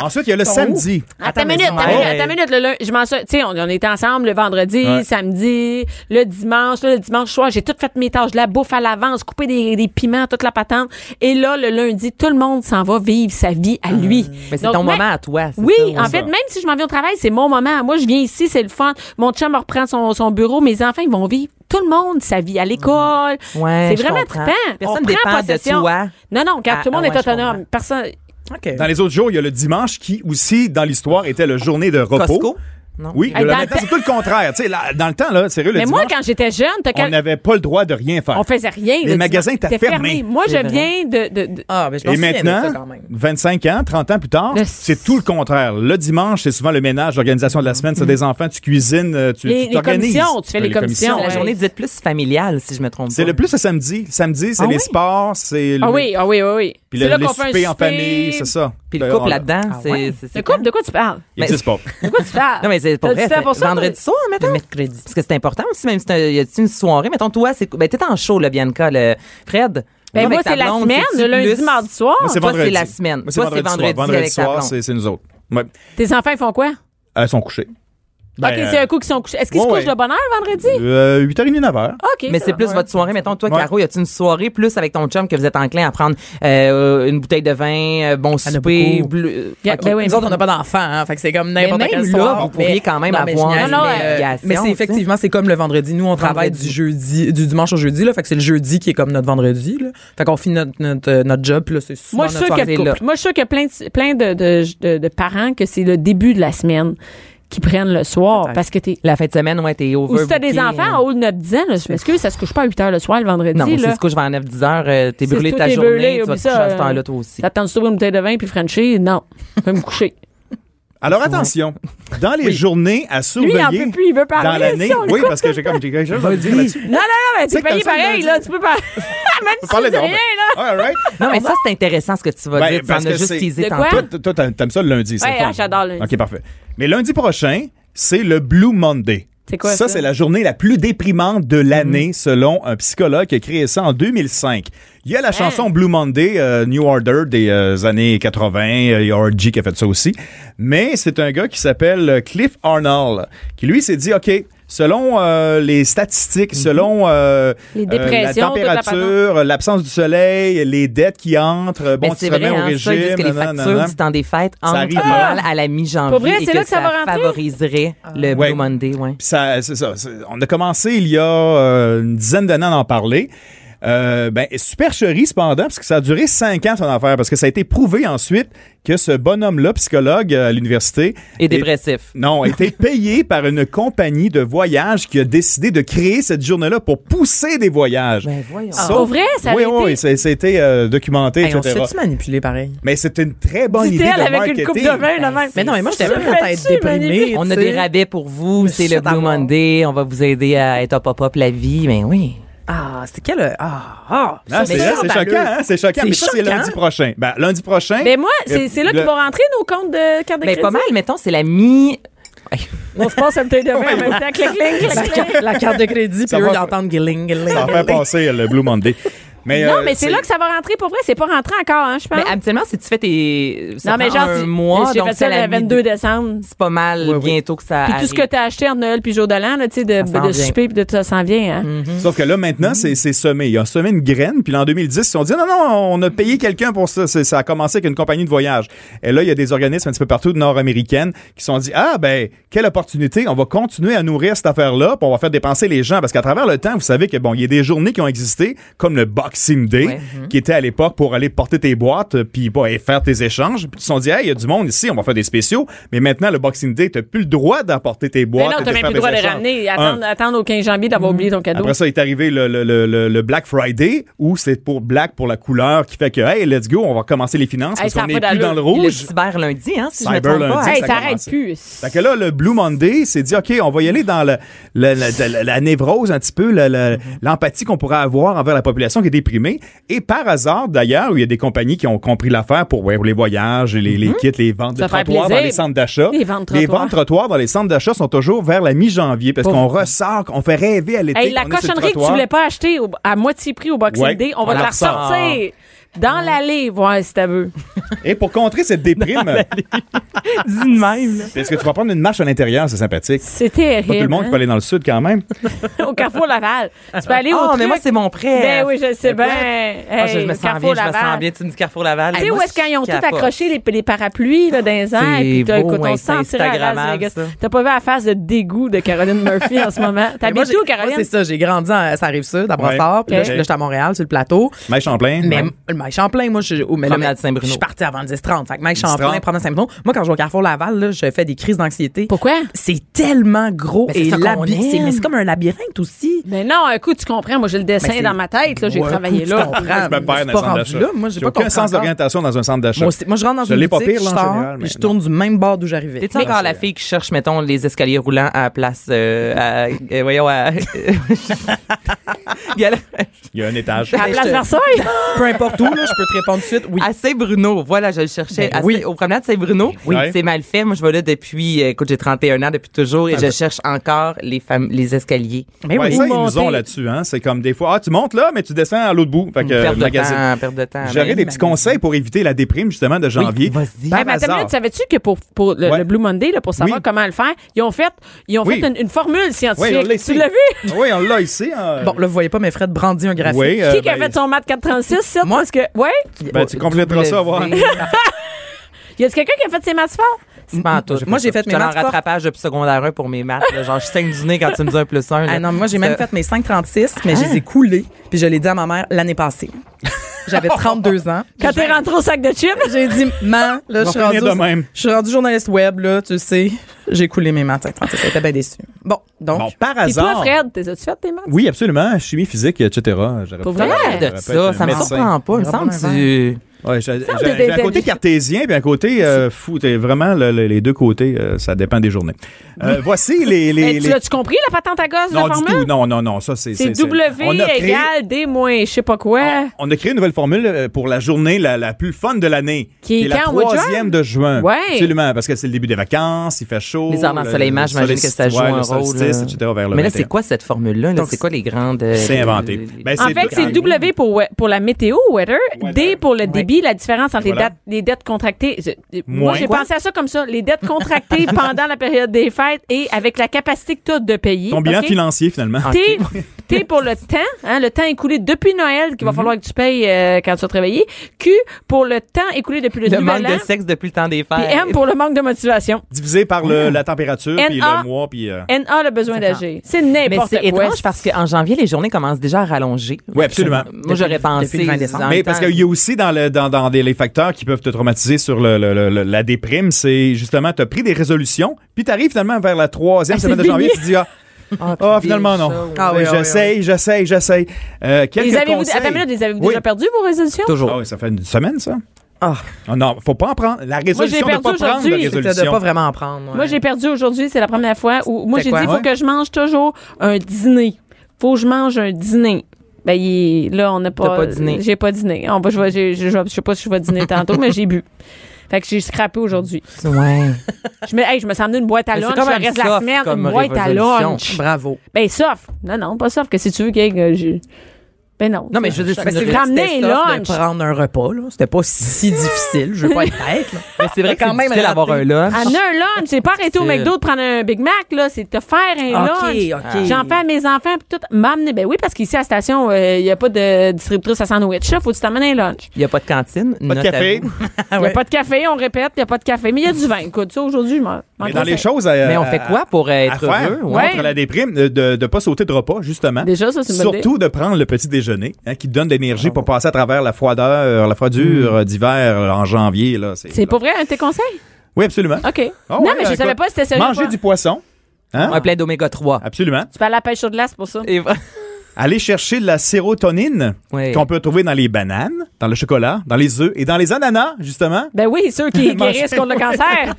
Speaker 3: Ensuite, il y a le
Speaker 2: sont
Speaker 3: samedi.
Speaker 1: Attends une
Speaker 2: mais
Speaker 1: minute,
Speaker 2: ils sont-
Speaker 1: attends une minute,
Speaker 4: Ouais.
Speaker 1: attends une minute, le lundi, je m'en souviens, tu sais, on, on était ensemble le vendredi,
Speaker 3: Ouais.
Speaker 1: samedi, le dimanche, là, le dimanche soir, j'ai tout fait mes tâches, de la bouffe à l'avance, couper des, des piments, toute la patente. Et là, le lundi, tout le monde s'en va vivre sa vie à lui.
Speaker 4: Mais Hum. Ben, c'est
Speaker 1: Donc,
Speaker 4: ton
Speaker 1: même-
Speaker 4: moment à toi. c'est
Speaker 1: Oui,
Speaker 4: ça,
Speaker 1: en fait, même si je m'en viens au travail, c'est mon moment. Moi, je viens ici, c'est le fun. Mon chum me reprend son, son bureau, mes enfants, ils vont vivre tout le monde sa vie à l'école.
Speaker 4: Hum. Ouais,
Speaker 1: c'est
Speaker 4: je
Speaker 1: vraiment
Speaker 4: comprends.
Speaker 1: trippant.
Speaker 4: Personne
Speaker 1: On prend
Speaker 4: dépend de
Speaker 1: possession.
Speaker 4: toi.
Speaker 1: Non, non, car
Speaker 4: Ah,
Speaker 1: tout le monde
Speaker 4: ah
Speaker 1: est
Speaker 4: ouais, je
Speaker 1: autonome.
Speaker 4: comprends.
Speaker 1: Personne.
Speaker 2: OK.
Speaker 3: Dans les autres jours, il y a le dimanche qui aussi, dans l'histoire, était la journée de repos.
Speaker 4: Costco? Non.
Speaker 3: Oui,
Speaker 1: Hey,
Speaker 3: là,
Speaker 1: dans
Speaker 3: maintenant,
Speaker 1: le
Speaker 3: c'est tout le contraire. Tu sais, là, dans le temps, là, sérieux, le
Speaker 1: Mais moi,
Speaker 3: dimanche,
Speaker 1: quand j'étais jeune, t'as
Speaker 3: on
Speaker 1: quel-
Speaker 3: n'avait pas le droit de rien faire.
Speaker 1: on faisait rien. le
Speaker 3: Les
Speaker 1: dimanche.
Speaker 3: magasins étaient
Speaker 1: C'était
Speaker 3: fermés.
Speaker 1: Moi, je
Speaker 4: C'est vrai.
Speaker 1: viens de. de- de-
Speaker 2: Ah, mais je pense
Speaker 3: Et
Speaker 2: que c'est bien de ça,
Speaker 3: maintenant,
Speaker 2: quand même.
Speaker 3: 25 ans, 30 ans plus tard,
Speaker 1: Le-
Speaker 3: c'est tout le contraire. Le dimanche, c'est souvent le ménage, l'organisation de la semaine, c'est des enfants, tu cuisines, euh, tu
Speaker 1: Mm-hmm. Les-
Speaker 3: tu t'organises.
Speaker 1: les commissions, tu fais les commissions.
Speaker 4: La
Speaker 1: Ouais.
Speaker 4: journée dite plus familiale, si je me trompe
Speaker 3: C'est
Speaker 4: pas.
Speaker 3: le plus le samedi. Le Samedi, c'est
Speaker 4: Ah
Speaker 3: les
Speaker 4: oui?
Speaker 3: sports, c'est le,
Speaker 1: Ah oui, ah oui, ah oui.
Speaker 3: puis
Speaker 1: C'est
Speaker 3: le,
Speaker 1: là
Speaker 3: les
Speaker 1: qu'on fait un
Speaker 3: soupers en
Speaker 1: souper.
Speaker 3: famille, c'est ça. Ben,
Speaker 4: Puis le couple
Speaker 3: On-
Speaker 4: là-dedans, c'est.
Speaker 2: ouais?
Speaker 4: c'est- c'est
Speaker 1: Ah Le couple, de quoi tu parles?
Speaker 3: Il n'existe pas.
Speaker 1: De quoi tu parles?
Speaker 4: [LAUGHS] Non, mais c'est
Speaker 1: T'as
Speaker 4: pas
Speaker 1: du
Speaker 4: vrai.
Speaker 1: temps
Speaker 4: c'est
Speaker 1: pour ça,
Speaker 4: vendredi
Speaker 1: toi?
Speaker 4: soir, mettons.
Speaker 2: mercredi.
Speaker 4: Parce que c'est important aussi, même si t'as- y a une soirée. Mettons, toi, c'est. Ben, t'es en show, là, Bianca, le
Speaker 1: Ben,
Speaker 4: Fred. Toi,
Speaker 1: moi,
Speaker 4: avec ta
Speaker 1: c'est la
Speaker 4: blonde,
Speaker 1: semaine,
Speaker 4: c'est-tu
Speaker 1: le lundi,
Speaker 4: plus-
Speaker 1: mardi soir.
Speaker 3: Moi, c'est
Speaker 4: toi,
Speaker 3: vendredi.
Speaker 4: c'est la semaine.
Speaker 3: Moi, c'est
Speaker 4: Toi,
Speaker 3: vendredi
Speaker 4: c'est
Speaker 3: soir.
Speaker 4: vendredi
Speaker 3: Vendredi
Speaker 4: avec ta
Speaker 3: soir,
Speaker 4: blonde.
Speaker 3: c'est c'est nous autres. Ouais. ben,
Speaker 1: Tes enfants, ils font quoi?
Speaker 3: Elles sont couchées.
Speaker 1: OK,
Speaker 3: euh,
Speaker 1: c'est un coup qui sont couchés. Est-ce qu'ils
Speaker 3: ouais,
Speaker 1: se couchent
Speaker 3: ouais.
Speaker 1: de bonne heure vendredi?
Speaker 3: Euh, 8h30, 9h.
Speaker 1: OK.
Speaker 4: Mais
Speaker 1: ça
Speaker 4: c'est
Speaker 1: va.
Speaker 4: plus votre soirée. Mettons, toi,
Speaker 3: Ouais.
Speaker 4: Caro, y a-tu une soirée plus avec ton chum que vous êtes enclin à prendre euh, une bouteille de vin, euh, bon
Speaker 2: en a
Speaker 4: souper,
Speaker 2: beaucoup.
Speaker 4: bleu.
Speaker 1: Yeah,
Speaker 4: OK.
Speaker 1: ben oui.
Speaker 2: Nous autres, on n'a pas d'enfants, hein, fait que c'est comme n'importe
Speaker 4: Mais
Speaker 2: quel
Speaker 4: même
Speaker 2: soir.
Speaker 4: là, vous
Speaker 2: Mais-
Speaker 4: pourriez quand même
Speaker 2: non, mais
Speaker 4: avoir
Speaker 2: je niaise,
Speaker 1: une
Speaker 2: mais, euh,
Speaker 4: obligation,
Speaker 2: Mais
Speaker 4: tu
Speaker 2: c'est
Speaker 4: sais.
Speaker 2: effectivement, c'est comme le vendredi. Nous, on travaille
Speaker 4: Vendredi.
Speaker 2: du jeudi, du dimanche au jeudi, là, fait que c'est le jeudi qui est comme notre vendredi, là. Fait qu'on finit notre, notre, euh, notre job, puis là, c'est souvent
Speaker 1: Moi, je suis
Speaker 2: notre
Speaker 1: sûre
Speaker 2: soirée
Speaker 1: que-
Speaker 2: là.
Speaker 1: moi, je suis sûre qu'il y a plein de, plein de, de, de- de parents que c'est le début de la semaine qui prennent le soir parce que t'es.
Speaker 4: La fin de semaine, ouais, t'es over.
Speaker 1: Ou si t'as des
Speaker 4: booké,
Speaker 1: enfants
Speaker 4: euh,
Speaker 1: en haut de 9 10 ans, là, je m'excuse, ça se couche pas à 8 heures le soir le vendredi.
Speaker 4: Non, mais si
Speaker 1: là.
Speaker 4: tu te couches vers 9-10 heures, euh, t'es
Speaker 1: C'est
Speaker 4: brûlé de
Speaker 1: toi,
Speaker 4: ta
Speaker 1: t'es
Speaker 4: journée,
Speaker 1: brûlé,
Speaker 4: tu vas
Speaker 1: oublie
Speaker 4: te coucher
Speaker 1: ça,
Speaker 4: à cette
Speaker 1: euh,
Speaker 4: heure-là, toi aussi.
Speaker 1: T'attends de s'ouvrir une bouteille de vin puis Frenchie? Non. Je vais me coucher.
Speaker 3: Alors attention, dans les journées à
Speaker 1: Lui,
Speaker 3: surveiller
Speaker 1: il en peut plus, il veut parler.
Speaker 3: dans l'année,
Speaker 1: si on le
Speaker 3: oui,
Speaker 1: coupe
Speaker 3: parce que j'ai comme j'ai quelque chose à vous dire là-dessus.
Speaker 1: [LAUGHS] Non, non, non, mais
Speaker 3: C'est
Speaker 1: t'es
Speaker 3: que
Speaker 1: payé
Speaker 3: t'as le seul
Speaker 1: pareil,
Speaker 3: de
Speaker 1: là.
Speaker 3: le
Speaker 1: Tu peux pas. [LAUGHS] Même si
Speaker 3: Parlez
Speaker 1: tu dis
Speaker 3: donc.
Speaker 1: rien, là.
Speaker 3: All right.
Speaker 4: Non, mais ça, c'est intéressant ce que tu vas
Speaker 3: Ben,
Speaker 4: dire. Tu
Speaker 3: parce
Speaker 4: en as
Speaker 3: que
Speaker 4: juste
Speaker 3: c'est-
Speaker 4: teasé
Speaker 1: De
Speaker 4: tantôt.
Speaker 1: quoi?
Speaker 3: Toi, t- toi, t'aimes t'aimes ça le lundi, c'est
Speaker 1: Ouais,
Speaker 3: fun.
Speaker 1: ah, j'adore le lundi.
Speaker 3: OK, parfait. Mais lundi prochain, c'est le Blue Monday.
Speaker 1: C'est quoi ça? Mm-hmm.
Speaker 3: c'est la journée la plus déprimante de l'année, selon un psychologue qui a créé ça en 2005. Il y a
Speaker 1: Hein?
Speaker 3: la chanson Blue Monday, euh, New Order des euh, années 80. euh, Il y a R.G. qui a fait ça aussi. Mais c'est un gars qui s'appelle euh, Cliff Arnold, qui lui s'est dit, OK, selon euh, les statistiques, selon euh,
Speaker 1: Mm-hmm. Les
Speaker 3: euh, la
Speaker 1: dépressions, toute la patente.
Speaker 3: température, l'absence du soleil, les dettes qui entrent, euh,
Speaker 4: Mais
Speaker 3: bon, tu
Speaker 4: c'est
Speaker 3: te
Speaker 4: vrai,
Speaker 3: remets au
Speaker 4: hein,
Speaker 3: régime.
Speaker 4: ça, ils disent que les
Speaker 3: nanana,
Speaker 4: factures
Speaker 3: nanana.
Speaker 4: du temps des fêtes entrent
Speaker 3: arrive,
Speaker 4: en
Speaker 3: hein.
Speaker 4: mal à la mi-janvier
Speaker 1: Pour vrai,
Speaker 4: et
Speaker 1: c'est
Speaker 4: que,
Speaker 1: là que ça va rentrer?
Speaker 4: favoriserait le
Speaker 3: Ouais.
Speaker 4: Blue Monday, ouais.
Speaker 3: Puis ça, c'est ça. c'est- On a commencé il y a euh, une dizaine d'années à en parler. Euh, ben, supercherie cependant, parce que ça a duré cinq ans son affaire, parce que ça a été prouvé ensuite que ce bonhomme-là, psychologue euh, à l'université,
Speaker 4: Et
Speaker 3: est-
Speaker 4: dépressif.
Speaker 3: [LAUGHS] non, a été payé par une compagnie de voyage qui a décidé de créer cette journée-là pour pousser des voyages.
Speaker 4: Ben voyons. Ben,
Speaker 3: Sauf-
Speaker 1: Ah, Pour vrai, ça a
Speaker 3: oui,
Speaker 1: été-
Speaker 3: oui, c'est- ça a été euh, documenté,
Speaker 2: Hey, on se
Speaker 3: etc.
Speaker 2: fait-tu manipuler pareil?
Speaker 3: Mais c'est une très bonne idée de
Speaker 1: Dit-elle avec une
Speaker 3: marketing.
Speaker 1: coupe de vin, là, même.
Speaker 2: Mais non, mais moi, j'étais
Speaker 1: Ça
Speaker 2: vraiment à être
Speaker 1: fait-tu,
Speaker 2: déprimée.
Speaker 1: Manipé?
Speaker 4: On
Speaker 2: tu
Speaker 4: a
Speaker 2: sais.
Speaker 4: des rabais pour vous, c'est
Speaker 2: shit
Speaker 4: le
Speaker 2: à
Speaker 4: Blue
Speaker 2: voir.
Speaker 4: Monday, on va vous aider à être au pop-up la vie, mais oui.
Speaker 2: Ah, c'était quel. Ah, ah.
Speaker 3: Non, c'est là, c'est choquant, hein, c'est choquant.
Speaker 2: C'est
Speaker 3: mais ça, c'est
Speaker 2: choquant.
Speaker 3: lundi prochain. Ben, lundi prochain.
Speaker 1: Mais moi,
Speaker 3: euh,
Speaker 1: c'est c'est là
Speaker 3: le-
Speaker 1: qu'ils vont rentrer nos comptes de carte de
Speaker 4: Mais
Speaker 1: crédit.
Speaker 4: Ben, pas mal, mettons, c'est la
Speaker 1: Hein?
Speaker 4: mi...
Speaker 1: On se passe un bouteille de vin en même temps. Clic, clic, clic, clic.
Speaker 2: La carte de crédit,
Speaker 3: Ça
Speaker 2: puis eux,
Speaker 3: va-
Speaker 2: ils entendent guiling, guiling.
Speaker 3: Ça va faire passer euh, le
Speaker 1: [LAUGHS]
Speaker 3: Blue Monday. Mais,
Speaker 1: Non,
Speaker 3: euh,
Speaker 1: mais c'est là que ça va rentrer. Pour vrai, c'est pas rentré encore, hein, je pense.
Speaker 4: Mais ben, habituellement, si tu fais tes... ça
Speaker 1: non, mais
Speaker 4: prend
Speaker 1: genre,
Speaker 4: un
Speaker 1: si-
Speaker 4: mois,
Speaker 1: j'ai
Speaker 4: donc
Speaker 1: fait ça
Speaker 4: c'est la
Speaker 1: le
Speaker 4: mi-
Speaker 1: 22 décembre.
Speaker 4: C'est pas mal
Speaker 2: Oui, oui.
Speaker 4: bientôt que ça
Speaker 1: Puis tout ce que
Speaker 4: arrive.
Speaker 1: t'as acheté en Noël puis jour de l'an, là, tu sais, de,
Speaker 4: Ça s'en
Speaker 1: de
Speaker 4: vient.
Speaker 1: souper puis de tout ça s'en vient, hein.
Speaker 3: Sauf que là, maintenant, c'est c'est semé. Ils ont semé une graine, puis en 2010, ils se sont dit non, non, on a payé quelqu'un pour ça. C'est- Ça a commencé avec une compagnie de voyage. Et là, il y a des organismes un petit peu partout nord-américaines qui se sont dit ah, ben, quelle opportunité, on va continuer à nourrir cette affaire-là, puis on va faire dépenser les gens. Parce qu'à travers le temps, vous savez que, bon, il y a des journées qui ont existé, comme le Boxing Day,
Speaker 4: Ouais.
Speaker 1: mhm.
Speaker 3: qui était à l'époque pour aller porter tes boîtes, euh, puis bah, et faire tes échanges. Puis ils se sont dit hey, il y a du monde ici, on va faire des spéciaux. Mais maintenant, le Boxing Day, t'as plus le droit d'apporter tes boîtes.
Speaker 1: Mais non,
Speaker 3: et de
Speaker 1: t'as même
Speaker 3: faire
Speaker 1: plus le
Speaker 3: des
Speaker 1: droit de les
Speaker 3: échanges.
Speaker 1: ramener.
Speaker 3: Un.
Speaker 1: Attendre, attendre au 15 janvier d'avoir oublié ton cadeau.
Speaker 3: Après ça est arrivé le, le- le- le- le Black Friday où c'est pour black pour la couleur qui fait que hey let's go on va commencer les finances
Speaker 1: Hey,
Speaker 3: parce
Speaker 1: ça a pas
Speaker 3: qu'on n'est plus
Speaker 1: d'allure.
Speaker 3: dans le
Speaker 4: Le
Speaker 3: rouge.
Speaker 4: cyber lundi, hein, si je me
Speaker 3: Cyber
Speaker 4: trompe pas.
Speaker 3: lundi,
Speaker 1: Hey,
Speaker 3: ça
Speaker 1: ça,
Speaker 3: a
Speaker 1: arrête
Speaker 3: commencé.
Speaker 1: plus.
Speaker 3: Fait que là, le Blue Monday s'est dit, OK, on va y aller dans le- la, la- la- la- la névrose un petit peu, la-
Speaker 1: Mm-hmm.
Speaker 3: la- l'empathie qu'on pourrait avoir envers la population qui est déprimée. Et par hasard, d'ailleurs, où il y a des compagnies qui ont compris l'affaire pour, ouais, pour les voyages, les, les kits, les ventes de
Speaker 1: Mm-hmm. Ça fait
Speaker 3: trottoirs dans
Speaker 1: plaisir.
Speaker 3: les centres d'achat.
Speaker 1: Les ventes
Speaker 3: Les
Speaker 1: trottoirs.
Speaker 3: ventes trottoirs dans les centres d'achat sont toujours vers la mi-janvier parce
Speaker 1: Pauvre.
Speaker 3: qu'on ressort, on fait rêver à l'été.
Speaker 1: Hey, la
Speaker 3: on est sur le
Speaker 1: cochonnerie que tu
Speaker 3: trottoir.
Speaker 1: voulais pas acheter au- à moitié prix au Boxing
Speaker 3: Ouais,
Speaker 1: Day, on
Speaker 4: on
Speaker 1: va te
Speaker 4: la
Speaker 1: la
Speaker 4: ressort.
Speaker 1: ressortir dans l'allée, voir si t'as veux.
Speaker 3: Et pour contrer
Speaker 1: [LAUGHS]
Speaker 3: cette déprime,
Speaker 4: Dis de même, là.
Speaker 3: est-ce que tu vas prendre une marche à l'intérieur, c'est sympathique.
Speaker 1: C'est
Speaker 3: Pas
Speaker 1: terrible.
Speaker 3: tout le monde qui peut aller dans le sud quand même.
Speaker 1: hein. [LAUGHS] au Carrefour Laval. Tu peux aller au
Speaker 4: Oh, mais
Speaker 1: truc.
Speaker 4: moi, c'est mon prêt.
Speaker 1: Ben oui, je le sais bien.
Speaker 4: Ah, je,
Speaker 1: Hey,
Speaker 4: je me
Speaker 1: au
Speaker 4: sens bien,
Speaker 1: Carrefour
Speaker 4: je me sens
Speaker 1: Laval.
Speaker 4: bien. Tu me dis Carrefour Laval. Ben
Speaker 1: Tu sais,
Speaker 4: Moi,
Speaker 1: où est-ce qu'ils ont
Speaker 4: je
Speaker 1: tout
Speaker 4: capote.
Speaker 1: accroché les, les parapluis là, dans les airs? Puis t'as-
Speaker 4: beau,
Speaker 1: écoute,
Speaker 4: hein,
Speaker 1: on se
Speaker 4: c'est
Speaker 1: sentirait à Las
Speaker 4: instagrammable,
Speaker 1: Vegas.
Speaker 4: ça.
Speaker 1: T'as pas vu la face de dégoût de Caroline Murphy en ce moment?
Speaker 2: Mais moi,
Speaker 1: T'habites où,
Speaker 2: j'ai- moi,
Speaker 1: Caroline?
Speaker 2: C'est ça, j'ai grandi, en- ça arrive ça, d'abord
Speaker 3: Ouais.
Speaker 2: fort. Puis là,
Speaker 1: Ok.
Speaker 2: je- là, j'étais à Montréal, sur le plateau.
Speaker 3: Mais Champlain.
Speaker 2: Mais
Speaker 3: ouais.
Speaker 2: le Mike Champlain, moi, je, oh, mais
Speaker 4: Promenade
Speaker 2: le-
Speaker 4: Saint-Bruno.
Speaker 2: je suis partie avant 10h30. Fait que Mike Champlain,
Speaker 3: 10h30.
Speaker 2: promenade Saint-Bruno. Moi, quand je vais au Carrefour Laval, là, je fais des crises d'anxiété.
Speaker 1: Pourquoi?
Speaker 2: C'est tellement gros
Speaker 4: Mais c'est
Speaker 2: et
Speaker 4: ça qu'on aime.
Speaker 2: labyrinthe. C'est- Mais c'est comme un labyrinthe aussi.
Speaker 1: Mais non, un coup, tu comprends. Moi, j'ai le dessin
Speaker 2: Mais c'est-
Speaker 1: dans ma tête. là J'ai
Speaker 2: Ouais,
Speaker 1: travaillé
Speaker 2: tu
Speaker 1: là.
Speaker 2: comprends.
Speaker 3: Ah, je me perds
Speaker 2: suis
Speaker 3: dans
Speaker 2: pas
Speaker 3: un centre
Speaker 2: rendu
Speaker 3: d'achat.
Speaker 2: là. Moi, j'ai pas
Speaker 3: aucun
Speaker 2: compris
Speaker 3: sens
Speaker 2: encore.
Speaker 3: d'orientation dans un centre d'achat.
Speaker 2: Moi, aussi- moi, je rentre dans
Speaker 3: Je
Speaker 2: une
Speaker 3: l'ai pas
Speaker 2: boutique,
Speaker 3: pire,
Speaker 2: je
Speaker 3: là, en
Speaker 2: sors,
Speaker 3: général, mais
Speaker 2: puis je
Speaker 3: non.
Speaker 2: tourne du même bord d'où j'arrivais.
Speaker 4: T'es-tu encore la fille qui cherche, mettons,
Speaker 3: [LAUGHS]
Speaker 4: [LAUGHS] les escaliers roulants à place, euh, à, euh, voyons, à- Puis elle-
Speaker 3: Il y a un étage.
Speaker 1: À la
Speaker 4: Mais
Speaker 1: place
Speaker 4: je-
Speaker 1: Versailles.
Speaker 2: Peu importe où, là, je peux te répondre tout de suite. Oui.
Speaker 4: [LAUGHS] À Saint-Bruno, voilà, je le cherchais.
Speaker 2: Ben
Speaker 4: À
Speaker 2: oui.
Speaker 4: Saint- Au promenade Saint-Bruno,
Speaker 3: Oui.
Speaker 4: c'est mal fait. Moi, je vais là depuis, euh, écoute, j'ai 31 ans depuis toujours et je cherche encore les, fam- les escaliers.
Speaker 2: Ah, ben. Mais
Speaker 3: Ouais,
Speaker 2: oui.
Speaker 3: ça, ils nous ont
Speaker 1: monter.
Speaker 3: là-dessus. Hein? C'est comme des fois, ah, tu montes là, mais tu descends à l'autre bout. Fait que,
Speaker 2: euh,
Speaker 4: perte, de
Speaker 3: magasin-
Speaker 4: temps, perte de temps.
Speaker 3: J'aurais
Speaker 4: Mais-
Speaker 3: des petits conseils pour éviter la déprime, justement, de janvier.
Speaker 4: vas-y.
Speaker 2: Ben,
Speaker 3: Par
Speaker 1: Hey, mais attends une
Speaker 3: hasard.
Speaker 1: minute, savais-tu que pour, pour le,
Speaker 3: Ouais.
Speaker 1: le Blue Monday, là, pour savoir
Speaker 3: Oui.
Speaker 1: comment le faire, ils ont fait, ils ont
Speaker 3: Oui.
Speaker 1: fait une, une formule
Speaker 3: Oui,
Speaker 1: scientifique.
Speaker 3: on l'a ici. Ah
Speaker 1: tu l'as vu?
Speaker 3: Oui, on l'a ici. hein.
Speaker 2: Bon, là, vous voyez pas, mais Fred brandit un graphique.
Speaker 3: oui, euh,
Speaker 1: qui qui a
Speaker 3: ben,
Speaker 1: fait son maths 436, ça?
Speaker 2: Moi?
Speaker 1: Parce que, ouais.
Speaker 3: ben, tu compléteras ça, à
Speaker 4: [LAUGHS]
Speaker 3: voir.
Speaker 1: Y a quelqu'un qui a fait ses maths forts?
Speaker 4: Pas en tout.
Speaker 2: Moi, j'ai fait mes
Speaker 4: J'étais en
Speaker 2: maths fortes.
Speaker 4: rattrapage depuis secondaire 1 pour mes maths. là. Genre, je saigne du nez quand tu me dis un plus un. là.
Speaker 2: Ah non, moi, j'ai même
Speaker 4: Ça- Ah.
Speaker 2: fait mes 5,36, mais je les ai coulés, puis je l'ai dit à ma mère l'année
Speaker 4: [LAUGHS]
Speaker 2: passée. J'avais 32 ans.
Speaker 1: Quand
Speaker 3: Ben,
Speaker 1: t'es rentré au sac de chips?
Speaker 2: J'ai dit, man, là, je suis
Speaker 3: finir
Speaker 2: rendue
Speaker 3: de
Speaker 2: au-
Speaker 3: même.
Speaker 2: Je suis rendu journaliste web, là, tu sais. J'ai coulé mes maths 5,36. J'étais bien déçue. Bon, donc.
Speaker 3: Bon, par
Speaker 1: Pis toi,
Speaker 3: hasard.
Speaker 1: Fred, t'es as-tu fait tes maths?
Speaker 3: Oui, absolument. Chimie, physique, etc. J'aurais
Speaker 1: Pour
Speaker 3: pas-
Speaker 1: vrai?
Speaker 3: j'aurais
Speaker 4: de
Speaker 3: pas
Speaker 4: ça,
Speaker 3: été
Speaker 4: ça me
Speaker 3: médecin.
Speaker 4: surprend pas. Il me semble que tu.
Speaker 3: Ouais, j'ai j'ai-
Speaker 1: t'es-
Speaker 3: j'ai un
Speaker 1: t'es-
Speaker 3: côté cartésien puis un côté euh, fou. T'es vraiment le- le- les deux côtés, euh, ça dépend des journées. Euh,
Speaker 1: [LAUGHS]
Speaker 3: voici les. les,
Speaker 1: Eh, tu
Speaker 3: les-
Speaker 1: l'as-tu compris, la patente à gosse,
Speaker 3: Non,
Speaker 1: la
Speaker 3: du
Speaker 1: formule?
Speaker 3: tout. Non, non, non. Ça, c'est.
Speaker 1: C'est
Speaker 3: on
Speaker 1: W
Speaker 3: a créé-
Speaker 1: égale D moins je sais pas quoi.
Speaker 3: On a créé une nouvelle formule euh, pour la journée la, la plus fun de l'année.
Speaker 1: Qui est
Speaker 3: la
Speaker 1: quand, au mois de
Speaker 3: troisième de juin.
Speaker 1: Ouais.
Speaker 3: Absolument, parce que c'est le début des vacances, il fait chaud.
Speaker 4: Les armes
Speaker 3: le-
Speaker 4: d'ensoleillement,
Speaker 3: le
Speaker 4: j'imagine que ça
Speaker 3: solstice,
Speaker 4: joue
Speaker 3: ouais,
Speaker 4: un
Speaker 3: le
Speaker 4: rôle.
Speaker 3: solstice,
Speaker 1: euh.
Speaker 4: là.
Speaker 3: etc., vers le
Speaker 4: Mais là,
Speaker 3: 21.
Speaker 4: c'est quoi cette formule-là? là?
Speaker 2: Donc,
Speaker 4: C'est quoi les grandes. euh,
Speaker 3: C'est inventé.
Speaker 4: les-
Speaker 3: Ben,
Speaker 1: En fait, c'est
Speaker 3: dans-
Speaker 1: W pour, we- pour la météo, weather, D pour le débit, la différence entre les,
Speaker 3: Voilà.
Speaker 1: dates, les dettes contractées. Je- moi,
Speaker 3: Moins
Speaker 1: j'ai
Speaker 3: quoi?
Speaker 1: pensé à ça comme ça. Les dettes contractées pendant la période des fêtes et avec la capacité que tu as de payer.
Speaker 3: Ton bilan
Speaker 1: OK? Ah.
Speaker 3: financier, finalement.
Speaker 1: T, T pour le temps, hein, le temps écoulé depuis Noël qu'il va falloir que tu payes euh, quand tu vas travailler. Q pour le temps écoulé depuis le,
Speaker 4: Le
Speaker 1: nouvel
Speaker 4: manque
Speaker 1: an.
Speaker 4: de sexe depuis le temps des
Speaker 1: Puis
Speaker 4: fêtes.
Speaker 1: M pour le manque de motivation.
Speaker 3: Divisé par
Speaker 1: Ah.
Speaker 3: le- la température, puis
Speaker 1: NA.
Speaker 3: le mois, puis. euh,
Speaker 1: NA, le besoin d'agir. C'est
Speaker 4: Mais
Speaker 1: n'importe quoi.
Speaker 4: c'est étrange parce qu'en janvier, les journées commencent déjà à rallonger.
Speaker 3: Oui, absolument.
Speaker 4: Moi, j'aurais pensé.
Speaker 2: depuis le 20 décembre.
Speaker 4: en
Speaker 3: Mais
Speaker 4: même
Speaker 3: parce
Speaker 4: temps-
Speaker 3: qu'il y a aussi dans, le, dans, dans des, les facteurs qui peuvent te traumatiser sur le, le- le- le- la déprime, c'est justement, tu as pris des résolutions, puis tu arrives finalement vers la troisième semaine de janvier, tu dis, ah,
Speaker 4: Ah,
Speaker 3: ah,
Speaker 4: puis
Speaker 3: finalement
Speaker 4: déjà,
Speaker 3: non.
Speaker 4: ouais.
Speaker 2: Ah oui, ah oui,
Speaker 3: j'essaye, j'essaye, j'essaye. Euh, quelques
Speaker 1: les avez-vous,
Speaker 3: conseils.
Speaker 1: attends une minute, les avez-vous
Speaker 3: Oui.
Speaker 1: déjà perdu vos résolutions?
Speaker 3: Ah
Speaker 4: Toujours.
Speaker 3: oui, ça fait une semaine, ça.
Speaker 2: Ah.
Speaker 3: Ah non, faut pas en prendre. La résolution de
Speaker 1: perdu
Speaker 3: pas prendre de
Speaker 1: aujourd'hui.
Speaker 2: C'était de
Speaker 3: résolution.
Speaker 2: pas vraiment en prendre. ouais.
Speaker 1: Moi, j'ai perdu aujourd'hui, c'est la première fois où moi j'ai dit
Speaker 2: C'était quoi?
Speaker 1: il faut
Speaker 3: Ouais.
Speaker 1: que je mange toujours un dîner. Faut que je mange un dîner. Ben il est- là on n'a pas,
Speaker 4: T'as pas dîné.
Speaker 1: J'ai pas dîné. On va je vais j'ai- je je sais pas si je vais dîner tantôt mais j'ai bu. Fait que j'ai scrappé aujourd'hui.
Speaker 4: [LAUGHS] Ouais.
Speaker 1: Je me hey, je me suis amené une boîte à
Speaker 4: Mais c'est
Speaker 1: lunch
Speaker 4: quand
Speaker 1: le
Speaker 4: même
Speaker 1: reste de la
Speaker 4: soft
Speaker 1: semaine,
Speaker 4: comme
Speaker 1: une boîte à
Speaker 4: résolution.
Speaker 1: lunch.
Speaker 2: Bravo.
Speaker 1: Ben sauf. Non non, pas sauf que si tu veux que que je Ben non.
Speaker 4: Non, mais je veux dire, c'est
Speaker 2: Ben,
Speaker 4: une
Speaker 2: c'est
Speaker 1: T'as
Speaker 4: ré-
Speaker 1: amené
Speaker 2: amené
Speaker 1: un
Speaker 2: lunch.
Speaker 1: lunch.
Speaker 2: de prendre un repas, là. C'était pas si
Speaker 4: [LAUGHS]
Speaker 2: difficile. Je veux pas être bête, là.
Speaker 4: Mais c'est vrai que
Speaker 2: Quand
Speaker 4: c'est
Speaker 2: même
Speaker 4: difficile d'avoir
Speaker 2: raté.
Speaker 4: un lunch.
Speaker 1: Amener un lunch, c'est pas arrêter au
Speaker 4: C'est-
Speaker 1: McDo de prendre un Big Mac, là, c'est de te faire un
Speaker 2: OK,
Speaker 1: lunch.
Speaker 2: OK.
Speaker 1: J'en fais à mes enfants, puis tout. M'amener, ben oui, parce qu'ici, à la station, il n'y a pas de distributrice à sandwich. Là, faut que tu t'amènes un lunch.
Speaker 4: Il n'y a pas de cantine.
Speaker 3: Pas de café.
Speaker 1: Il n'y a pas de café, on répète, il n'y a pas de café, mais il y a du vin. Écoute, ça, aujourd'hui, je m'en. m'en
Speaker 3: Mais dans les
Speaker 1: conseille.
Speaker 3: choses euh, à,
Speaker 4: Mais on fait quoi pour
Speaker 3: à-
Speaker 4: être
Speaker 3: à faire
Speaker 4: heureux?
Speaker 1: Ouais.
Speaker 3: contre la déprime, euh, de ne pas sauter de repas, justement.
Speaker 1: Déjà, ça, c'est une bonne idée. Ah
Speaker 3: Surtout de prendre le petit déjeuner hein, qui te donne de l'énergie pour passer à travers la froideur, la froidure euh, d'hiver euh, en janvier. Là,
Speaker 1: Mm. C'est pas vrai, un de tes conseils?
Speaker 3: Oui, absolument.
Speaker 1: OK.
Speaker 3: Ah
Speaker 1: non,
Speaker 3: ouais,
Speaker 1: mais je
Speaker 3: écoute,
Speaker 1: savais pas si c'était sérieux. Ah. ou
Speaker 3: Manger
Speaker 1: pas.
Speaker 3: du poisson. Hein?
Speaker 4: Un plein d'oméga 3.
Speaker 3: Absolument.
Speaker 1: Tu peux aller à la pêche sur glace pour ça.
Speaker 4: Et va-
Speaker 3: Aller chercher de la sérotonine
Speaker 4: Ouais.
Speaker 3: qu'on peut trouver dans les bananes, dans le chocolat, dans les œufs et dans les ananas, justement.
Speaker 1: Ben oui, ceux [LAUGHS] qui
Speaker 3: Manger-
Speaker 1: guérissent contre le
Speaker 3: [LAUGHS]
Speaker 1: cancer.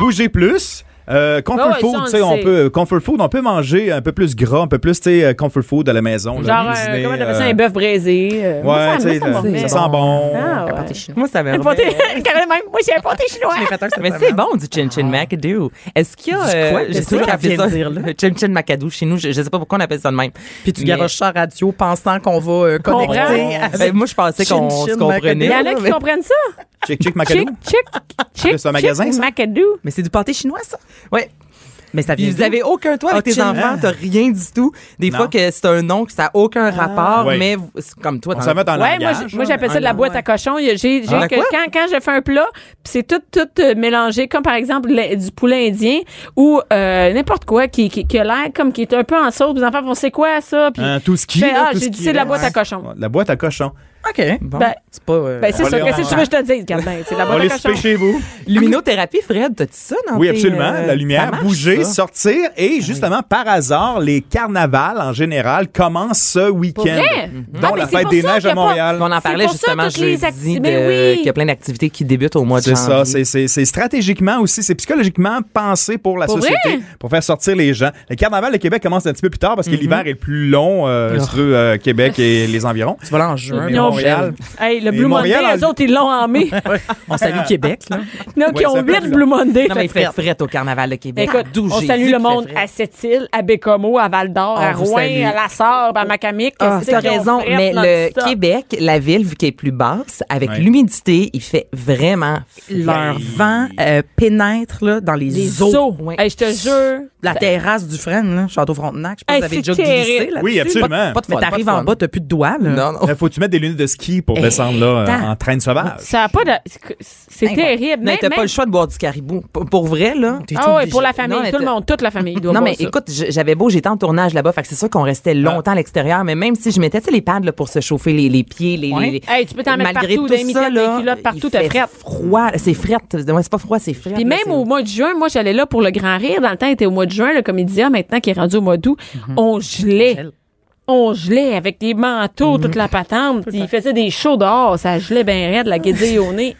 Speaker 3: Bouger plus. Euh, comfort
Speaker 1: Ouais, ouais, ça,
Speaker 3: food,
Speaker 1: on
Speaker 3: tu sais,
Speaker 1: le
Speaker 3: on
Speaker 1: sait.
Speaker 3: peut euh, comfort food, on peut manger un peu plus gras, un peu plus, tu sais, euh, comfort food à la maison. là,
Speaker 1: Genre, un-
Speaker 3: cuisiner,
Speaker 1: comment t'appelles ça,
Speaker 3: euh,
Speaker 1: un bœuf braisé. euh, moi, ça-
Speaker 3: Ouais,
Speaker 1: moi,
Speaker 3: tu sais,
Speaker 1: ça me remet.
Speaker 3: ça sent bon.
Speaker 1: Ah, ouais.
Speaker 4: [LAUGHS] Moi, ça m'a
Speaker 1: Un pâté- Quand même, moi, j'ai un pâté chinois.
Speaker 4: Mais c'est bon du chin chin macadou. Est-ce qu'il y a
Speaker 2: Du quoi?
Speaker 4: euh,
Speaker 2: Qu'est-ce
Speaker 4: je sais
Speaker 2: que
Speaker 4: qu'on
Speaker 2: ça
Speaker 4: appelle
Speaker 2: vient
Speaker 4: ça
Speaker 2: de dire, là?
Speaker 4: le [LAUGHS] chin chin macadou chez nous, je, je sais pas pourquoi on appelle ça de même.
Speaker 2: Puis tu
Speaker 4: Mais-
Speaker 2: garoches ça à radio pensant qu'on va euh, connecter.
Speaker 1: Comprends.
Speaker 2: avec-
Speaker 4: Ben, moi je pensais qu'on
Speaker 2: Chin Chin
Speaker 4: se
Speaker 1: Il y en
Speaker 4: comprenait.
Speaker 2: Macadou.
Speaker 1: a qui comprennent ça.
Speaker 3: Chick, chick,
Speaker 1: Chick,
Speaker 3: macadou.
Speaker 1: chick, chick.
Speaker 3: C'est un magasin,
Speaker 1: chick,
Speaker 3: ça?
Speaker 1: Macadou.
Speaker 2: Mais c'est du pâté chinois, ça.
Speaker 4: Ouais.
Speaker 2: Mais ça
Speaker 4: Puis
Speaker 2: vient
Speaker 4: vous
Speaker 2: d'où?
Speaker 4: avez aucun toit avec
Speaker 2: Ah,
Speaker 4: tes
Speaker 2: chin.
Speaker 4: enfants, t'as rien du tout. Des
Speaker 3: Non.
Speaker 4: fois que c'est un nom que ça a aucun
Speaker 1: Ah.
Speaker 4: rapport,
Speaker 3: Ouais.
Speaker 4: mais vous- c'est comme toi
Speaker 3: On se met en
Speaker 1: Ouais, moi,
Speaker 3: langage.
Speaker 1: j'ai- moi j'appelle ça de la
Speaker 4: Ah,
Speaker 1: boîte à
Speaker 4: ouais.
Speaker 1: cochons. Il y a- J'ai, j'ai
Speaker 4: Ah,
Speaker 1: que-
Speaker 4: quoi?
Speaker 1: quand, quand je fais un plat, puis c'est tout, tout euh, mélangé, comme par exemple le- du poulet indien ou euh, n'importe quoi qui, qui, qui a l'air comme qui est un peu en sauce. Les enfants vont, c'est quoi ça? Puis
Speaker 3: Hein, tout ce qui
Speaker 1: je fais,
Speaker 3: là,
Speaker 1: ah,
Speaker 3: tout ce
Speaker 1: j'ai
Speaker 3: qui
Speaker 1: dit, c'est
Speaker 3: est
Speaker 1: de la
Speaker 3: là.
Speaker 1: boîte à cochons.
Speaker 3: La boîte à cochon.
Speaker 2: OK. Bon.
Speaker 1: Ben,
Speaker 2: c'est pas. euh,
Speaker 1: Ben, c'est
Speaker 3: va
Speaker 1: ça.
Speaker 3: les
Speaker 1: Qu'est-ce que tu
Speaker 3: rendre-
Speaker 1: veux que je te dise, Gabin? C'est la
Speaker 3: On
Speaker 1: bonne
Speaker 3: les
Speaker 1: cochon.
Speaker 3: souper chez vous.
Speaker 4: Luminothérapie, Fred, t'as-tu ça dans
Speaker 3: Oui,
Speaker 4: tes,
Speaker 3: absolument.
Speaker 4: euh,
Speaker 3: La
Speaker 4: ça
Speaker 3: lumière,
Speaker 4: marche,
Speaker 3: bouger,
Speaker 4: ça? Ah
Speaker 3: sortir. Et justement, par hasard, les carnavals en général commencent ce week-end.
Speaker 1: vrai?
Speaker 3: Dont
Speaker 1: Ah, mais
Speaker 3: la
Speaker 1: c'est
Speaker 3: fête
Speaker 1: pour
Speaker 3: des
Speaker 1: ça
Speaker 3: neiges
Speaker 1: qu'il y
Speaker 3: à
Speaker 1: a pas-
Speaker 3: Montréal.
Speaker 4: On en
Speaker 1: C'est
Speaker 4: parlais
Speaker 1: pour ça,
Speaker 4: justement
Speaker 1: toutes les
Speaker 4: jeudi
Speaker 1: acti-
Speaker 4: de-
Speaker 1: Mais oui.
Speaker 4: qu'il y a plein d'activités qui débutent au mois de
Speaker 3: C'est ça,
Speaker 4: janvier.
Speaker 3: c'est- c'est c'est stratégiquement aussi, c'est psychologiquement pensé pour la
Speaker 1: Pour
Speaker 3: société,
Speaker 1: vrai?
Speaker 3: pour faire sortir les gens. Le carnaval de Québec commence un petit peu plus tard parce que l'hiver est le plus long euh, sur euh, Québec et les environs.
Speaker 2: Tu vas là en juin.
Speaker 3: Mais
Speaker 1: Ils ont-
Speaker 3: Montréal,
Speaker 1: Hey, le
Speaker 3: Mais
Speaker 1: Blue
Speaker 3: Montréal
Speaker 1: Monday,
Speaker 3: en-
Speaker 1: eux autres, ils l'ont en
Speaker 3: [LAUGHS]
Speaker 1: mai.
Speaker 2: On salue Québec,
Speaker 1: [LAUGHS]
Speaker 2: là.
Speaker 1: Non,
Speaker 3: Ouais,
Speaker 1: qui ont
Speaker 3: ça fait
Speaker 1: huit
Speaker 3: plus
Speaker 1: Blue Monday.
Speaker 4: Non, mais il
Speaker 1: Fait
Speaker 4: fait fret au Carnaval de Québec.
Speaker 1: Écoute,
Speaker 4: D'où
Speaker 1: on
Speaker 4: j'ai
Speaker 1: salue
Speaker 4: dit
Speaker 1: le
Speaker 4: qu'il
Speaker 1: monde
Speaker 4: fait fret.
Speaker 1: à Sept-Îles, à Bécomo, à Val-d'Or, à
Speaker 2: On vous
Speaker 1: Rouen,
Speaker 2: salue.
Speaker 1: à La Sarbe, à Macamic.
Speaker 4: Ah,
Speaker 1: Qu'est-ce
Speaker 4: t'as
Speaker 1: qu'ils ont
Speaker 4: raison,
Speaker 1: fait,
Speaker 4: mais
Speaker 1: notre
Speaker 4: le
Speaker 1: stop?
Speaker 4: Québec, la ville vu qu'elle est plus basse, avec
Speaker 3: Ouais.
Speaker 4: l'humidité, il fait vraiment
Speaker 2: Leur vent euh, pénètre là, dans les,
Speaker 1: Les
Speaker 2: eaux.
Speaker 1: eaux.
Speaker 4: ouais.
Speaker 1: Hey, je te jure.
Speaker 2: La terrasse du Fresne, là, Château-Frontenac. Je pense
Speaker 1: Hey,
Speaker 2: que vous avez
Speaker 1: c'est
Speaker 2: déjà glissé
Speaker 1: terrible.
Speaker 2: là
Speaker 3: Oui, absolument.
Speaker 4: Pas de
Speaker 2: Mais
Speaker 4: fun, pas de
Speaker 2: t'arrives en
Speaker 4: fun.
Speaker 2: bas, t'as plus de doigts. Là.
Speaker 4: Non, non.
Speaker 3: Euh, faut que tu mettes des lunettes de ski pour
Speaker 2: Eh,
Speaker 3: descendre là, euh,
Speaker 2: attends.
Speaker 3: en train de sauvage.
Speaker 1: Ça a pas de. c'est- C'est terrible.
Speaker 4: Mais
Speaker 1: Même,
Speaker 4: Ben, t'as pas
Speaker 1: même-
Speaker 4: le choix de boire du caribou. P- Pour vrai, là.
Speaker 2: T'es
Speaker 1: Ah ouais,
Speaker 2: obligé.
Speaker 1: pour la famille,
Speaker 4: Non, mais
Speaker 1: tout le
Speaker 4: t'as-
Speaker 1: monde, toute la famille doit
Speaker 4: Non,
Speaker 1: boire
Speaker 4: mais
Speaker 1: ça.
Speaker 4: écoute, je- j'avais beau, j'étais en tournage là-bas, fait que c'est sûr qu'on restait longtemps à l'extérieur, mais même si je mettais tu sais, les pads là, pour se chauffer les, les pieds, les,
Speaker 2: Ouais.
Speaker 4: les-
Speaker 1: Hey, tu peux t'en mettre
Speaker 4: malgré
Speaker 1: partout,
Speaker 4: tout
Speaker 1: des
Speaker 4: ça,
Speaker 1: mitaines,
Speaker 4: là,
Speaker 1: des culottes, partout,
Speaker 4: il
Speaker 1: t'as
Speaker 4: fait
Speaker 1: frette.
Speaker 4: froid, c'est frette. Ouais, c'est pas froid, c'est frette.
Speaker 1: Puis
Speaker 4: là,
Speaker 1: même
Speaker 4: c'est-
Speaker 1: au mois de juin, moi j'allais là pour le grand rire. Dans le temps, était au mois de juin, le comédien maintenant qui est rendu au mois d'août,
Speaker 4: Mhm.
Speaker 1: on gelait. On gelait avec des manteaux,
Speaker 4: Mhm.
Speaker 1: toute la patente. Puis il faisait des shows dehors, ça gelait bien raide, la guédille au
Speaker 4: [LAUGHS]
Speaker 1: nez.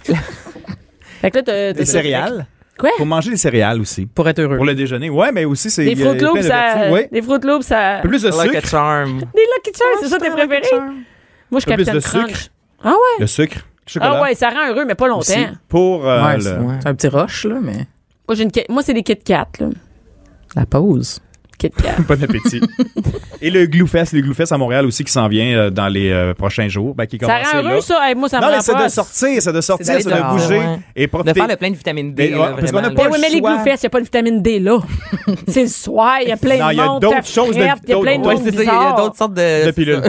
Speaker 1: fait que là, t'as-
Speaker 3: Des
Speaker 1: t'as-
Speaker 3: céréales.
Speaker 1: Quoi?
Speaker 3: Faut manger des céréales aussi.
Speaker 2: Pour être heureux.
Speaker 3: Pour le déjeuner. Ouais, mais aussi, c'est.
Speaker 1: Des
Speaker 3: il y a
Speaker 1: Fruit
Speaker 3: plein
Speaker 1: Loops,
Speaker 3: de
Speaker 1: ça. euh,
Speaker 3: vertus. Ouais.
Speaker 1: Des Fruit Loops, ça.
Speaker 3: Un peu plus de
Speaker 4: Like a
Speaker 3: sucre.
Speaker 4: charm.
Speaker 1: Des Lucky Charms, c'est ça tes préférés? Moi, je
Speaker 3: Un peu plus
Speaker 1: capitaine
Speaker 3: de
Speaker 1: Crunch.
Speaker 3: sucre.
Speaker 1: Ah ouais?
Speaker 3: Le sucre. le Chocolat.
Speaker 1: Ah ouais, ça rend heureux, mais pas longtemps.
Speaker 3: aussi. Pour. euh,
Speaker 2: Ouais,
Speaker 3: [LAUGHS] le-
Speaker 2: c'est ouais. C'est un petit roche, là, mais.
Speaker 1: Moi, j'ai une Kit- moi, c'est des Kit Kat, là.
Speaker 2: La pause.
Speaker 1: Kit
Speaker 3: [LAUGHS]
Speaker 1: Kat.
Speaker 3: Bon appétit. Et le Gloufest, le Gloufest à Montréal aussi qui s'en vient euh, dans les euh, prochains jours. Ben, qui
Speaker 1: ça
Speaker 3: commence
Speaker 1: rend heureux,
Speaker 3: là.
Speaker 1: ça. Hey, moi, ça me
Speaker 3: Non, mais
Speaker 1: rend
Speaker 3: c'est de
Speaker 1: pas.
Speaker 3: sortir, c'est de sortir,
Speaker 4: d'aller
Speaker 3: c'est de
Speaker 4: dehors,
Speaker 3: bouger
Speaker 4: ouais.
Speaker 3: et
Speaker 4: De
Speaker 3: profiter.
Speaker 4: faire le plein de vitamine D.
Speaker 3: Mais,
Speaker 4: là,
Speaker 3: ouais, parce qu'on
Speaker 4: vraiment,
Speaker 3: a
Speaker 1: Ben
Speaker 3: pas
Speaker 4: là.
Speaker 1: oui, mais les
Speaker 3: choix.
Speaker 1: Gloufest, il n'y a pas de vitamine D,
Speaker 3: [LAUGHS]
Speaker 1: là. c'est le soir, il y a plein de
Speaker 3: Non, il y a
Speaker 1: monde.
Speaker 3: d'autres
Speaker 1: t'as
Speaker 3: choses de-
Speaker 1: frette, Il y a plein de
Speaker 3: d'autres-
Speaker 4: Ouais,
Speaker 1: monde
Speaker 4: c'est ça, il y a
Speaker 1: bizarre.
Speaker 4: d'autres sortes de.
Speaker 3: De
Speaker 4: [LAUGHS]
Speaker 3: pilules.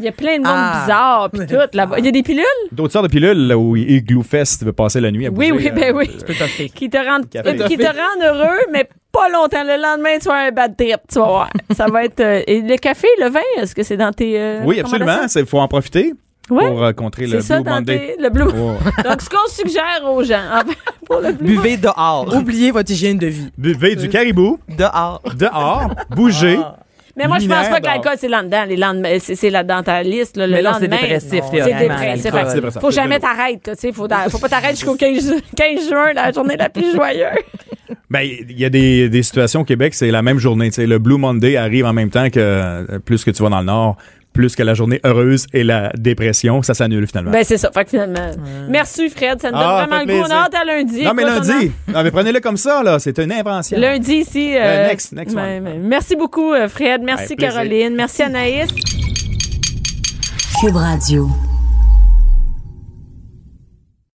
Speaker 1: Il y a plein de monde
Speaker 4: Ah.
Speaker 1: bizarre, puis tout.
Speaker 3: Ah.
Speaker 1: là-bas. Il y a des pilules?
Speaker 3: D'autres sortes de pilules là, où et Gloufest veut passer la nuit à
Speaker 1: Oui, oui,
Speaker 3: bouger,
Speaker 1: ben
Speaker 3: euh,
Speaker 1: oui. Qui te rendent,
Speaker 3: Café.
Speaker 1: euh, qui te rendent heureux, mais pas longtemps. Le lendemain, tu as un bad trip, tu vas voir. Ça va être... euh, et le café, le vin, est-ce que c'est dans tes... euh,
Speaker 3: Oui, absolument.
Speaker 1: recommandations?
Speaker 3: Il faut en profiter
Speaker 1: Ouais.
Speaker 3: pour euh, contrer le
Speaker 1: C'est ça,
Speaker 3: Blue
Speaker 1: dans
Speaker 3: Monday.
Speaker 1: tes... Le Blue
Speaker 3: Oh.
Speaker 1: Donc, ce qu'on suggère aux gens, en fait, pour le Blue
Speaker 4: Buvez dehors.
Speaker 2: Oubliez votre hygiène de vie.
Speaker 3: Buvez du caribou
Speaker 4: dehors.
Speaker 3: dehors, bougez.
Speaker 1: Mais moi, je pense
Speaker 3: Luminaire,
Speaker 1: pas que l'alcool, c'est là-dedans. Les lendemains- C'est c'est là dans ta liste, là, le
Speaker 4: Mais non, c'est
Speaker 1: lendemain.
Speaker 4: dépressif,
Speaker 1: C'est
Speaker 4: théoriquement.
Speaker 1: dépressif.
Speaker 4: l'alcool.
Speaker 3: C'est dépressif.
Speaker 1: Faut jamais t'arrêter, là, tu sais. Faut, t'a- faut pas t'arrêter jusqu'au 15, ju- 15 juin, la journée la plus
Speaker 3: [LAUGHS]
Speaker 1: joyeuse.
Speaker 3: Ben, il y a des, des situations au Québec, c'est la même journée. tu sais. Le Blue Monday arrive en même temps que euh, plus que tu vas dans le nord, plus que la journée heureuse et la dépression, ça s'annule finalement.
Speaker 1: Ben, c'est ça. Fait que finalement. Merci, Fred. Ça me donne
Speaker 3: Ah,
Speaker 1: vraiment
Speaker 3: fait
Speaker 1: le goût. On a
Speaker 3: plaisir.
Speaker 1: hâte à lundi.
Speaker 3: non, mais
Speaker 1: Écoute, on a-
Speaker 3: lundi, non, mais prenez-le comme ça, là. C'est une invention.
Speaker 1: Lundi ici.
Speaker 3: Euh, next- next one.
Speaker 1: ben, ben, merci beaucoup, euh, Fred. Merci,
Speaker 3: plaisir.
Speaker 1: Caroline. Merci, Anaïs.
Speaker 6: Cube Radio.